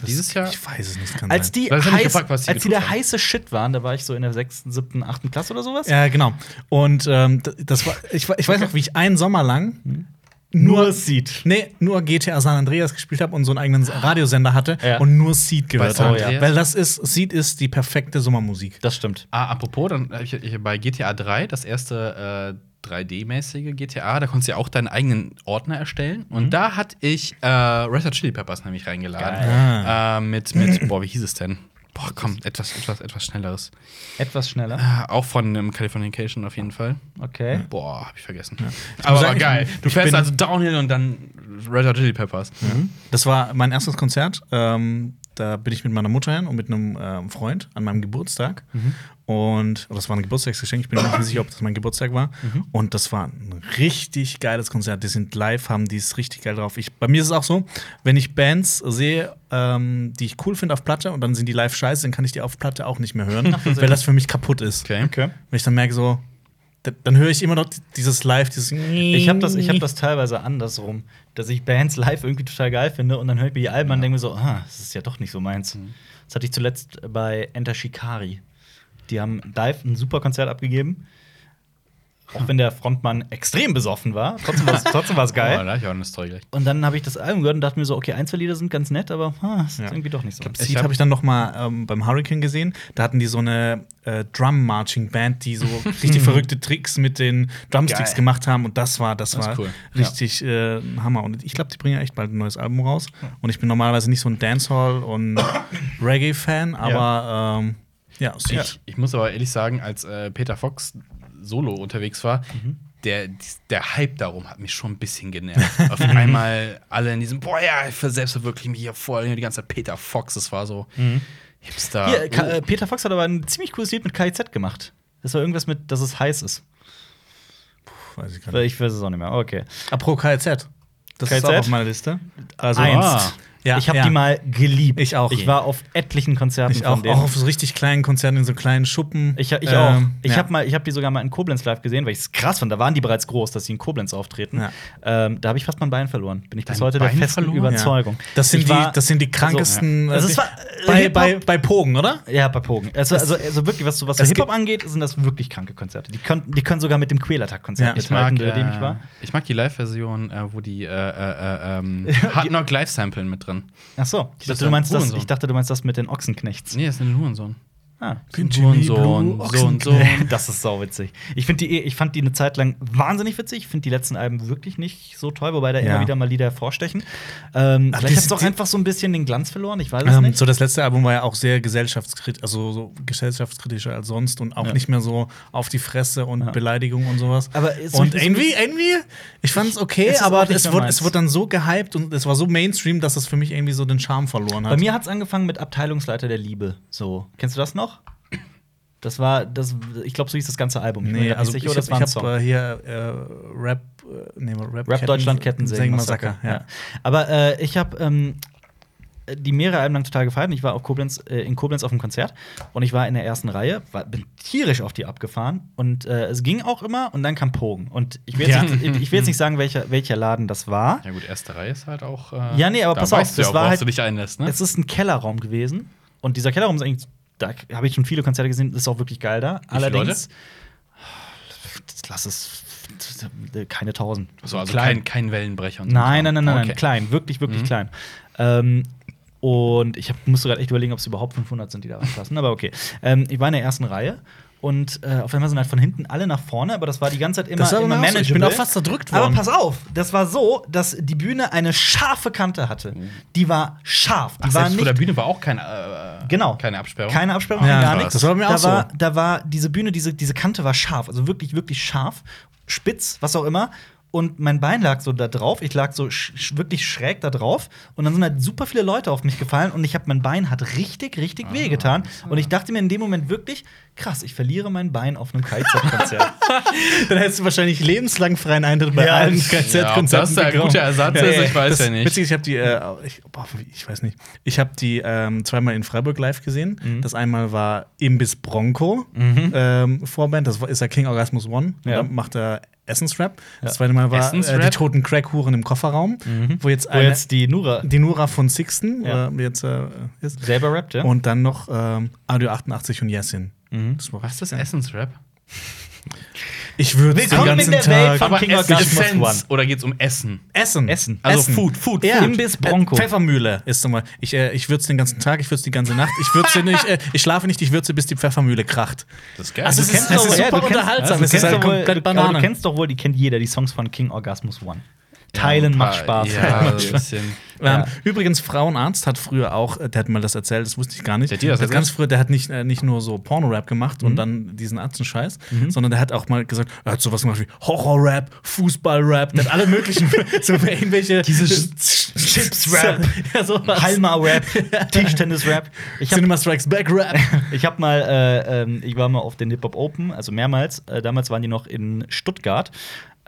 Dieses Jahr. ich weiß es nicht, kann Als sein. die, Weil das hab ich heiß, gefragt, was die als die geguckt der haben. heiße Shit waren, da war ich so in der sechsten, siebten, achten Klasse oder sowas. Ja, genau. Und ähm, d- das war, ich, wa- ich weiß noch, wie ich einen Sommer lang Nur Seed. Nee, nur GTA San Andreas gespielt habe und so einen eigenen Radiosender hatte Ja. und nur Seed gehört San habe. Andreas? Weil das ist, Seed ist die perfekte Sommermusik. Das stimmt. Ah, apropos, dann hab ich, ich, bei GTA 3, das erste äh, 3D-mäßige GTA, da konntest du ja auch deinen eigenen Ordner erstellen. Mhm. Und da hatte ich äh, Red Hot Chili Peppers nämlich reingeladen. Geil. Ah. Äh, mit, mit, boah, wie hieß es denn? Boah, komm, etwas, etwas, etwas schnelleres. Etwas schneller. Äh, auch von einem Californication auf jeden Fall. Okay. Boah, hab ich vergessen. Aber sagen, ich- geil. Du ich fährst bin- Mhm. also Downhill und dann Red Hot Chili Peppers. Das war mein erstes Konzert. Ähm, da bin ich mit meiner Mutter hin und mit einem ähm, Freund an meinem Geburtstag. Mhm. Und oh, das war ein Geburtstagsgeschenk. Ich bin mir nicht sicher, ob das mein Geburtstag war. Mhm. Und das war ein richtig geiles Konzert. Die sind live, haben die es richtig geil drauf. Ich, bei mir ist es auch so, wenn ich Bands sehe, ähm, die ich cool finde auf Platte und dann sind die live scheiße, dann kann ich die auf Platte auch nicht [LAUGHS] mehr hören, weil das für mich kaputt ist. Okay. Wenn ich dann merke, so, d- dann höre ich immer noch dieses Live, dieses. Ich habe das, ich hab das teilweise andersrum, dass ich Bands live irgendwie total geil finde und dann höre ich mir die Alben an und denke mir so, ah, das ist ja doch nicht so meins. Mhm. Das hatte ich zuletzt bei Enter Shikari. Die haben live ein super Konzert abgegeben. Hm. Auch wenn der Frontmann extrem besoffen war, trotzdem [LAUGHS] war es trotzdem war's Geil. Oh, geil. da hab ich auch eine Story gleich. Und dann habe ich das Album gehört und dachte mir so, okay, ein, zwei Lieder sind ganz nett, aber ah, das ist Ja. irgendwie doch nicht so. Äh, meins. Seed hab- habe ich dann noch mal ähm, beim Hurricane gesehen. Da hatten die so eine äh, Drum-Marching-Band, die so richtig verrückte Tricks mit den Drumsticks Geil. gemacht haben. Und das war, das, Das ist war cool. richtig äh, ein Hammer. Und ich glaube, die bringen ja echt bald ein neues Album raus. Und ich bin normalerweise nicht so ein Dancehall- und Reggae-Fan, aber ja, ähm, ja Seed. Ich, ich muss aber ehrlich sagen, als äh, Peter Fox solo unterwegs war, der, dies- der Hype darum hat mich schon ein bisschen genervt. Auf einmal alle in diesem, boah, ja, ich verselbstverwirkliche mich hier voll. Die ganze Zeit Peter Fox, das war so Hipster. Hier, Ka äh, oh. Peter Fox hat aber ein ziemlich cooles Lied mit KIZ gemacht. Das war irgendwas mit, dass es heiß ist. Weiß ich gar nicht. Ich weiß es auch nicht mehr. Okay. Apropos KZ. Das ist KZ? auch auf meiner Liste. Also, Einst. Ja, ich habe ja. die mal geliebt. Ich auch. Ich war auf etlichen Konzerten Ich von auch, denen. auch auf so richtig kleinen Konzerten in so kleinen Schuppen. ich, ich auch. Ähm, ich ja. habe mal, ich habe die sogar mal in Koblenz live gesehen, weil ich es krass fand. Da waren die bereits groß, dass sie in Koblenz auftreten. Ja. Ähm, da habe ich fast mein Bein verloren. Bin ich bis Dein heute der Bein festen verloren? Überzeugung. Ja. Das, sind Ich war- die, das sind die Also, krankesten. ja. äh, Also, es war, äh, bei, Hip-Hop- bei, bei Pogen, oder? Ja, bei Pogen. Also, also, also wirklich, was, so- was so es Hip-Hop gibt- angeht, sind das wirklich kranke Konzerte. Die können, die können sogar mit dem Quälertag-Konzert Ja, ich Ich mag, mithalten, bei dem ich äh, war. ich mag die Live-Version, äh, wo die äh, äh, [LAUGHS] äh, ähm, Hard Knock Live samplen mit drin. Ach so. Ich Die das dachte, du meinst das, Hurensohn. ich dachte, du meinst das mit den Ochsenknechts. Nee, das ist ein Hurensohn. Ah. Bin Jimmy Blue, [LAUGHS] Ochsenknecht. Das ist sauwitzig. Ich, find die, eh- ich fand die eine Zeit lang wahnsinnig witzig. Ich finde die letzten Alben wirklich nicht so toll, wobei da Ja. immer wieder mal Lieder hervorstechen. Ähm, Ach, vielleicht die- hat es auch die- einfach so ein bisschen den Glanz verloren. Ich weiß es Ähm, nicht. so das letzte Album war ja auch sehr gesellschaftskritisch, also so gesellschaftskritischer als sonst und auch nicht mehr so auf die Fresse und Beleidigung und sowas. Aber ist- und ist- irgendwie, irgendwie, ich fand es okay, Es ist auch aber nicht es mehr wurde, meins. es wurde dann so gehypt und es war so Mainstream, dass es für mich irgendwie so den Charme verloren hat. Bei mir hat es angefangen mit Abteilungsleiter der Liebe. So, kennst du das noch? Das war, das, ich glaube, so hieß das ganze Album. Ich bin mir Nee, grad also nicht ich, sicher, oder hab- das war ein ich Song. habe äh, hier äh, Rap, äh, nee, Rap, Rap Deutschland Kettensägen Massaker. Ja. Aber äh, ich habe ähm, die mehrere Alben lang total gefeiert. Ich war auf Koblenz, äh, in Koblenz auf einem Konzert und ich war in der ersten Reihe, war, bin tierisch auf die abgefahren und äh, es ging auch immer und dann kam Pogen. Und ich will jetzt, Ja. nicht, ich will jetzt nicht sagen, welcher, welcher Laden das war. Ja, gut, erste Reihe ist halt auch. äh, Ja, nee, aber da pass auf, weißt du das ja, war worauf halt- du dich einlässt, ne? Es ist ein Kellerraum gewesen und dieser Kellerraum ist eigentlich, da habe ich schon viele Konzerte gesehen, das ist auch wirklich geil da. viele Leute? Allerdings, das lass es keine tausend. So, also Klein. kein, kein Wellenbrecher und so. Nein, nein, nein, nein, nein, Okay. klein, wirklich, wirklich klein. Ähm, und ich hab, musste gerade echt überlegen, ob es überhaupt 500 sind, die da reinpassen, aber okay. Ähm, ich war in der ersten Reihe und äh, auf einmal sind halt von hinten alle nach vorne, aber das war die ganze Zeit immer, Das war bei immer mir auch so. manageable. Ich bin auch fast zerdrückt worden. Aber pass auf, das war so, dass die Bühne eine scharfe Kante hatte. Die war scharf, die Ach, war selbst nicht vor der Bühne war auch keine, äh, Genau. keine Absperrung. Keine Absperrung, Ja, gar krass. nichts. Das war bei mir da auch so. war, Da war diese Bühne, diese, diese Kante war scharf, also wirklich, wirklich scharf, spitz, was auch immer. Und mein Bein lag so da drauf. Ich lag so sch sch- wirklich schräg da drauf. Und dann sind halt super viele Leute auf mich gefallen. Und ich habe mein Bein hat richtig, richtig wehgetan. Und ich dachte mir in dem Moment wirklich, krass, ich verliere mein Bein auf einem Kitesurf-Konzert. Dann hättest du wahrscheinlich lebenslang freien Eintritt bei Ja, allen das- ja, ob KZ-Konzerten. das ein guter Ersatz ist, ich weiß ja nicht. Witzig, ich habe die, äh, ich, boah, ich weiß nicht, ich habe die ähm, zweimal in Freiburg live gesehen. Mhm. Das einmal war Imbiss Bronco ähm, Vorband, das war- ist ja King Orgasmus One, Ja. da macht er Essensrap. Das zweite Mal war äh, Essensrap? die toten Crackhuren im Kofferraum, wo jetzt, Mhm. Wo eine, jetzt die Nura die Nura von Sixten Ja. äh, jetzt äh, ist. selber rappt, ja? Mhm. Und dann noch ähm, Audio 88 und Yassin. Das war Was ist das Essensrap? Ich würde den Willkommen in ganzen der Welt Tag. von- King Orgasmus One. oder geht's um Essen? Essen. Essen. Also Essen. Food, Food, ja. Food. Imbiss Bronco. Äh, Pfeffermühle ist zum Beispiel. Ich, äh, ich würze den ganzen Tag, ich würze die ganze Nacht. Ich [LAUGHS] würze nicht, äh, ich schlafe nicht, ich würze, bis die Pfeffermühle kracht. Das ist geil. Also, Also, es ist- es ist doch- du super kennst- unterhaltsam. du Es ist kennst halt doch wohl- komplett du- Banane. aber Du kennst doch wohl, die kennt jeder, die Songs von King Orgasmus One. Teilen macht Spaß. [LAUGHS] Ja, ein bisschen. Ja. Ähm, übrigens, Frauenarzt hat früher auch, äh, der hat mal das erzählt, das wusste ich gar nicht. Der hat dir das der hat ganz erzählt? früher, der hat nicht, äh, nicht nur so Porno-Rap gemacht Mhm. und dann diesen Arzenscheiß, sondern der hat auch mal gesagt, er hat sowas gemacht wie Horror-Rap, Fußball-Rap, der hat [LAUGHS] alle möglichen, [LAUGHS] so irgendwelche Diese [LAUGHS] Chips-Rap. ja, sowas. [LAUGHS] Halma-Rap, Tischtennis-Rap. Ich habe Cinema Strikes Back Rap. ich hab mal, äh, ähm, ich war mal auf den Hip-Hop Open, also mehrmals. Äh, damals waren die noch in Stuttgart.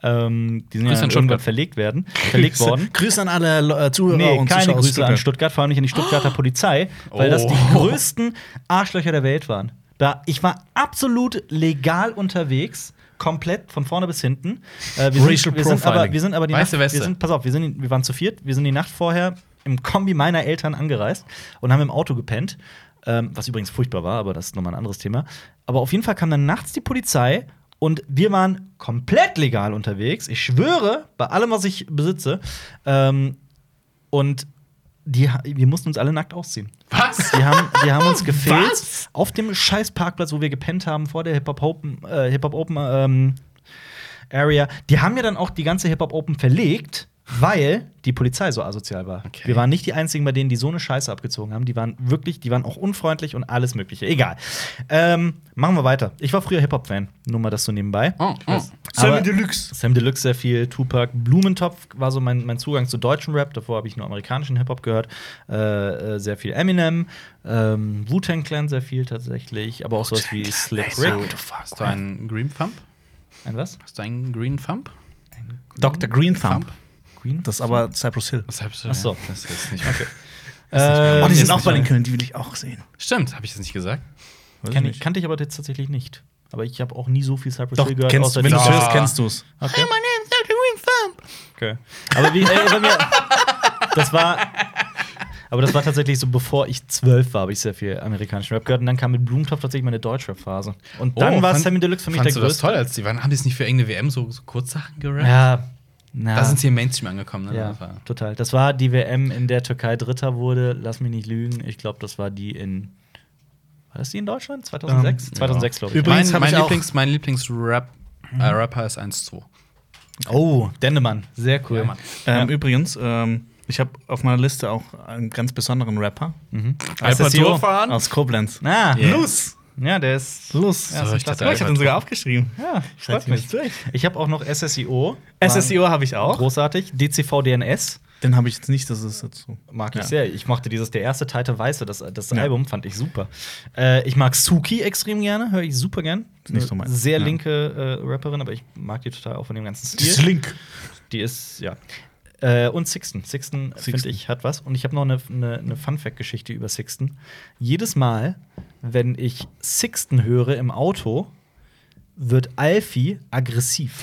Ähm, die sind ja dann Grüße an irgendwann Stuttgart. verlegt werden, verlegt worden. Grüße an alle äh, Zuhörer Nee, und keine Zuschauer aus Grüße an Stuttgart. Stuttgart, vor allem nicht an die Stuttgarter Polizei, weil das die Oh. größten Arschlöcher der Welt waren. Da, ich war absolut legal unterwegs, komplett von vorne bis hinten. Äh, wir Racial sind, wir sind aber, Profiling. wir sind aber die Weiße Nacht, Weste. Wir sind, pass auf, wir, sind, wir waren zu viert, wir sind die Nacht vorher im Kombi meiner Eltern angereist und haben im Auto gepennt. Ähm, was übrigens furchtbar war, aber das ist nochmal ein anderes Thema. Aber auf jeden Fall kam dann nachts die Polizei und wir waren komplett legal unterwegs. Ich schwöre, bei allem, was ich besitze. Ähm, und die, ha- wir mussten uns alle nackt ausziehen. [LAUGHS] Was? Die haben, die haben uns gefilzt auf dem scheiß Parkplatz, wo wir gepennt haben, vor der Hip-Hop Open, äh, Hip -Hop Open ähm, Area. Die haben ja dann auch die ganze Hip-Hop Open verlegt, weil die Polizei so asozial war. Okay. Wir waren nicht die einzigen, bei denen die so eine Scheiße abgezogen haben. Die waren wirklich, die waren auch unfreundlich und alles Mögliche. Egal. Ähm, machen wir weiter. Ich war früher Hip-Hop-Fan, nur mal das so nebenbei. Oh, oh. Aber- Deluxe. Sam Deluxe sehr viel, Tupac, Blumentopf war so mein, mein Zugang zu deutschem Rap. Davor habe ich nur amerikanischen Hip-Hop gehört. Äh, äh, sehr viel Eminem, ähm, Wu-Tang Clan sehr viel tatsächlich, aber auch sowas wie Slick Rick. Hast du einen Green Thumb? Ein was? Hast du einen Green Thumb? Dr. Green Thumb. Thumb? Green? Das ist aber Cypress Hill. Das hast du. Ach so. ja. Das ist nicht okay. Äh, Oh, Äh, die ist sind auch bei nicht den Köln, die will ich auch sehen. Stimmt, habe ich das nicht gesagt? kenn ich, kannte ich aber jetzt tatsächlich nicht. Aber ich habe auch nie so viel Cypress Doch, Hill gehört. kennst, außer wenn du die- es Ja. hörst, kennst du es. Okay. Okay. Aber wie, ey, bei mir, das war, aber das war tatsächlich so, bevor ich zwölf war, habe ich sehr viel amerikanischen Rap gehört. Und dann kam mit Blumentopf tatsächlich meine Deutschrap-Phase. Und dann Oh, war fand- Sammy Deluxe für mich der Fandst du das größte. toll, als die waren? Haben die es nicht für irgendeine WM so, so Kurzsachen gerappt? Ja, na, Da sind sie im Mainstream angekommen, ne? ja, Das war- total. Das war die WM, in der Türkei Dritter wurde. Lass mich nicht lügen. Ich glaube, das war die in. War das die in Deutschland? 2006? Ähm, 2006, glaube ich. Mhm. Übrigens mein hab mein ich auch- Lieblings, mein Lieblingsrap äh, Rapper ist 1-2. Oh, Dendemann. Sehr cool. Ja, Mann. Ähm, Übrigens, ähm, ich habe auf meiner Liste auch einen ganz besonderen Rapper. Mhm. Alpaturo Aus Koblenz. Ah, Yeah. Luz. ja, der ist. Luz. Ja, So, ist ich dachte, klasse. hab den sogar aufgeschrieben. Ja, Schreib freut mich mich. durch. Ich habe auch noch SSIO. SSIO habe ich auch. Großartig. DCV DNS. Den habe ich jetzt nicht, das ist jetzt so. Mag ich Ja. sehr. Ich mochte dieses, der erste Teil der Weiße, das, das Ja. Album fand ich super. Äh, ich mag Suki extrem gerne, höre ich super gern. Ist nicht so Eine meins. Sehr Ja. linke äh, Rapperin, aber ich mag die total auch von dem ganzen Stil. [LAUGHS] Link. Die ist, ja. Äh, und Sixten. Sixten, finde Sixten. ich, hat was. Und ich habe noch eine ne, ne Fun-Fact-Geschichte über Sixten. Jedes Mal, wenn ich Sixten höre im Auto, wird Alfie [LAUGHS] aggressiv.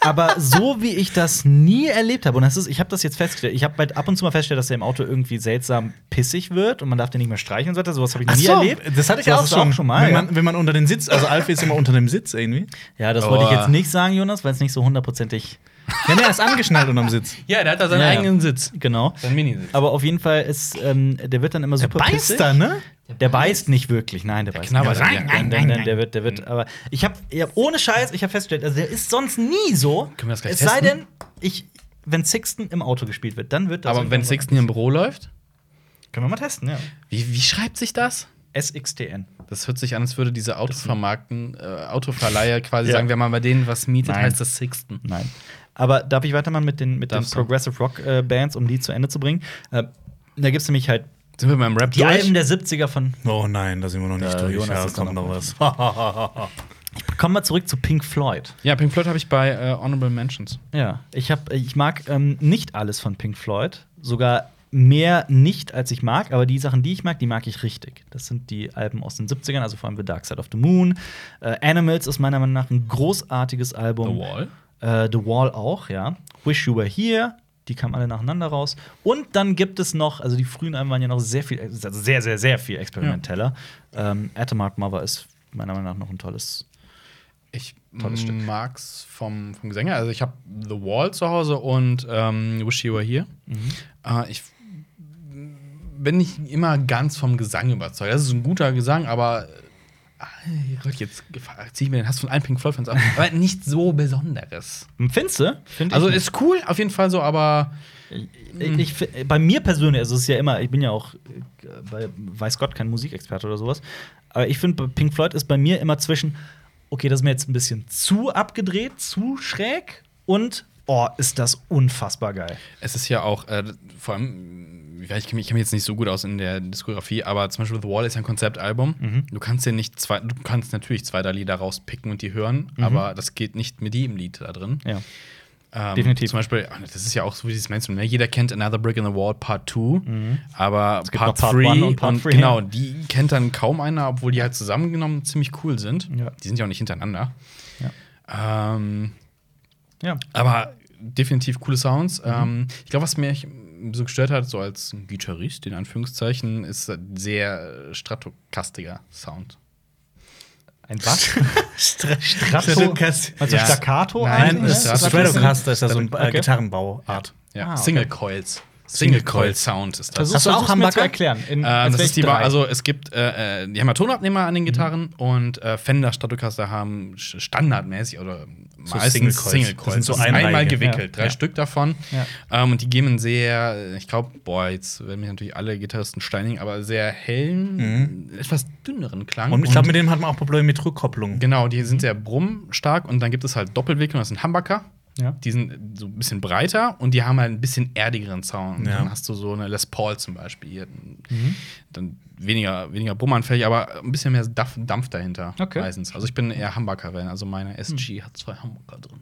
Aber so wie ich das nie erlebt habe, und das ist, ich habe das jetzt festgestellt, ich habe halt ab und zu mal festgestellt, dass er im Auto irgendwie seltsam pissig wird und man darf den nicht mehr streichen und so weiter. Sowas habe ich nie erlebt. Das hatte ich Sowas auch ist schon. mal. wenn, ja. man, wenn man unter den Sitz, also Alfie ist immer unter dem Sitz irgendwie. Ja, das wollte ich Boah. jetzt nicht sagen, Jonas, weil es nicht so hundertprozentig Ja, nee, er ist angeschnallt unter dem Sitz. Ja, der hat da seinen Ja, ja. eigenen Sitz. genau. Seinen Minisitz. Aber auf jeden Fall ist, ähm, der wird dann immer super pissig. ne? Der beißt nicht wirklich, nein, der, beißt knabbert nicht. dann, ja. nein, nein, nein, der wird, der wird. Aber ich habe ja, ohne Scheiß, ich habe festgestellt, also der ist sonst nie so. Können wir das gleich Es sei denn, testen? ich, wenn Sixten im Auto gespielt wird, dann wird das. Aber wenn Sixten hier im Büro läuft, können wir mal testen, ja. wie, wie schreibt sich das? SXTN. Das hört sich an, als würde diese Autovermarkten, äh, Autoverleiher quasi Ja. sagen, wenn man bei denen was mietet, Nein. heißt das Sixten. Nein. Aber darf ich weitermachen mit den, mit den Darfst du. Progressive Rock äh, Bands, um die zu Ende zu bringen? Äh, da gibt's nämlich halt Sind wir beim Rap die Alben der 70er von Oh nein, da sind wir noch nicht Äh, durch. Jonas ja, ist es kommt da noch noch was. Kommen wir zurück zu Pink Floyd. ja, Pink Floyd habe ich bei äh, Honorable Mentions. Ja, ich, hab, ich mag ähm, nicht alles von Pink Floyd. Sogar mehr nicht, als ich mag. Aber die Sachen, die ich mag, die mag ich richtig. Das sind die Alben aus den 70ern, also vor allem The Dark Side of the Moon. Äh, Animals ist meiner Meinung nach ein großartiges Album. Äh, The Wall auch, ja. Wish You Were Here. Die kamen alle nacheinander raus. Und dann gibt es noch, also die frühen Alben waren ja noch sehr viel, also sehr, sehr, sehr viel experimenteller. Ähm, Atomark Mother ist meiner Meinung nach noch ein tolles. Ich Tolles Stück. mag's vom, vom Sänger. Also ich habe The Wall zu Hause und ähm, Wish You Were Here. Mhm. Äh, ich f- bin nicht immer ganz vom Gesang überzeugt. Das ist ein guter Gesang, aber äh, Gott, jetzt ziehe ich mir den Hass von allen Pink Floyd-Fans ab. aber nicht so Besonderes. Findest du? Find ich Also nicht. ist cool, auf jeden Fall so, aber Ich, Äh, ich, fi- bei mir persönlich, also es ist ja immer, ich bin ja auch, äh, bei, weiß Gott, kein Musikexperte oder sowas, aber ich finde, Pink Floyd ist bei mir immer zwischen, okay, das ist mir jetzt ein bisschen zu abgedreht, zu schräg und, oh, ist das unfassbar geil. Es ist ja auch, äh, vor allem, ja, ich kenne mich, ich kenn mich jetzt nicht so gut aus in der Diskografie, aber zum Beispiel The Wall ist ja ein Konzeptalbum. Mhm. Du kannst dir nicht zwei, du kannst natürlich zwei der Lieder rauspicken und die hören, Mhm. aber das geht nicht mit jedem Lied da drin. Ja. Ähm, definitiv. Zum Beispiel, ah, das ist ja auch so wie dieses Mainstream. Ne? Jeder kennt Another Brick in the Wall Part 2, aber Mhm. gibt Part noch Part 3 One und und Part Three, genau, ja. die kennt dann kaum einer, obwohl die halt zusammengenommen ziemlich cool sind. Ja. Die sind ja auch nicht hintereinander. Ähm, Ja. aber definitiv coole Sounds. Ähm, ich glaube, was mir echt so gestört hat, so als Gitarrist, in Anführungszeichen, ist ein sehr äh, stratokastiger Sound. Ein was? Stra Stratocaster. Meinst du Ja. Staccato? Nein, eigentlich? ist Ja, Stratocaster ist ja so ein Okay. äh, Gitarrenbauart. Ja. Ah, okay. Also Single Coils. Single Coil Sound ist das. Versuch's- Hast du auch versuch's mir Humbucker? zu erklären. In, Äh, als das wär ich ist die, drei. Mhm. also es gibt, äh, äh, die haben ja Tonabnehmer an den Gitarren und äh, Fender Stratocaster haben sch- standardmäßig oder meistens Single Single Coils. Coils. Das sind so ist Einreige. einmal gewickelt, Ja. drei Ja. Stück davon. Ja. Ähm, und die geben einen sehr, ich glaube, boah, jetzt werden mich natürlich alle Gitarristen steinigen, aber sehr hellen, Mhm. etwas dünneren Klang. Und ich glaube, mit dem hat man auch Probleme mit Rückkopplung. Genau, die Mhm. sind sehr brummstark und dann gibt es halt Doppelwicklung, das sind Humbucker. Ja. Die sind so ein bisschen breiter und die haben halt ein bisschen erdigeren Sound. Ja. Dann hast du so eine Les Paul zum Beispiel. Hier. Mhm. Dann weniger, weniger brummanfällig, aber ein bisschen mehr Dampf, Dampf dahinter Okay. Hm. meistens. Also ich bin eher Humbucker-Fan. Also meine SG hat zwei Humbucker drin.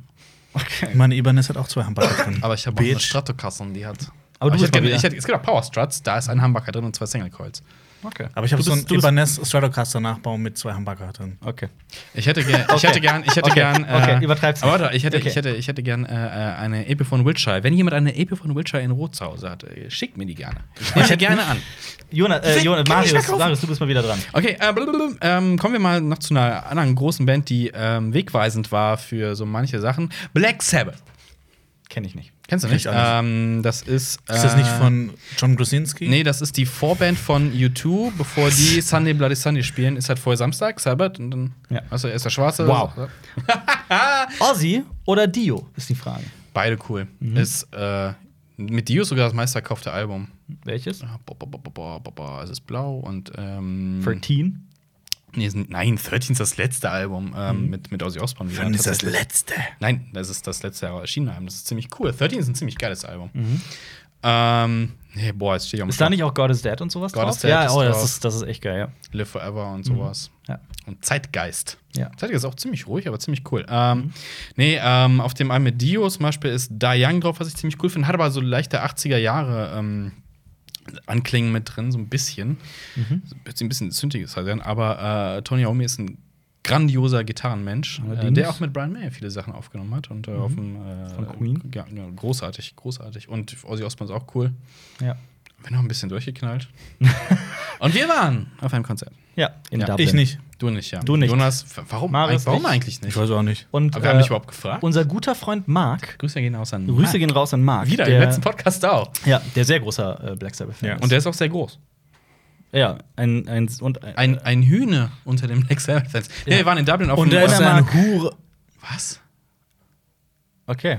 Okay. Meine Ibanez hat auch zwei Hamburger drin. Aber ich habe auch eine Bitch. Stratocaster und die hat. Also Aber du ich bist hätte mal gerne- ich wieder- hätte, Es gibt auch Power Struts, da ist ein Humbucker drin und zwei Single Coils. okay. Aber ich habe Du so einen bist- du bist- Ibanez Stratocaster Nachbau mit zwei Hamburger drin. Okay. Ich hätte gern, ich hätte gern, ich hätte Okay. gern. äh, Okay, übertreib's Aber nicht. warte, ich hätte, Okay. ich hätte, ich hätte gern äh, äh, eine Ape von Wiltshire. Wenn jemand eine Ape von Wiltshire in Rot zu Hause hat, äh, schickt mir die gerne. Ich hätte gerne an. Jonas, äh, Fick, Jonas, kann ich Marius, verkaufen? Marius, du bist mal wieder dran. Okay, äh, blablabla, ähm, kommen wir mal noch zu einer anderen großen Band, die ähm, wegweisend war für so manche Sachen. Black Sabbath. Kenn ich nicht. Kennst du Kenn nicht? ich auch nicht. Ähm, das ist. Äh, Ist das nicht von John Grusinski? Nee, das ist die Vorband von U2, bevor die Sunday Bloody Sunday spielen. Ist halt vorher Samstag, Sabbath, und dann. Ja. Also erst der Schwarze. Wow. so- Ozzy oder Dio ist die Frage. Beide cool. Mhm. Ist äh, mit Dio sogar das meisterkaufte Album. Ähm, Welches? Ah, bo- bo- bo- bo- bo- bo- bo- Es ist blau und ähm, 13. Nee, ist- nein, 13 ist das letzte Album Mhm. ähm, mit, mit Ozzy Osbourne. wieder. Tatsächlich. letzte. Nein, das ist das letzte erschienene Album. Das ist ziemlich cool. 13 ist ein ziemlich geiles Album. Ähm, nee, boah, jetzt steht ja Mhm. Ist da nicht auch God is Dead und sowas God drauf? is Dead ja, ist oh, das, drauf. ist, das ist echt geil, Live Forever und sowas. ja. ja. Und Zeitgeist. Ja. Zeitgeist ist auch ziemlich ruhig, aber ziemlich cool. Ähm, Nee, ähm, auf dem Album mit Dio zum Beispiel ist Da Young drauf, was ich ziemlich cool finde. Hat aber so leichte 80er Jahre ähm, Anklängen mit drin, so ein bisschen. Mhm. Hört sich ein bisschen zündiges an, aber äh, Tony Iommi ist ein grandioser Gitarrenmensch, äh, Allerdings. Mhm. der auch mit Brian May viele Sachen aufgenommen hat und äh, auf dem äh, Von Queen. Ja, ja, großartig, großartig. Und Ozzy Osbourne ist auch cool. Ja. Bin noch ein [LAUGHS] bisschen durchgeknallt. und wir waren auf einem Konzert. ja, in Ja. Dublin. Ich nicht. Du nicht, ja. Du nicht. Jonas, w- warum, Marius warum nicht. eigentlich nicht? auch nicht. Und Aber wir haben äh, dich überhaupt Ah? gefragt. unser guter Freund Marc, Grüße gehen aus an Grüße Marc. gehen raus an Marc. Wieder der, im letzten Podcast auch. Ja, der sehr großer äh, Black Sabbath-Fan Ja. ist. Und der ist auch sehr groß. ja, ein, ein, und äh, ein, Ein, ein Hühne unter dem Black Sabbath. Fans. Nee, wir waren in Dublin auf Und der dem ist Mark. eine Hure. Was? Okay.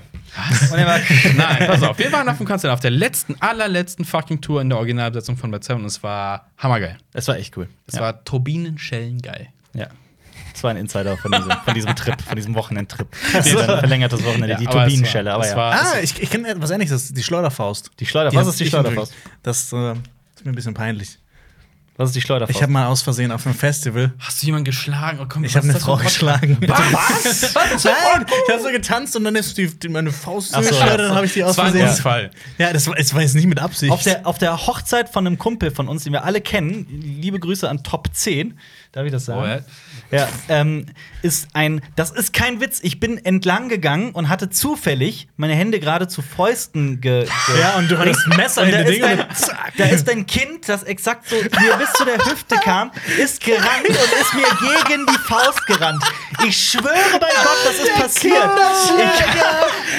Und er war, [LAUGHS] Nein, pass auf. Wir waren auf dem Konzert auf der letzten, allerletzten fucking Tour in der Originalbesetzung von Black Sabbath und es war hammergeil. es war echt cool. Es ja. war Turbinenschellengeil. ja. Das war ein Insider von diesem, von diesem Trip, von diesem [LAUGHS] Wochenendtrip. Das ist ein verlängertes Wochenende, Ja, die aber es war- Turbinenschelle. Aber es ja. war- Ah, ich, ich kenne etwas ähnliches. Die Schleuderfaust. Die Schleuder, was ist die Schleuderfaust? Das äh, ist mir ein bisschen peinlich. Was ist die Schleuderfaust? Ich habe mal aus Versehen auf einem Festival. Hast du jemanden geschlagen? Oh, komm, Ich was habe ist eine das für Frau ein Podcast? geschlagen. Was? Nein, Oh, ich habe so getanzt und dann ist die, die meine Faust Ach so. zugeschleudert, dann habe ich die aus Das war ein Versehen. Unfall. Ja, das war, das war jetzt nicht mit Absicht. auf der, auf der Hochzeit von einem Kumpel von uns, den wir alle kennen, liebe Grüße an Top 10, darf ich das sagen? Oh, ja. Ja, ähm, ist ein, das ist kein Witz. Ich bin entlang gegangen und hatte zufällig meine Hände gerade zu Fäusten ge. ge ja, und du hattest ein Messer Und in da den ist, Ding ein, und zack. da ist ein Kind, das exakt so mir bis zu der Hüfte kam, ist gerannt und ist mir gegen die Faust gerannt. Ich schwöre bei Gott, das ist passiert.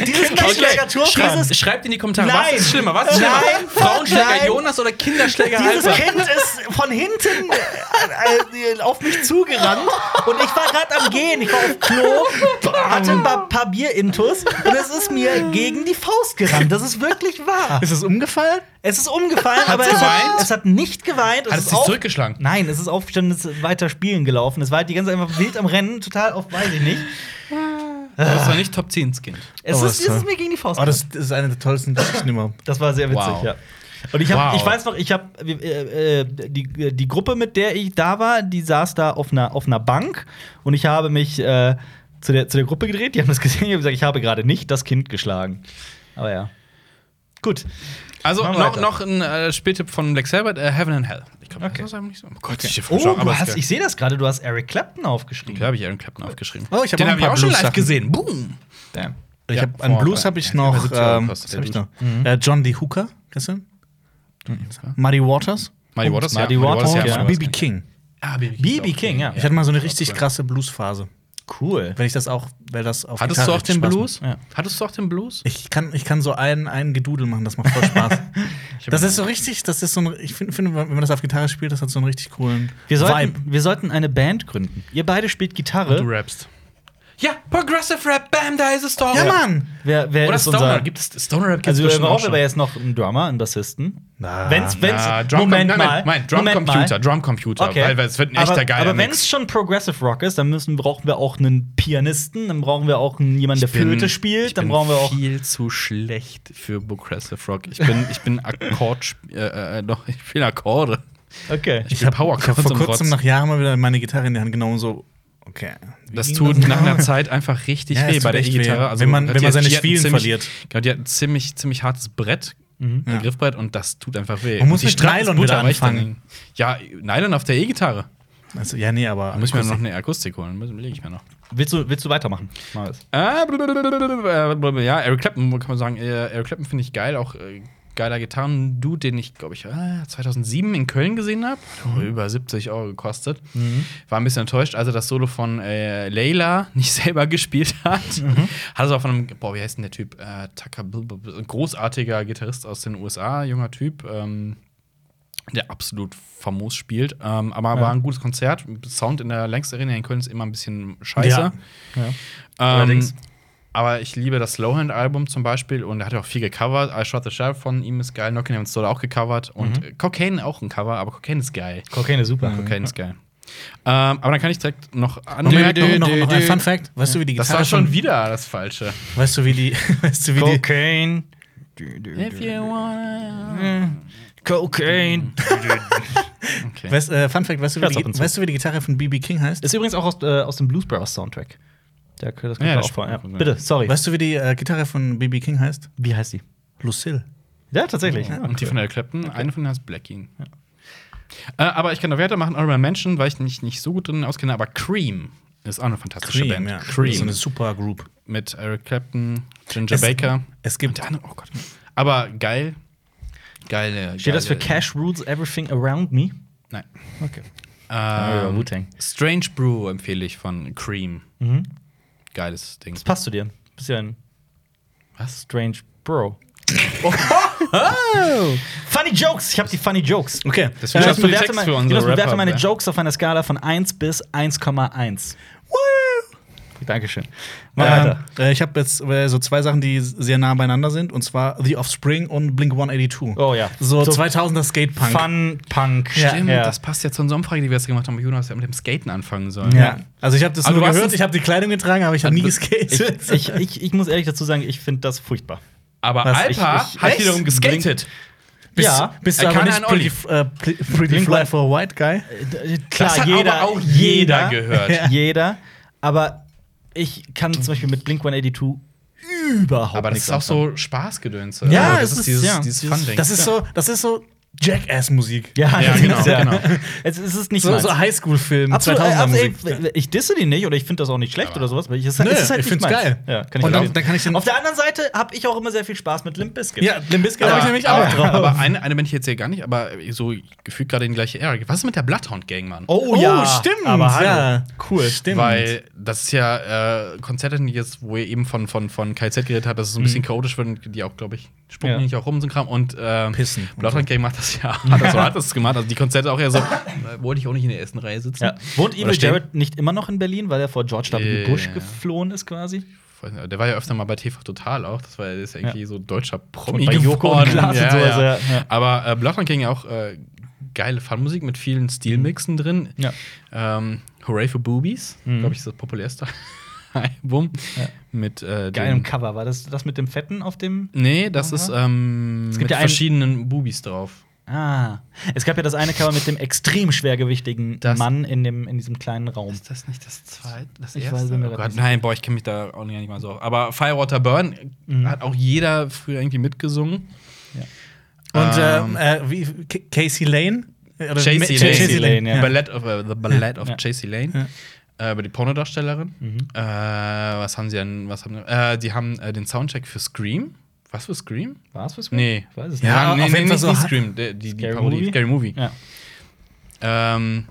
Ich, dieses Kinderschläger Schrei- dieses, schreibt in die Kommentare, Nein. was ist schlimmer? Was ist schlimmer? Nein. Frauenschläger Nein. Jonas oder Kinderschläger dieses Alper? Kind ist von hinten äh, äh, auf mich zugerannt und ich war gerade am Gehen. Ich war auf Klo, hatte ein paar, paar Bierintus und es ist mir gegen die Faust gerannt. Das ist wirklich wahr. Ist es umgefallen? Es ist umgefallen, aber es geweint? hat, es hat nicht geweint. Hat es ist dich auf- zurückgeschlagen? Nein, es ist aufgestanden, es ist weiter spielen gelaufen. Es war halt die ganze Zeit einfach wild am Rennen, total auf, weiß ich nicht. Das war nicht Top 10 Skin. Es, Oh, ist, was es war- ist mir gegen die Faust. Oh, das, das ist eine der tollsten Geschichten überhaupt. Das war sehr witzig, Wow. ja. Und ich, hab, Wow. ich weiß noch, ich habe äh, äh, die, die Gruppe, mit der ich da war, die saß da auf einer, auf einer Bank und ich habe mich äh, zu, der, zu der Gruppe gedreht, die haben das [LAUGHS] gesehen, ich habe gesagt, ich habe gerade nicht das Kind geschlagen. Aber ja. Gut. Also Machen wir noch, weiter. noch ein äh, Spieltipp von Black Sabbath, äh, Heaven and Hell. Ich glaube, Okay. das ist einfach nicht so. Oh Gott, ich Oh, du hast, ich sehe das gerade, du hast Eric Clapton aufgeschrieben. habe ich Aaron Clapton aufgeschrieben. Oh, ich hab Den auch ein habe ich paar auch schon live Blues-Sachen. gesehen. Boom! Damn. Ich Ja, hab, an vor- Blues habe ja, ich über noch, 70 Euro ähm, kostet was hab ich der noch? Äh, John D. Hooker, kennst du? Muddy Waters Mhm. Muddy Waters, Muddy ja. Waters, ja. ja. Muddy und Muddy B.B. Waters, King. Ah, B.B. B.B. ist auch King, ja. Ich hatte mal so eine Ja, richtig cool. krasse Blues-Phase. Cool. Wenn ich das auch, weil das auf Hattest Gitarre du auch richtig den Spaß Blues? macht. Ja. Hattest du auch den Blues? Ich kann, ich kann so einen, einen Gedudel machen, das macht voll [LAUGHS] Spaß. Ich hab- das ist so richtig, das ist so ein, ich finde, finde, wenn man das auf Gitarre spielt, das hat so einen richtig coolen Wir Vibe. sollten, wir sollten eine Band gründen. Ihr beide spielt Du Gitarre. rappst. Ja, Progressive Rap, bam, da ist es doch. Ja, Mann! Wer, wer Oder ist unser, Stoner. Gibt es Stoner Rap? also wir bestimmt auch brauchen schon. aber jetzt noch einen Drummer, einen Bassisten. Na, wenn's, wenn's, Ah, Drum Moment nein, mal. Nein, nein, Drum Moment mal. Computer, Drum Computer, weil es wird ein echter aber, geiler Aber wenn es Mix. schon Progressive Rock ist, dann müssen, brauchen wir auch einen Pianisten, dann brauchen wir auch einen, jemanden, der Flöte ich spielt, dann bin brauchen wir auch. viel zu schlecht für Progressive Rock. Ich bin ich bin Akkord äh, äh, doch ich bin Akkorde. Okay. Ich Ich bin habe Power hab Chords vor im kurzem Rotz. nach Jahren mal wieder meine Gitarre in die Hand genommen und so, okay. wie Das ging tut das nach genau? einer Zeit einfach richtig Ja, es weh tut bei der echt weh. E-Gitarre. Wenn man- die wenn man hat- seine die hat ein Schwielen ziemlich- verliert. Mhm. Genau, die hat ein ziemlich, ziemlich hartes Brett, ein Ja. Griffbrett, und das tut einfach weh. Man muss Und die mit Strat ist Nylon Butter, wieder aber ich dann- anfangen. Ja, Nylon auf der E-Gitarre. Also, ja, nee, aber. Da muss ich mir noch eine Akustik holen. Das überlege ich mir noch. Willst du, willst du weitermachen? Marius? Ah, blablabla, äh, blablabla, Ja, Eric Clapton kann man sagen. Äh, Eric Clapton finde ich geil, auch äh, geiler Gitarren-Dude, den ich, glaube ich, äh, 2007 in Köln gesehen habe. Hat auch Über 70 Euro gekostet. War ein bisschen enttäuscht, als er das Solo von äh, Layla [LAUGHS] nicht selber gespielt hat. Hat es auch von einem, boah, wie heißt denn der Typ? Äh, Tucker, blablabla, ein großartiger Gitarrist aus den USA, junger Typ. Ähm, der absolut famos spielt. Ähm, aber war ein gutes Konzert. Sound in der Längst Arena in Köln ist immer ein bisschen scheiße. Ja. Ja. Ähm, Allerdings. aber ich liebe das Slowhand-Album zum Beispiel und er hat ja auch viel gecovert. I Shot the Sheriff von ihm ist Mhm. geil, Knockin' on the Soul auch gecovert und äh, Cocaine auch ein Cover, aber Cocaine ist geil. Cocaine ist super. Cocaine ist geil. Ähm, aber dann kann ich direkt noch anmerken. noch, noch, noch- noch ein Fun Fact. Weißt du, wie die das Gitarre war schon von, wieder das Falsche. Weißt du, [LAUGHS] wie die. Weißt du, wie die Cocaine. Äh, Cocaine. Okay. weißt, äh, Fun Fact, weißt du, wie Hört's die, ab und zu. weißt du, wie die Gitarre von B.B. King heißt? Ist übrigens auch aus, äh, aus dem Blues Brothers Soundtrack. Der, das kommt Ja, ja, das auch vor. stimmt. Ja. Bitte, sorry. Weißt du, wie die äh, Gitarre von B.B. King heißt? Wie heißt die? Lucille. Ja, tatsächlich. Ja, Und die von der Clapton, eine von denen heißt Blackie. Äh, aber ich kann noch weitermachen, Honorable Mention, weil ich mich nicht so gut drin auskenne, aber Cream ist auch eine fantastische Band. ja. Cream. So eine super Group. mit Eric Clapton, Ginger Es- Baker. es gibt- Unter anderem- Oh Gott. Aber geil. Geile. Steht das für geile- Cash Rules Everything Around Me? Nein. Okay. Ah, Ähm, Wu-Tang. Strange Brew empfehle ich von Cream. Geiles Ding. Mhm. Das passt zu dir. Bist ja ein Was? strange Bro. Funny Jokes! Ich habe die Funny Jokes. [LAUGHS] Okay. Äh, Deswegen Jonas schaffst du die bewerte Text mein- für unsere Jonas bewerte Rapper, meine ja. Jokes auf einer Skala von 1 bis 1,1. Dankeschön. Mach Ähm, weiter. äh, ich habe jetzt äh, so zwei Sachen, die sehr nah beieinander sind, und zwar The Offspring und Blink 182. Oh ja. So, So 2000er Skatepunk. Fun Punk. Stimmt, ja. das passt ja zu unserer Umfrage, die wir jetzt gemacht haben. Jonas hat mit dem Skaten anfangen sollen. Ja. Also ich habe das Aber du nur hast gehört, es- ich habe die Kleidung getragen, aber ich habe nie Also, Ich, geskatet. [LAUGHS] ich, ich, ich muss ehrlich dazu sagen, ich finde das furchtbar. Aber Was, Alpa ich- ich- hat echt? wiederum geskatet. Bist, Ja. bist du Er aber kann nicht einen Olli. pretty, äh, pl- pretty Blink fly One- for a white guy? Klar, Äh, hat aber jeder, auch jeder gehört. Ja. Jeder. Aber ich kann zum Beispiel mit Blink 182 überhaupt Aber das nichts ist auch anfangen. so Spaßgedöns. Ja, Also, das es ist ist- dieses, ja, dieses dieses- Fun-Ding. Das ist so, das ist so Jackass-Musik. [LAUGHS] Ja, [LAUGHS] Ja, genau, ja. genau. Es, es ist nicht So, meins. so Highschool-Film, Absolut, äh, absolut, 2000er-Musik. ey, ich disse die nicht oder ich finde das auch nicht schlecht oder sowas. weil Ich, es, Nö, es ist halt ich nicht find's meins. geil. Ja, kann ich Und dann- verstehen. dann kann ich den- Auf der anderen Seite habe ich auch immer sehr viel Spaß mit Limp Bizkit. Ja, Limp Bizkit hab aber, ich nämlich auch aber, drauf. aber eine, eine Band ich jetzt hier gar nicht, aber so gefühlt gerade in die gleiche Ära. Was ist mit der Bloodhound Gang, Mann? Oh, ja. stimmt. Aber hallo. ja. Cool, stimmt. Weil das ist ja äh, Konzerte, die jetzt, wo ihr eben von, von, von KZ geredet habt, dass es so ein bisschen chaotisch wird und die auch, glaube ich, spucken Mhm. Ja. nicht auch rum, so ein Kram. Und ähm, Pissen. Bloodhound Gang macht das ja. [LAUGHS] Hat das, so hat das gemacht. Also die Konzerte auch [LAUGHS] eher so, äh, wollte ich auch nicht in der ersten Reihe sitzen. Ja. Wohnt Oder Evil stehen. Jared nicht immer noch in Berlin, weil er vor George W. Ja. Bush geflohen ist quasi? Ich weiß nicht, Der war ja öfter mal bei TV Total auch. Das war das ist ja irgendwie so deutscher Promi. Und bei Joko und geworden. Klaas und ja, sowas, ja. ja, ja. Aber äh, Bloodhound Gang ja auch äh, geile Funmusik mit vielen Stilmixen drin. Ja. Mhm. Ähm, Hooray for Boobies, glaube ich, ist das populärste [LAUGHS] Album. Mit äh, Geilem dem- Cover. War das das mit dem Fetten auf dem Nee, das ist ähm, gibt mit ja einen- verschiedenen Boobies drauf. Ah, es gab ja das eine Cover mit dem extrem schwergewichtigen Das- Mann in, dem, in diesem kleinen Raum. Ist das nicht das zweite? Das Ich erste? weiß es mir grad oh Gott, nicht. nein, boah, ich kenne mich da auch nicht mal so. auf. Aber Firewater Burn Mhm. hat auch jeder früher irgendwie mitgesungen. Und Ähm, ähm, äh, wie, K- Casey Lane? Oder Chasey Ma- Lane. Chasey Lane, ja. Ballad of, äh, the Ballad of Ja. Mhm. Chasey Lane. Äh, über die Pornodarstellerin. Äh, was haben sie denn? Was haben, sie- äh, die haben äh, den Soundcheck für Scream. Was für Scream? War es was? Nee. Weiß es Ja, nicht. nee, auf nee, jeden Fall nicht so- die Scream, die, die, die Scary Parodie, Movie? Scary Movie. Ja. Ähm,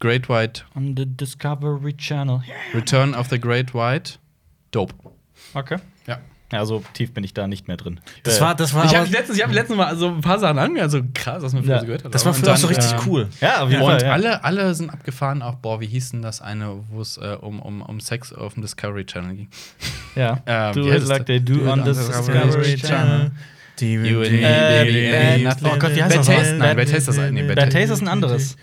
Great White, On the Discovery Channel. Return of the Great White, Dope. Okay. Ja. Ja, so tief bin ich da nicht mehr drin. Das Äh, war, das war, Ich habe Ah, aber- letztens, ich hab letztens mal so ein paar Sachen angehört, so krass, was man früher Ja. so gehört hat. das war Und früher auch so dann, richtig äh, cool. ja, auf jeden Und Fall. Ja. alle, alle sind abgefahren, auch, boah, wie hieß denn das eine, wo es äh, um, um, um Sex auf dem Discovery Channel ging? ja. Ähm, do wie it heißt like das? they do Do it on on the the Discovery Discovery Channel. Die, You and die- me, Äh, baby, äh, and me, nothing. oh Gott, wie heißt Bad das Taste? noch? Nein, Bad Taste ist das eine. Nee, Bad Bad Taste. Taste ist ein anderes.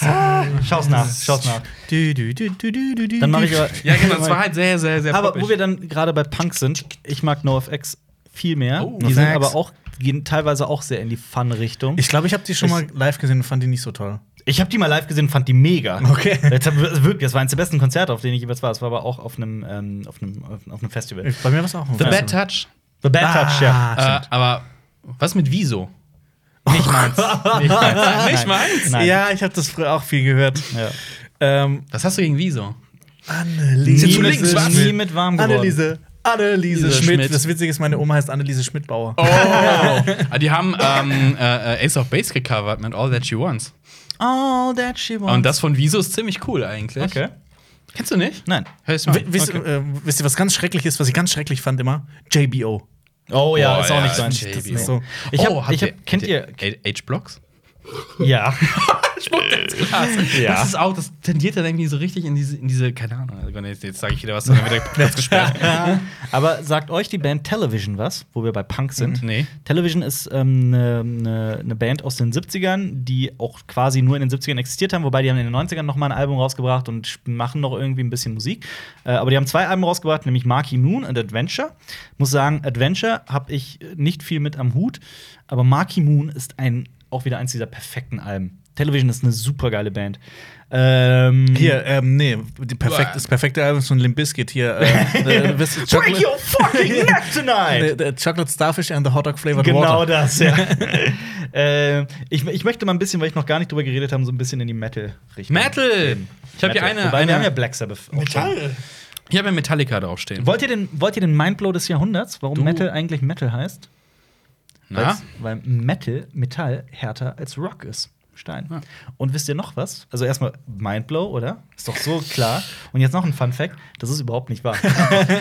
Ah, Schau's nach, [LAUGHS] schau's nach. Du, du, du, du, du, du, du. Dann mache ich aber. Ja, genau, das war halt sehr, sehr, sehr Aber poppig. wo wir dann gerade bei Punk sind, ich mag NoFX viel mehr. Oh, die sind NoFX. aber auch, gehen teilweise auch sehr in die Fun-Richtung. Ich glaube, ich habe die schon Ich- mal live gesehen und fand die nicht so toll. Ich habe die mal live gesehen, und fand die mega. Okay. [LAUGHS] Jetzt hab, also wirklich, das war eines der besten Konzerte, auf denen ich jeweils war. Es war aber auch auf einem, ähm, auf einem, auf auf einem Festival. Bei mir war es auch ein The Festival. Bad Touch. The Bad Ah, Touch, ja. Äh, aber was mit Wieso? [LAUGHS] Nicht meins. Nicht meins. Nicht meins. Nein. Ja, ich habe das früher auch viel gehört. ja. Ähm, Was hast du gegen Wieso? Anneliese. Sind zu links, Schmidt. was? nie mit warm geworden. Anneliese. Anneliese Diese Schmidt. Schmidt. Das Witzige ist, meine Oma heißt Anneliese Schmidt-Bauer. [LAUGHS] Oh. die haben ähm, äh, äh, Ace of Base gecovert mit All That She Wants. All that she wants. Und das von Wieso ist ziemlich cool eigentlich. Okay. Kennst du nicht? Nein. Hörst W- Wisst, äh, wisst ihr, was ganz schrecklich ist, was ich ganz schrecklich fand immer? JBO. Oh ja, ist auch nicht so ein das ist JBO. so. Ich hab, oh, habt ich hab, ihr, kennt habt H-Blocks? Ja. [LAUGHS] Spuckt ins Glas. [LAUGHS] Ja. Das ist auch, das tendiert dann irgendwie so richtig in diese, in diese keine Ahnung. Also, wenn jetzt, jetzt sage ich wieder was, dann wird der Platz gesperrt. Aber sagt euch die Band Television was, wo wir bei Punk sind? Nee. Television ist eine ähm, ne- ne- ne Band aus den 70ern, die auch quasi nur in den 70ern existiert haben, wobei die haben in den 90ern noch mal ein Album rausgebracht und sp- machen noch irgendwie ein bisschen Musik. Äh, aber die haben zwei Alben rausgebracht, nämlich Marky Moon und Adventure. Muss sagen, Adventure habe ich nicht viel mit am Hut, aber Marky Moon ist ein auch wieder eins dieser perfekten Alben. Television ist eine super geile Band. Ähm, Hier, ähm, nee, die perfekt, das perfekte Album ist von Limp Bizkit hier. [LAUGHS] Äh, the, Break your [LAUGHS] fucking neck tonight! the, the Chocolate Starfish and the Hot Dog Flavored Genau Water. das, ja. äh, ich, ich möchte mal ein bisschen, weil ich noch gar nicht drüber geredet habe, so ein bisschen in die Metal-Richtung. Metal! gehen. Ich habe hier Metal. eine. Wobei, wir haben ja eine Black Sabbath. auch schon. ich habe ja Metallica draufstehen. Wollt ihr, den, wollt ihr den Mindblow des Jahrhunderts, warum Du. Metal eigentlich Metal heißt? Na? Weil's- Weil Metal, Metall härter als Rock ist. Stein. Ja. Und wisst ihr noch was? Also erstmal Mindblow, oder? Ist doch so klar. Und jetzt noch ein Fun Fact: Das ist überhaupt nicht [LAUGHS] wahr.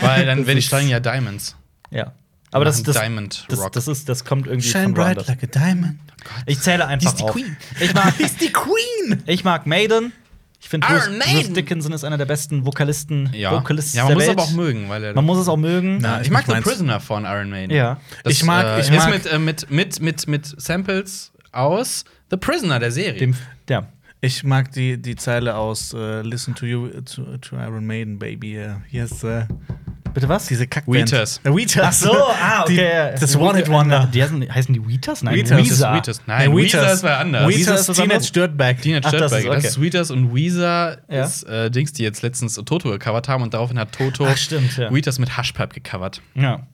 Weil dann werde ich sagen, ja, Diamonds. ja. Aber das, Machen das, Diamond das, Rock. das, ist, das kommt irgendwie Shine von bright woanders. like a diamond. Ich zähle einfach ist die auf. Queen. Ich mag, [LAUGHS] Die ist die Queen! Ich mag Maiden. Ich finde, Iron Bruce, Bruce Maiden. Dickinson ist einer der besten Vokalisten. Ja. Vocalists ja, man der muss es Welt. aber auch mögen, weil er. Man muss es auch mögen. Na, ich mag Ich The mein's. Prisoner von Iron Maiden. Ja. Ich mag- ich ist mag- Mit, äh, mit, mit, mit, mit Samples aus The Prisoner, der Serie. Dem, ja. Ich mag die, die Zeile aus äh, Listen to You äh, to, to Iron Maiden, Baby. äh, Hier ist äh, Bitte was? diese Kackband. Wheaters. Äh, Wheaters. Ach so, ah, okay. Die, ja. das One-Hit-Wonder. Die heißen, heißen die Weeters? Nein, Weezer. Weezer. Das ist Weezer. Nein, Weezer ist wer anders. Weezer Weezer ist was ist Teenage anderes. Dirtbag. Teenage Ach, Dirtbag. das Das ist- ist, okay. Weezer und Weezer Ja. ist äh, Dings, die jetzt letztens Toto gecovert haben und daraufhin hat Toto Ach, stimmt, ja. Weezers mit Hushpipe gecovert. Ja.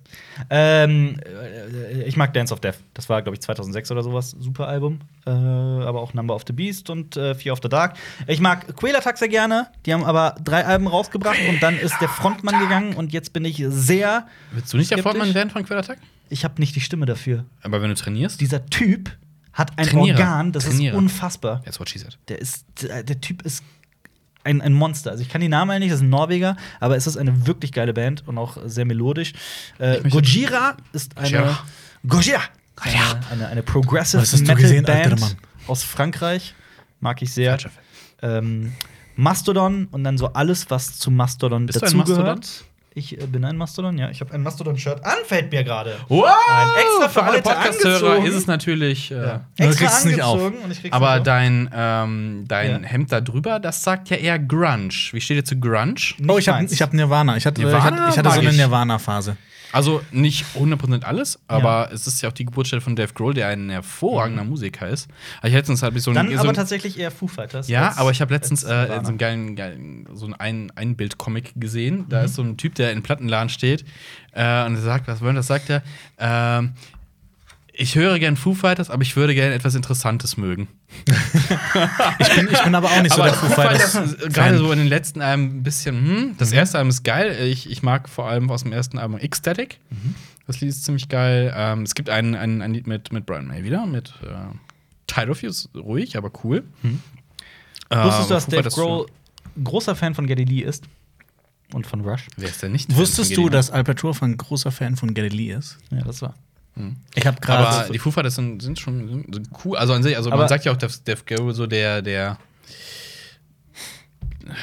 Ähm, äh, ich mag Dance of Death. Das war, glaube ich, 2006 oder sowas. Super Album. Äh, aber auch Number of the Beast und äh, Fear of the Dark. Ich mag Quail Attack sehr gerne. Die haben aber drei Alben rausgebracht und dann ist der Frontmann gegangen und jetzt bin ich sehr. Willst du nicht der Skeptisch? Frontmann werden von Quellattack? Ich habe nicht die Stimme dafür. Aber wenn du trainierst, Dieser Typ hat ein Trainiere. Organ, das Trainiere. ist unfassbar. that's what she said. Der, ist, der der Typ ist ein, ein Monster. Also ich kann die Namen halt nicht, das ist ein Norweger, aber es ist eine wirklich geile Band und auch sehr melodisch. Äh, möchte- Gojira ist eine. Gojira. Gojira! Eine, eine, eine Progressive Was hast du Metal gesehen, alter Band Mann? aus Frankreich. Mag ich sehr. Falscher Film. Ähm, Mastodon und dann so alles, was zu Mastodon Bist du ein Mastodon? dazugehört. Ich äh, bin ein Mastodon, ja. Ich habe ein Mastodon-Shirt an, fällt mir gerade. Wow! Ein extra für für alle heute Podcast-Hörer angezogen. ist es natürlich. Äh, Ja. Du kriegst es nicht auf. angezogen und ich krieg's Aber nicht auf. dein, ähm, dein Ja. Hemd da drüber, das sagt ja eher Grunge. Wie steht ihr zu Grunge? Oh, ich habe meins. ich hab Nirvana. Ich hatte, Nirvana ich hatte, ich hatte so mag eine ich. Nirvana-Phase. Also nicht 100% alles, aber es ist ja auch die Geburtsstätte von Dave Grohl, der ein hervorragender Musiker ist. Aber Ich hätte sonst halt so Mhm. Dann so aber tatsächlich eher Foo Fighters. Ja, als- aber ich habe letztens als äh, Nirvana. in so einem geilen, geilen so ein Einbild-Comic gesehen. Mhm. Da ist so ein Typ, der in einem Plattenladen steht äh, und er sagt, was wollen das? Sagt er, ähm, ich höre gern Foo Fighters, aber ich würde gern etwas Interessantes mögen. Ich bin, ich bin aber auch nicht so aber der Foo Fighters. äh, gerade so in den letzten Alben ein bisschen, hm, das Mhm. erste Album ist geil. Ich, ich mag vor allem aus dem ersten Album Ecstatic. Mhm. Das Lied ist ziemlich geil. Ähm, es gibt ein, ein, ein Lied mit, mit Brian May wieder, mit äh, Tide of You, ist ruhig, aber cool. Ähm, Mhm. Wusstest du, dass Foo Dave Fighters- Grohl großer Fan von Geddy Lee ist? Und von Rush? Wer ist denn nicht? Wusstest du, dass dass Albert Turfan ein großer Fan von Galilee ist? Ja, das war. Ich habe Hm. Aber gerade. die Foo Fighters sind, sind schon sind- sind cool. Also an sich, also Also- Aber- man sagt ja auch, dass Dave Grohl so der, der, der,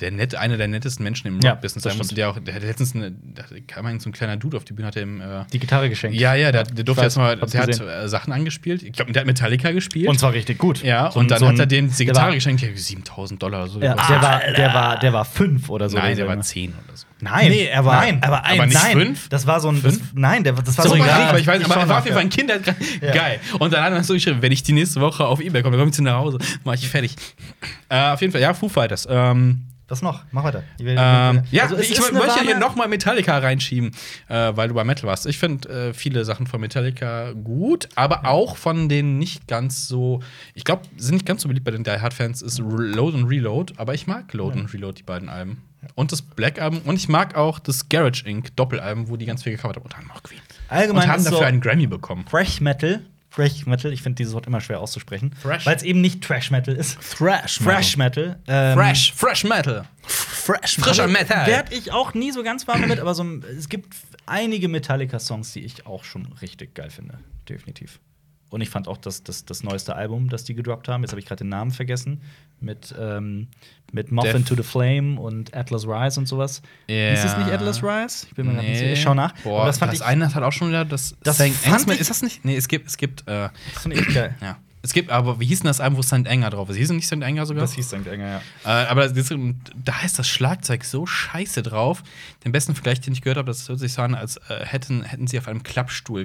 der nett, einer der nettesten Menschen im Ja, Rock-Business das sein muss. Der, auch, der hat letztens eine, da kam ein so ein kleiner Dude auf die Bühne, hat dem äh, Die Gitarre geschenkt. ja, ja, der, der durfte weiß, jetzt mal, hab's der hat gesehen. äh, Sachen angespielt. Ich glaube, der hat Metallica gespielt. Und zwar richtig gut. ja, So ein- und dann so hat er ein- dem die der Gitarre war- geschenkt, die hat 7000 Dollar oder so. Ja, gekostet. der, war, der, war, der war fünf oder so. Nein, der war Junge. 10 oder so. Nein, Nee, er war- nein, er war eins. Aber nicht nein, fünf? Das war so ein. Das, Fünf? nein, der, das war so, so ein. egal, Kind. aber ich weiß, aber schau er war nach, auf jeden Fall ein Kind, der hat gra- geil. Und dann hat er so geschrieben, wenn ich die nächste Woche auf Ebay komme, dann komme ich zu nach Hause, mache ich fertig. Äh, auf jeden Fall, ja, Foo Fighters. Ähm, ja. Was noch? Mach weiter. Ich will- ähm, ja, Also, es ich ist eine möchte hier warme- nochmal Metallica reinschieben, äh, weil du bei Metal warst. Ich finde äh, viele Sachen von Metallica gut, aber auch von denen nicht ganz so. Ich glaube, sind nicht ganz so beliebt bei den Die Hard Fans, ist Load und Reload, aber ich mag Load und Reload, die beiden Alben. Und das Black Album und ich mag auch das Garage Inc. Doppelalbum, wo die ganz viel gecovert haben. Und haben auch Queen. Allgemein und haben ist dafür so- einen Grammy bekommen. Fresh Metal. Fresh Metal, ich finde dieses Wort immer schwer auszusprechen. Thrash. Weil es eben nicht Trash Metal ist. Thrash. Fresh Metal. ähm, Fresh, Fresh Metal. Fresh. Frischer Metal. Werd ich auch nie so ganz warm mit, aber so, ein- es gibt einige Metallica-Songs, die ich auch schon richtig geil finde. Definitiv. Und ich fand auch das, das, das neueste Album, das die gedroppt haben. Jetzt habe ich gerade den Namen vergessen. Mit, ähm, mit Moth Def- into the Flame und Atlas Rise und sowas. Ja. Hieß es nicht Atlas Rise? Ich bin mir grad nicht sicher. Ich schau nach. Boah, Aber das das, fand ich eine hat auch schon wieder das. Das St. fand Engsman- ich- ist das nicht? Nee, es gibt, es gibt, äh, das fand ich echt geil. ja. Es gibt, aber wie hieß denn das Album, wo St. Enger drauf ist? Hieß es nicht St. Enger sogar? Das hieß St. Enger, ja. Äh, aber das, das- da ist das Schlagzeug so scheiße drauf. Den besten Vergleich, den ich gehört habe, das hört sich so an, als äh, hätten, hätten sie auf einem Klappstuhl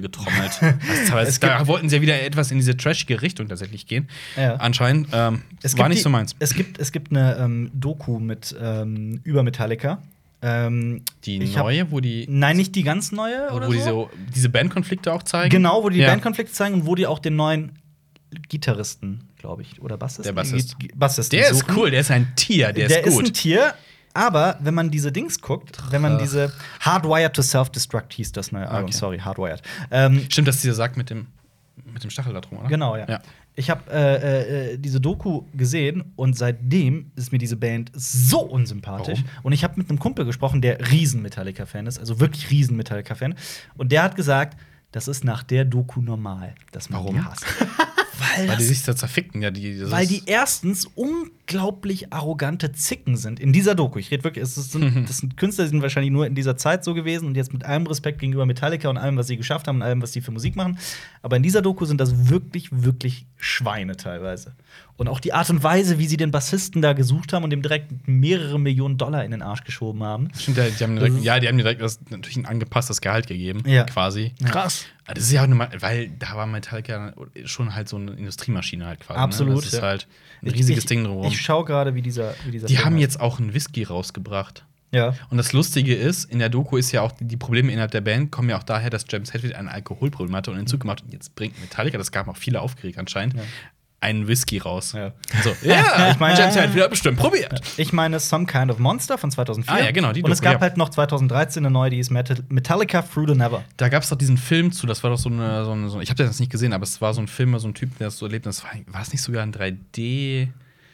[LAUGHS] getrommelt. das, aber es, Es gibt- da wollten sie ja wieder etwas in diese trashige Richtung tatsächlich gehen. Ja. Anscheinend ähm, war gibt nicht die- so meins. Es gibt, es gibt eine ähm, Doku mit ähm, über Metallica. Ähm, Die ich hab- neue, wo die, Nein, nicht die ganz neue. Oder wo die so. so, diese Bandkonflikte auch zeigen. Genau, wo die Ja. Bandkonflikte zeigen und wo die auch den neuen Gitarristen, glaube ich, oder Bassisten. Der Bassist. G- Bassisten Der ist suchen. cool, der ist ein Tier, der, Der ist ist, gut. ein Tier, aber wenn man diese Dings guckt, wenn man diese Hardwired to Self-Destruct hieß das neue Album, Okay. sorry, Hardwired. Ähm, Stimmt, dass dieser sagt mit dem, mit dem Stachel da drum, oder? Genau, ja. Ja. Ich habe äh, äh, diese Doku gesehen und seitdem ist mir diese Band so unsympathisch. Warum? Und ich habe mit einem Kumpel gesprochen, der riesen Metallica-Fan ist, also wirklich riesen Metallica-Fan. Und der hat gesagt, das ist nach der Doku normal, dass man Warum? die [LAUGHS] hasst. weil, Weil die das, sich da zerfickten, ja. Die, das weil ist- die erstens unglaublich arrogante Zicken sind in dieser Doku. Ich rede wirklich, es ist, [LAUGHS] sind, das sind Künstler, die sind wahrscheinlich nur in dieser Zeit so gewesen und jetzt mit allem Respekt gegenüber Metallica und allem, was sie geschafft haben und allem, was sie für Musik machen. Aber in dieser Doku sind das wirklich, wirklich Schweine teilweise. Und auch die Art und Weise, wie sie den Bassisten da gesucht haben und dem direkt mehrere Millionen Dollar in den Arsch geschoben haben. Stimmt, ja, die haben direkt, Das ist- ja, die haben direkt das, natürlich ein angepasstes Gehalt gegeben, Ähm. Ja. quasi. Krass. Aber Das ist ja auch nur, weil da war Metallica schon halt so eine Industriemaschine halt quasi. Absolut, Ne? Das ist ja. halt ein riesiges ich, Ding drumherum. Ich, ich schaue gerade, wie dieser, wie dieser. die Film haben heißt. jetzt auch einen Whisky rausgebracht. Ja. Und das Lustige ist, in der Doku ist ja auch, die- die Probleme innerhalb der Band kommen ja auch daher, dass James Hetfield ein Alkoholproblem hatte und Entzug gemacht und jetzt bringt Metallica, das gab auch viele aufgeregt anscheinend, einen Whisky raus. [LAUGHS] Ja. So, ja, Ich meine- James Hetfield hat bestimmt probiert. Ich meine Some Kind of Monster von 2004. Ah, ja, genau, die Und es Doku, gab ja. halt noch 2013 eine neue, die ist Metal- Metallica Through the Never. Da gab es doch diesen Film zu, das war doch so eine, so eine, so eine ich habe das nicht gesehen, aber es war so ein Film, so ein Typ, der das so erlebt hat. Das war, war es nicht sogar ein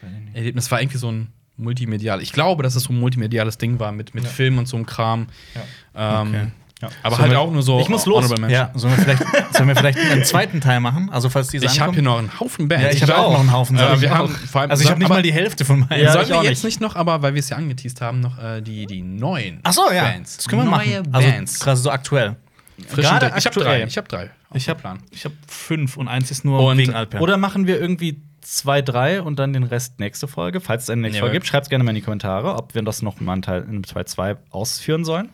3D-Erlebnis? war irgendwie so ein multimedial. Ich glaube, dass es so ein multimediales Ding war mit, mit Film und so einem Kram. Ähm, Okay. Ja. Aber So halt mit- auch nur so Ich muss los. honorable Mention. Ja, sollen wir vielleicht, sollen wir vielleicht einen zweiten Teil machen? Also, falls diese Ich habe hier ankommen? noch einen Haufen Bands. Ja, ich habe auch noch einen Haufen Äh, Sachen. wir Ich haben auch. vor allem also, ich habe nicht aber- mal die Hälfte von meinen. Ja, Sollen ich wir auch jetzt nicht. nicht. noch, aber weil wir es ja angeteased haben, noch äh, die, die neuen Ach so, ja. Bands. Das können wir Neue machen. Bands. Also, gerade so aktuell. Frisch gerade und- ich habe aktuell. drei. Ich habe drei. auf Ich dem hab- Plan. Ich habe fünf und eins ist nur Und- wegen Alper. Oder machen wir irgendwie zwei, drei und dann den Rest nächste Folge? Falls es eine nächste Nee, Folge aber- gibt, schreibt gerne mal in die Kommentare, ob wir das noch mal einen Teil in 2-2 ausführen sollen.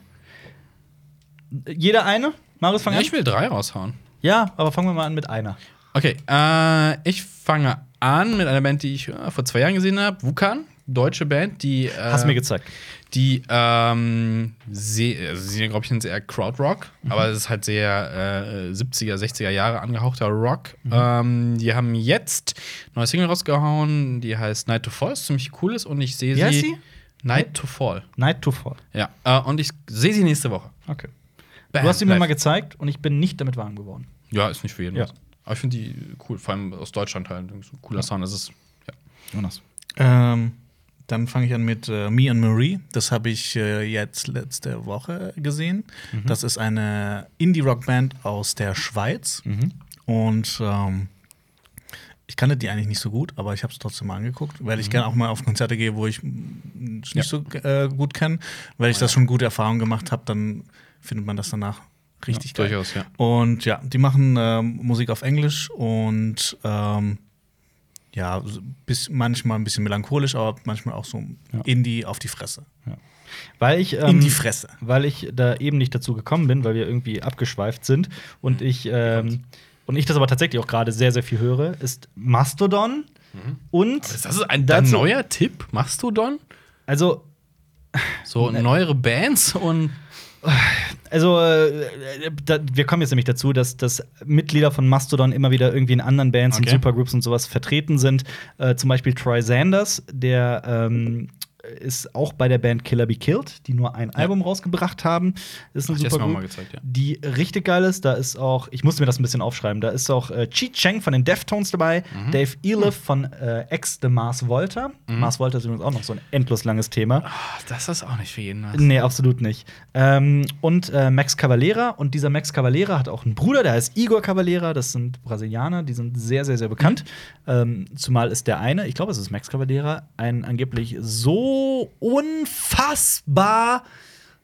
Jeder eine? Marius, fang Ja, an. ich will drei raushauen. Ja, aber fangen wir mal an mit einer. Okay, äh, ich fange an mit einer Band, die ich äh, vor zwei Jahren gesehen habe, Wukan, deutsche Band, die äh, Hast mir gezeigt. die ähm, sehr, also sie sind glaube ich ein sehr Crowdrock, Mhm. aber es ist halt sehr äh, 70er, 60er Jahre angehauchter Rock. Mhm. Ähm, die haben jetzt neue Single rausgehauen, die heißt Night to Fall, ist ziemlich cool ist und ich sehe Wie heißt sie sie? Night to Fall. Night to Fall. Ja, äh, und ich sehe sie nächste Woche. Okay. Bam, Du hast sie mir live. mal gezeigt und ich bin nicht damit warm geworden. Ja, ist nicht für jeden. Ja. was. Aber ich finde die cool, vor allem aus Deutschland halt, so ein cooler Sound, das ist ja. Jonas. Ähm, dann fange ich an mit äh, Me and Marie. Das habe ich äh, jetzt letzte Woche gesehen. Das ist eine Indie-Rock-Band aus der Schweiz. Mhm. Und ähm, ich kannte die eigentlich nicht so gut, aber ich habe es trotzdem mal angeguckt, weil ich Mhm. gerne auch mal auf Konzerte gehe, wo ich mm, es nicht Ja. so äh, gut kenne, weil Oh, ich das schon gute Erfahrungen gemacht habe, dann findet man das danach richtig geil. durchaus, ja. Und ja, die machen ähm, Musik auf Englisch und ähm, ja, so bis, manchmal ein bisschen melancholisch, aber manchmal auch so Indie auf die Fresse. Weil ich. ähm, In die Fresse. weil ich da eben nicht dazu gekommen bin, weil wir irgendwie abgeschweift sind und ich ähm, und ich das aber tatsächlich auch gerade sehr sehr viel höre, ist Mastodon Mhm. und Ist das ein dein dazu, neuer Tipp? Mastodon? also So neuere Bands und also äh, da, wir kommen jetzt nämlich dazu, dass, dass Mitglieder von Mastodon immer wieder irgendwie in anderen Bands und Okay. Supergroups und sowas vertreten sind. Äh, zum Beispiel Troy Sanders, der ähm, ist auch bei der Band Killer Be Killed, die nur ein Album rausgebracht haben. Ist ein Ach, die hast super du mir auch Group, mal gezeigt, ja. die richtig geil ist. Da ist auch, ich musste mir das ein bisschen aufschreiben, da ist auch äh, Cheat Cheng von den Deftones dabei, Mhm. Dave Eliff von äh, Ex The Mars Volta. Mars Volta ist übrigens auch noch so ein endlos langes Thema. ah, Das ist auch nicht für jeden was. Nee, absolut nicht. Ähm, und äh, Max Cavalera. Und dieser Max Cavalera hat auch einen Bruder, der heißt Igor Cavalera. Das sind Brasilianer, die sind sehr, sehr, sehr bekannt. Ähm, zumal ist der eine, ich glaube, es ist Max Cavalera, ein angeblich so unfassbar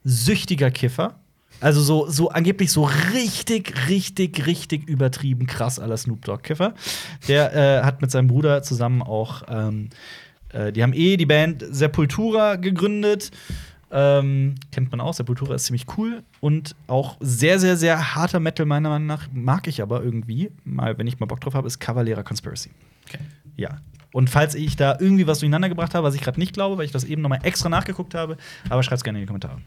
süchtiger Kiffer. Also so, so angeblich so richtig, richtig, richtig übertrieben krass aller Snoop Dogg-Kiffer. Der äh, hat mit seinem Bruder zusammen auch, ähm, äh, die haben eh die Band Sepultura gegründet. Ähm, kennt man auch, Sepultura ist ziemlich cool und auch sehr, sehr, sehr harter Metal meiner Meinung nach. Mag ich aber irgendwie, mal, wenn ich mal Bock drauf habe, ist Cavalera Conspiracy. Okay. Ja. Und falls ich da irgendwie was durcheinander gebracht habe, was ich gerade nicht glaube, weil ich das eben nochmal extra nachgeguckt habe, aber schreib's gerne in die Kommentare.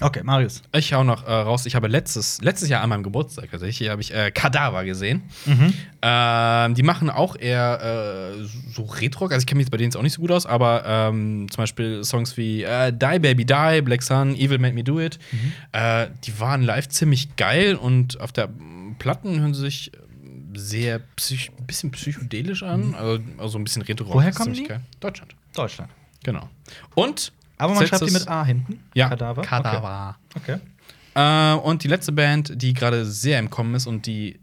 Okay, Marius. Ich hau noch äh, raus, ich habe letztes, letztes Jahr an meinem Geburtstag tatsächlich, habe ich äh, Kadaver gesehen. Mhm. Ähm, die machen auch eher äh, so Retro, also ich kenne mich jetzt bei denen jetzt auch nicht so gut aus, aber ähm, zum Beispiel Songs wie äh, Die Baby Die, Black Sun, Evil Made Me Do It, Mhm. äh, die waren live ziemlich geil und auf der mm, Platten hören sie sich ähm, sehr psych bisschen psychedelisch an, also, also ein bisschen Retro. Mhm. Woher ist kommen ziemlich die? Deutschland, Deutschland. genau. Und Aber man schreibt die letztes- mit A hinten. ja, Kadaver. Kadaver. Okay. okay. Äh, und die letzte Band, die gerade sehr im Kommen ist und die,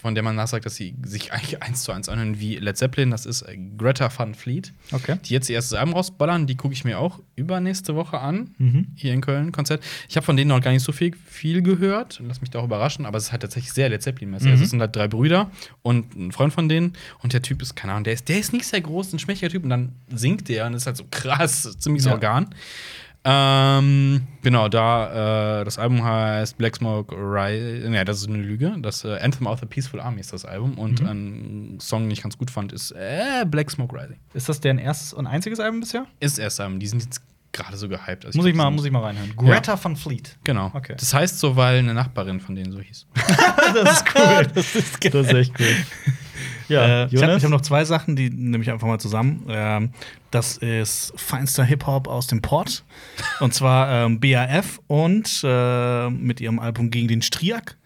von der man nachsagt, dass sie sich eigentlich eins zu eins anhören wie Led Zeppelin, das ist äh, Greta Van Fleet. Okay. Die jetzt ihr erstes Album rausballern, die gucke ich mir auch übernächste Woche an, Mhm. hier in Köln, Konzert. Ich habe von denen noch gar nicht so viel, viel gehört, lass mich da auch überraschen, aber es ist halt tatsächlich sehr Led Zeppelin-mäßig. Mhm. Also es sind halt drei Brüder und ein Freund von denen und der Typ ist, keine Ahnung, der ist, der ist nicht sehr groß, ein schmächtiger Typ und dann singt der und ist halt so krass, [LAUGHS] ziemliches Ja. Organ. Ähm, genau, da äh, das Album heißt Black Smoke Rise. Ne, das ist eine Lüge. Das äh, Anthem of the Peaceful Army ist das Album. Und Mhm. ein Song, den ich ganz gut fand, ist äh, Black Smoke Rising. Ist das deren erstes und einziges Album bisher? Ist das erste Album. Die sind jetzt gerade so gehypt. Also Muss ich, glaub, mal, die muss sind- ich mal reinhören. Ja. Greta van Fleet. [LAUGHS] Genau. Okay. Das heißt so, weil eine Nachbarin von denen so hieß. Das ist cool. Das ist, das ist echt cool. Ja, Äh, ich habe hab noch zwei Sachen, die nehme ich einfach mal zusammen. Ähm, das ist feinster Hip-Hop aus dem Port. und zwar ähm, BAF und äh, mit ihrem Album Gegen den Striak.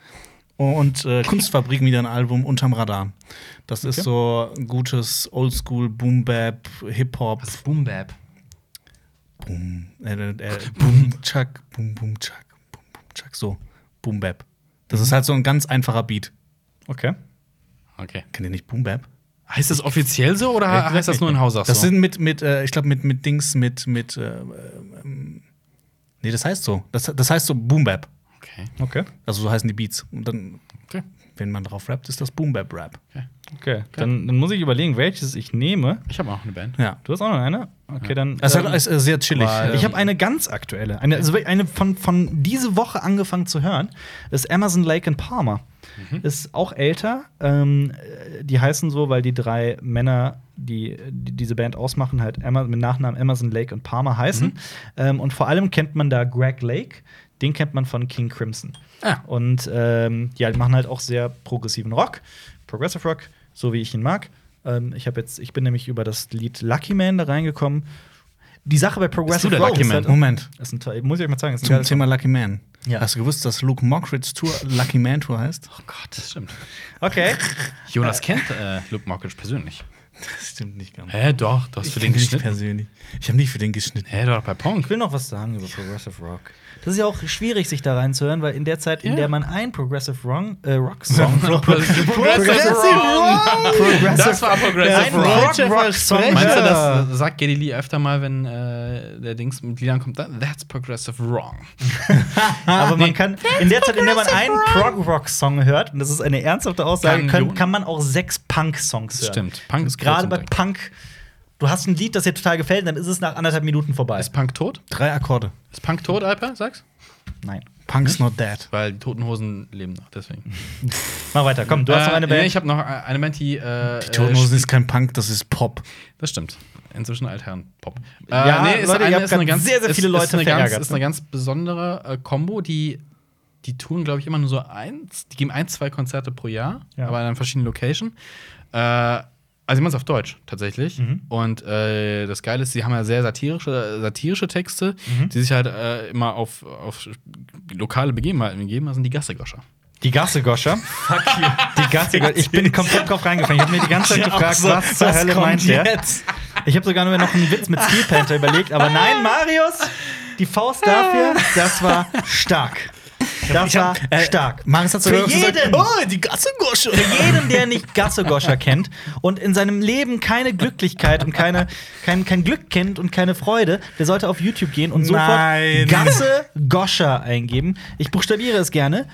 Und äh, Kunstfabrik wieder ein Album unterm Radar. Das ist so ein gutes Oldschool Boom Bap Hip-Hop. ist Boom Bap? Boom, äh, äh, boom, chuck, boom, boom, chuck, boom, boom, chuck. So, Boom Bap. Das ist halt so ein ganz einfacher Beat. okay. Okay. Kennt ihr nicht Boom Bap? Heißt das offiziell so oder Ehrlich heißt das nur in Hausach Das so? sind mit, mit äh, ich glaube, mit, mit Dings, mit, mit, äh, ähm, nee, das heißt so. Das, das heißt so Boom Bap. Okay. Okay. Also so heißen die Beats. Und dann, Okay. wenn man drauf rappt, ist das Boom Bap Rap. okay. Okay. Dann, dann muss ich überlegen, welches ich nehme. Ich habe auch eine Band. Ja. Du hast auch noch eine? Okay, dann. Das ähm, ist, halt, ist sehr chillig. weil- ich habe eine ganz aktuelle, eine, also wirklich eine von, von diese Woche angefangen zu hören, ist Amazon Lake and Palmer. Ist auch älter. Ähm, die heißen so, weil die drei Männer, die, die diese Band ausmachen, halt Emma, mit Nachnamen Amazon Lake und Palmer heißen. Ähm, und vor allem kennt man da Greg Lake. Den kennt man von King Crimson. Ah. Und ähm, ja, die machen halt auch sehr progressiven Rock, Progressive Rock, so wie ich ihn mag. Ähm, ich, hab jetzt, ich bin nämlich über das Lied Lucky Man da reingekommen. Die Sache bei Bist du Progressive der Rock Lucky ist Man? halt, Moment. ist ein, toll- muss ich euch mal sagen, ist ein Zum geiles Thema Lucky Man. Ja. Hast du gewusst, dass Luke Mockridge Tour Lucky Man Tour heißt? Oh Gott, das stimmt. Okay. Jonas kennt äh, Luke Mockridge persönlich. Das stimmt nicht ganz. Hä, doch, du hast Ich für den kenne nicht geschnitten. persönlich. Ich habe nicht für den geschnitten. Hä, doch bei Punk. Ich will noch was sagen über Progressive Rock. Das ist ja auch schwierig, sich da reinzuhören, weil in der Zeit, in Ja. der man ein Progressive Wrong, äh, [LAUGHS] Rock Song Progressive Wrong! Das Progressive war Progressive Ein Rock. Rock. deutscher Rock Song. Meinst du, Ja. das sagt Geddy Lee öfter mal, wenn äh, der Dings mit Liedern kommt? "That- That's Progressive Wrong. Aber man kann, in der Zeit, in der man einen Prog-Rock-Song hört, und das ist eine ernsthafte Aussage, Kann kann, Jon- kann man auch sechs Punk-Songs hören. Stimmt. Punk ist Gerade bei Punk. Punk, du hast ein Lied, das dir total gefällt, dann ist es nach anderthalb Minuten vorbei. Ist Punk tot? Drei Akkorde. Ist Punk tot, Alper? Sag's? Nein. Punk's not dead. Weil die toten Hosen leben noch, deswegen. Mach weiter, komm, du hast noch eine Äh, Band. nee, ich habe noch äh, eine Band, die. Äh, Die Toten Hosen ist kein Punk, das ist Pop. äh, das stimmt. Inzwischen Altherren-Pop. Äh, Ja, Leute, ihr habt grad sehr, sehr viele ist, Leute ist eine ganz, verärgert, ist eine ganz besondere äh, Kombo, die. Die tun, glaube ich, immer nur so eins. Die geben ein, zwei Konzerte pro Jahr, Ja. aber in einer verschiedenen Location. Äh, Also sie machen es auf Deutsch tatsächlich. Mhm. Und äh, das Geile ist, sie haben ja sehr satirische, satirische Texte, Mhm. die sich halt äh, immer auf, auf lokale Begebenheiten begeben. Das sind die Gassegoscher. Die Gassegoscher. [LAUGHS] Fuck you. Die Gassegoscher. Ich bin komplett drauf reingefallen. Ich habe mir die ganze Zeit gefragt, was zur Hölle meint der? jetzt? Ich habe sogar nur noch einen Witz mit Steel Panther überlegt, aber nein, Marius, die Faust dafür, das war stark. Das war stark. Marius hat sogar äh, Für gesagt, jeden. oh, die Gassengosche. Für jeden, der nicht Gassogoscha kennt und in seinem Leben keine Glücklichkeit und keine, kein, kein Glück kennt und keine Freude, der sollte auf YouTube gehen und Nein. sofort Gassegoscha eingeben. Ich buchstabiere es gerne.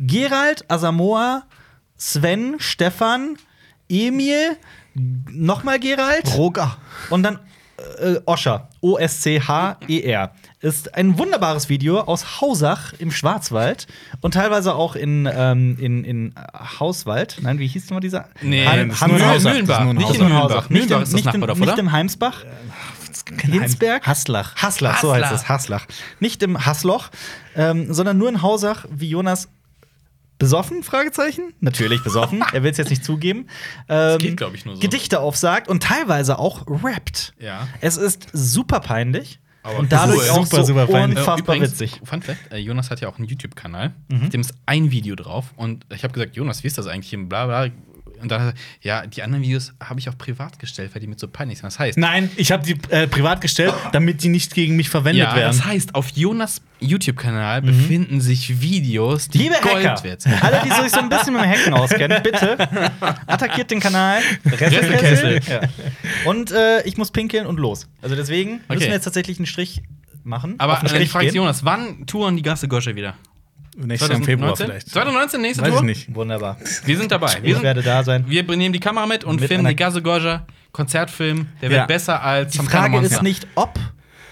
Gerald, Asamoah, Sven, Stefan, Emil, nochmal Gerald. Roger. Und dann äh, Oscher, O-S-C-H-E-R. E Ist ein wunderbares Video aus Hausach im Schwarzwald und teilweise auch in, ähm, in, in Hauswald. Nein, wie hieß nochmal dieser? Nee, Han- das ist nur in Hansach. Hausach. Mühlenbach. Nicht Nicht in in Hausach. Nicht Mühlenbach. im- Mühlenbach ist das nicht im- Nachbarort, oder? Nicht im Heimsbach. Hinsberg? Haslach. Haslach, so heißt Haslach. es. Haslach. Nicht im Hassloch, ähm, sondern nur in Hausach, wie Jonas. Besoffen? Fragezeichen? Natürlich besoffen. er will es jetzt nicht zugeben. [LAUGHS] Ähm, geht, glaub ich, nur so. Gedichte aufsagt und teilweise auch rappt. Ja. Es ist super peinlich. Aber und dadurch cool. auch Super, so super peinlich. unfassbar Übrigens, witzig. Fun Fact: äh, Jonas hat ja auch einen YouTube-Kanal, auf dem ist ein Video drauf. Und ich habe gesagt, Jonas, wie ist das eigentlich? Und bla bla. Und dann hat er, ja, die anderen Videos habe ich auch privat gestellt, weil die mir so peinlich sind. Das heißt, Nein, ich habe die äh, privat gestellt, damit die nicht gegen mich verwendet ja, werden. das heißt, auf Jonas YouTube-Kanal befinden sich Videos, die Liebe Gold Hacker, [LAUGHS] wert sind. alle, die sich so ein bisschen mit dem Hacken auskennen, bitte attackiert den Kanal. Resselkessel. Ja. Und äh, ich muss pinkeln und los. Also deswegen müssen Okay. wir jetzt tatsächlich einen Strich machen. Aber Auf einen äh, ich Strich frage jetzt gehen. Jonas, wann touren die Gasse Gosche wieder? Nächstes Jahr im Februar vielleicht. 2019, nächste Weiß ich Tour? nicht. Wunderbar. Wir sind dabei. Wir, Ich sind, werde da sein. wir nehmen die Kamera mit und Mit filmen einer- die Gasse Gosche Konzertfilm. Der Ja. wird besser als Die Some Frage Kind of ist Monster. nicht, ob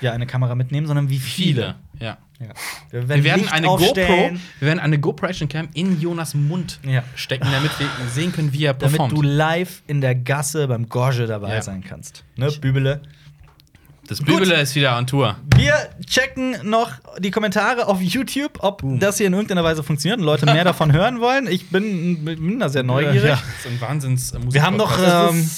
wir eine Kamera mitnehmen, sondern wie viele. viele. Ja. Ja. Wir Wir werden, Licht eine GoPro, aufstellen. wir werden eine GoPro Action Cam in Jonas Mund Ja. stecken, damit wir sehen können, wie er damit performt. du live in der Gasse beim Gorge dabei Ja. sein kannst. Ne, Bübele? das Bübele ist wieder on Tour. Wir checken noch die Kommentare auf YouTube, ob Hm. das hier in irgendeiner Weise funktioniert und Leute [LAUGHS] mehr davon hören wollen. Ich bin, bin da sehr neugierig. Ja. Ja, Das ist ein Wahnsinns äh, Wir haben noch ähm,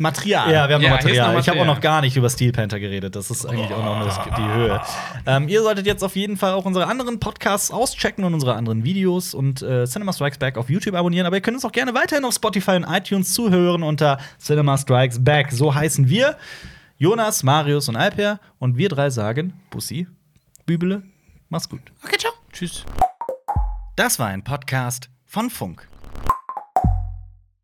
Material. wir haben Ja, noch hier ist Material. noch Ich habe auch Material. noch gar nicht über Steel Panther geredet. Das ist eigentlich auch noch das, die Höhe. Ähm, ihr solltet jetzt auf jeden Fall auch unsere anderen Podcasts auschecken und unsere anderen Videos und äh, Cinema Strikes Back auf YouTube abonnieren. Aber ihr könnt uns auch gerne weiterhin auf Spotify und iTunes zuhören unter Cinema Strikes Back. So heißen wir. Jonas, Marius und Alper. Und wir drei sagen Bussi, Bübele, mach's gut. Okay, ciao. Tschüss. Das war ein Podcast von Funk.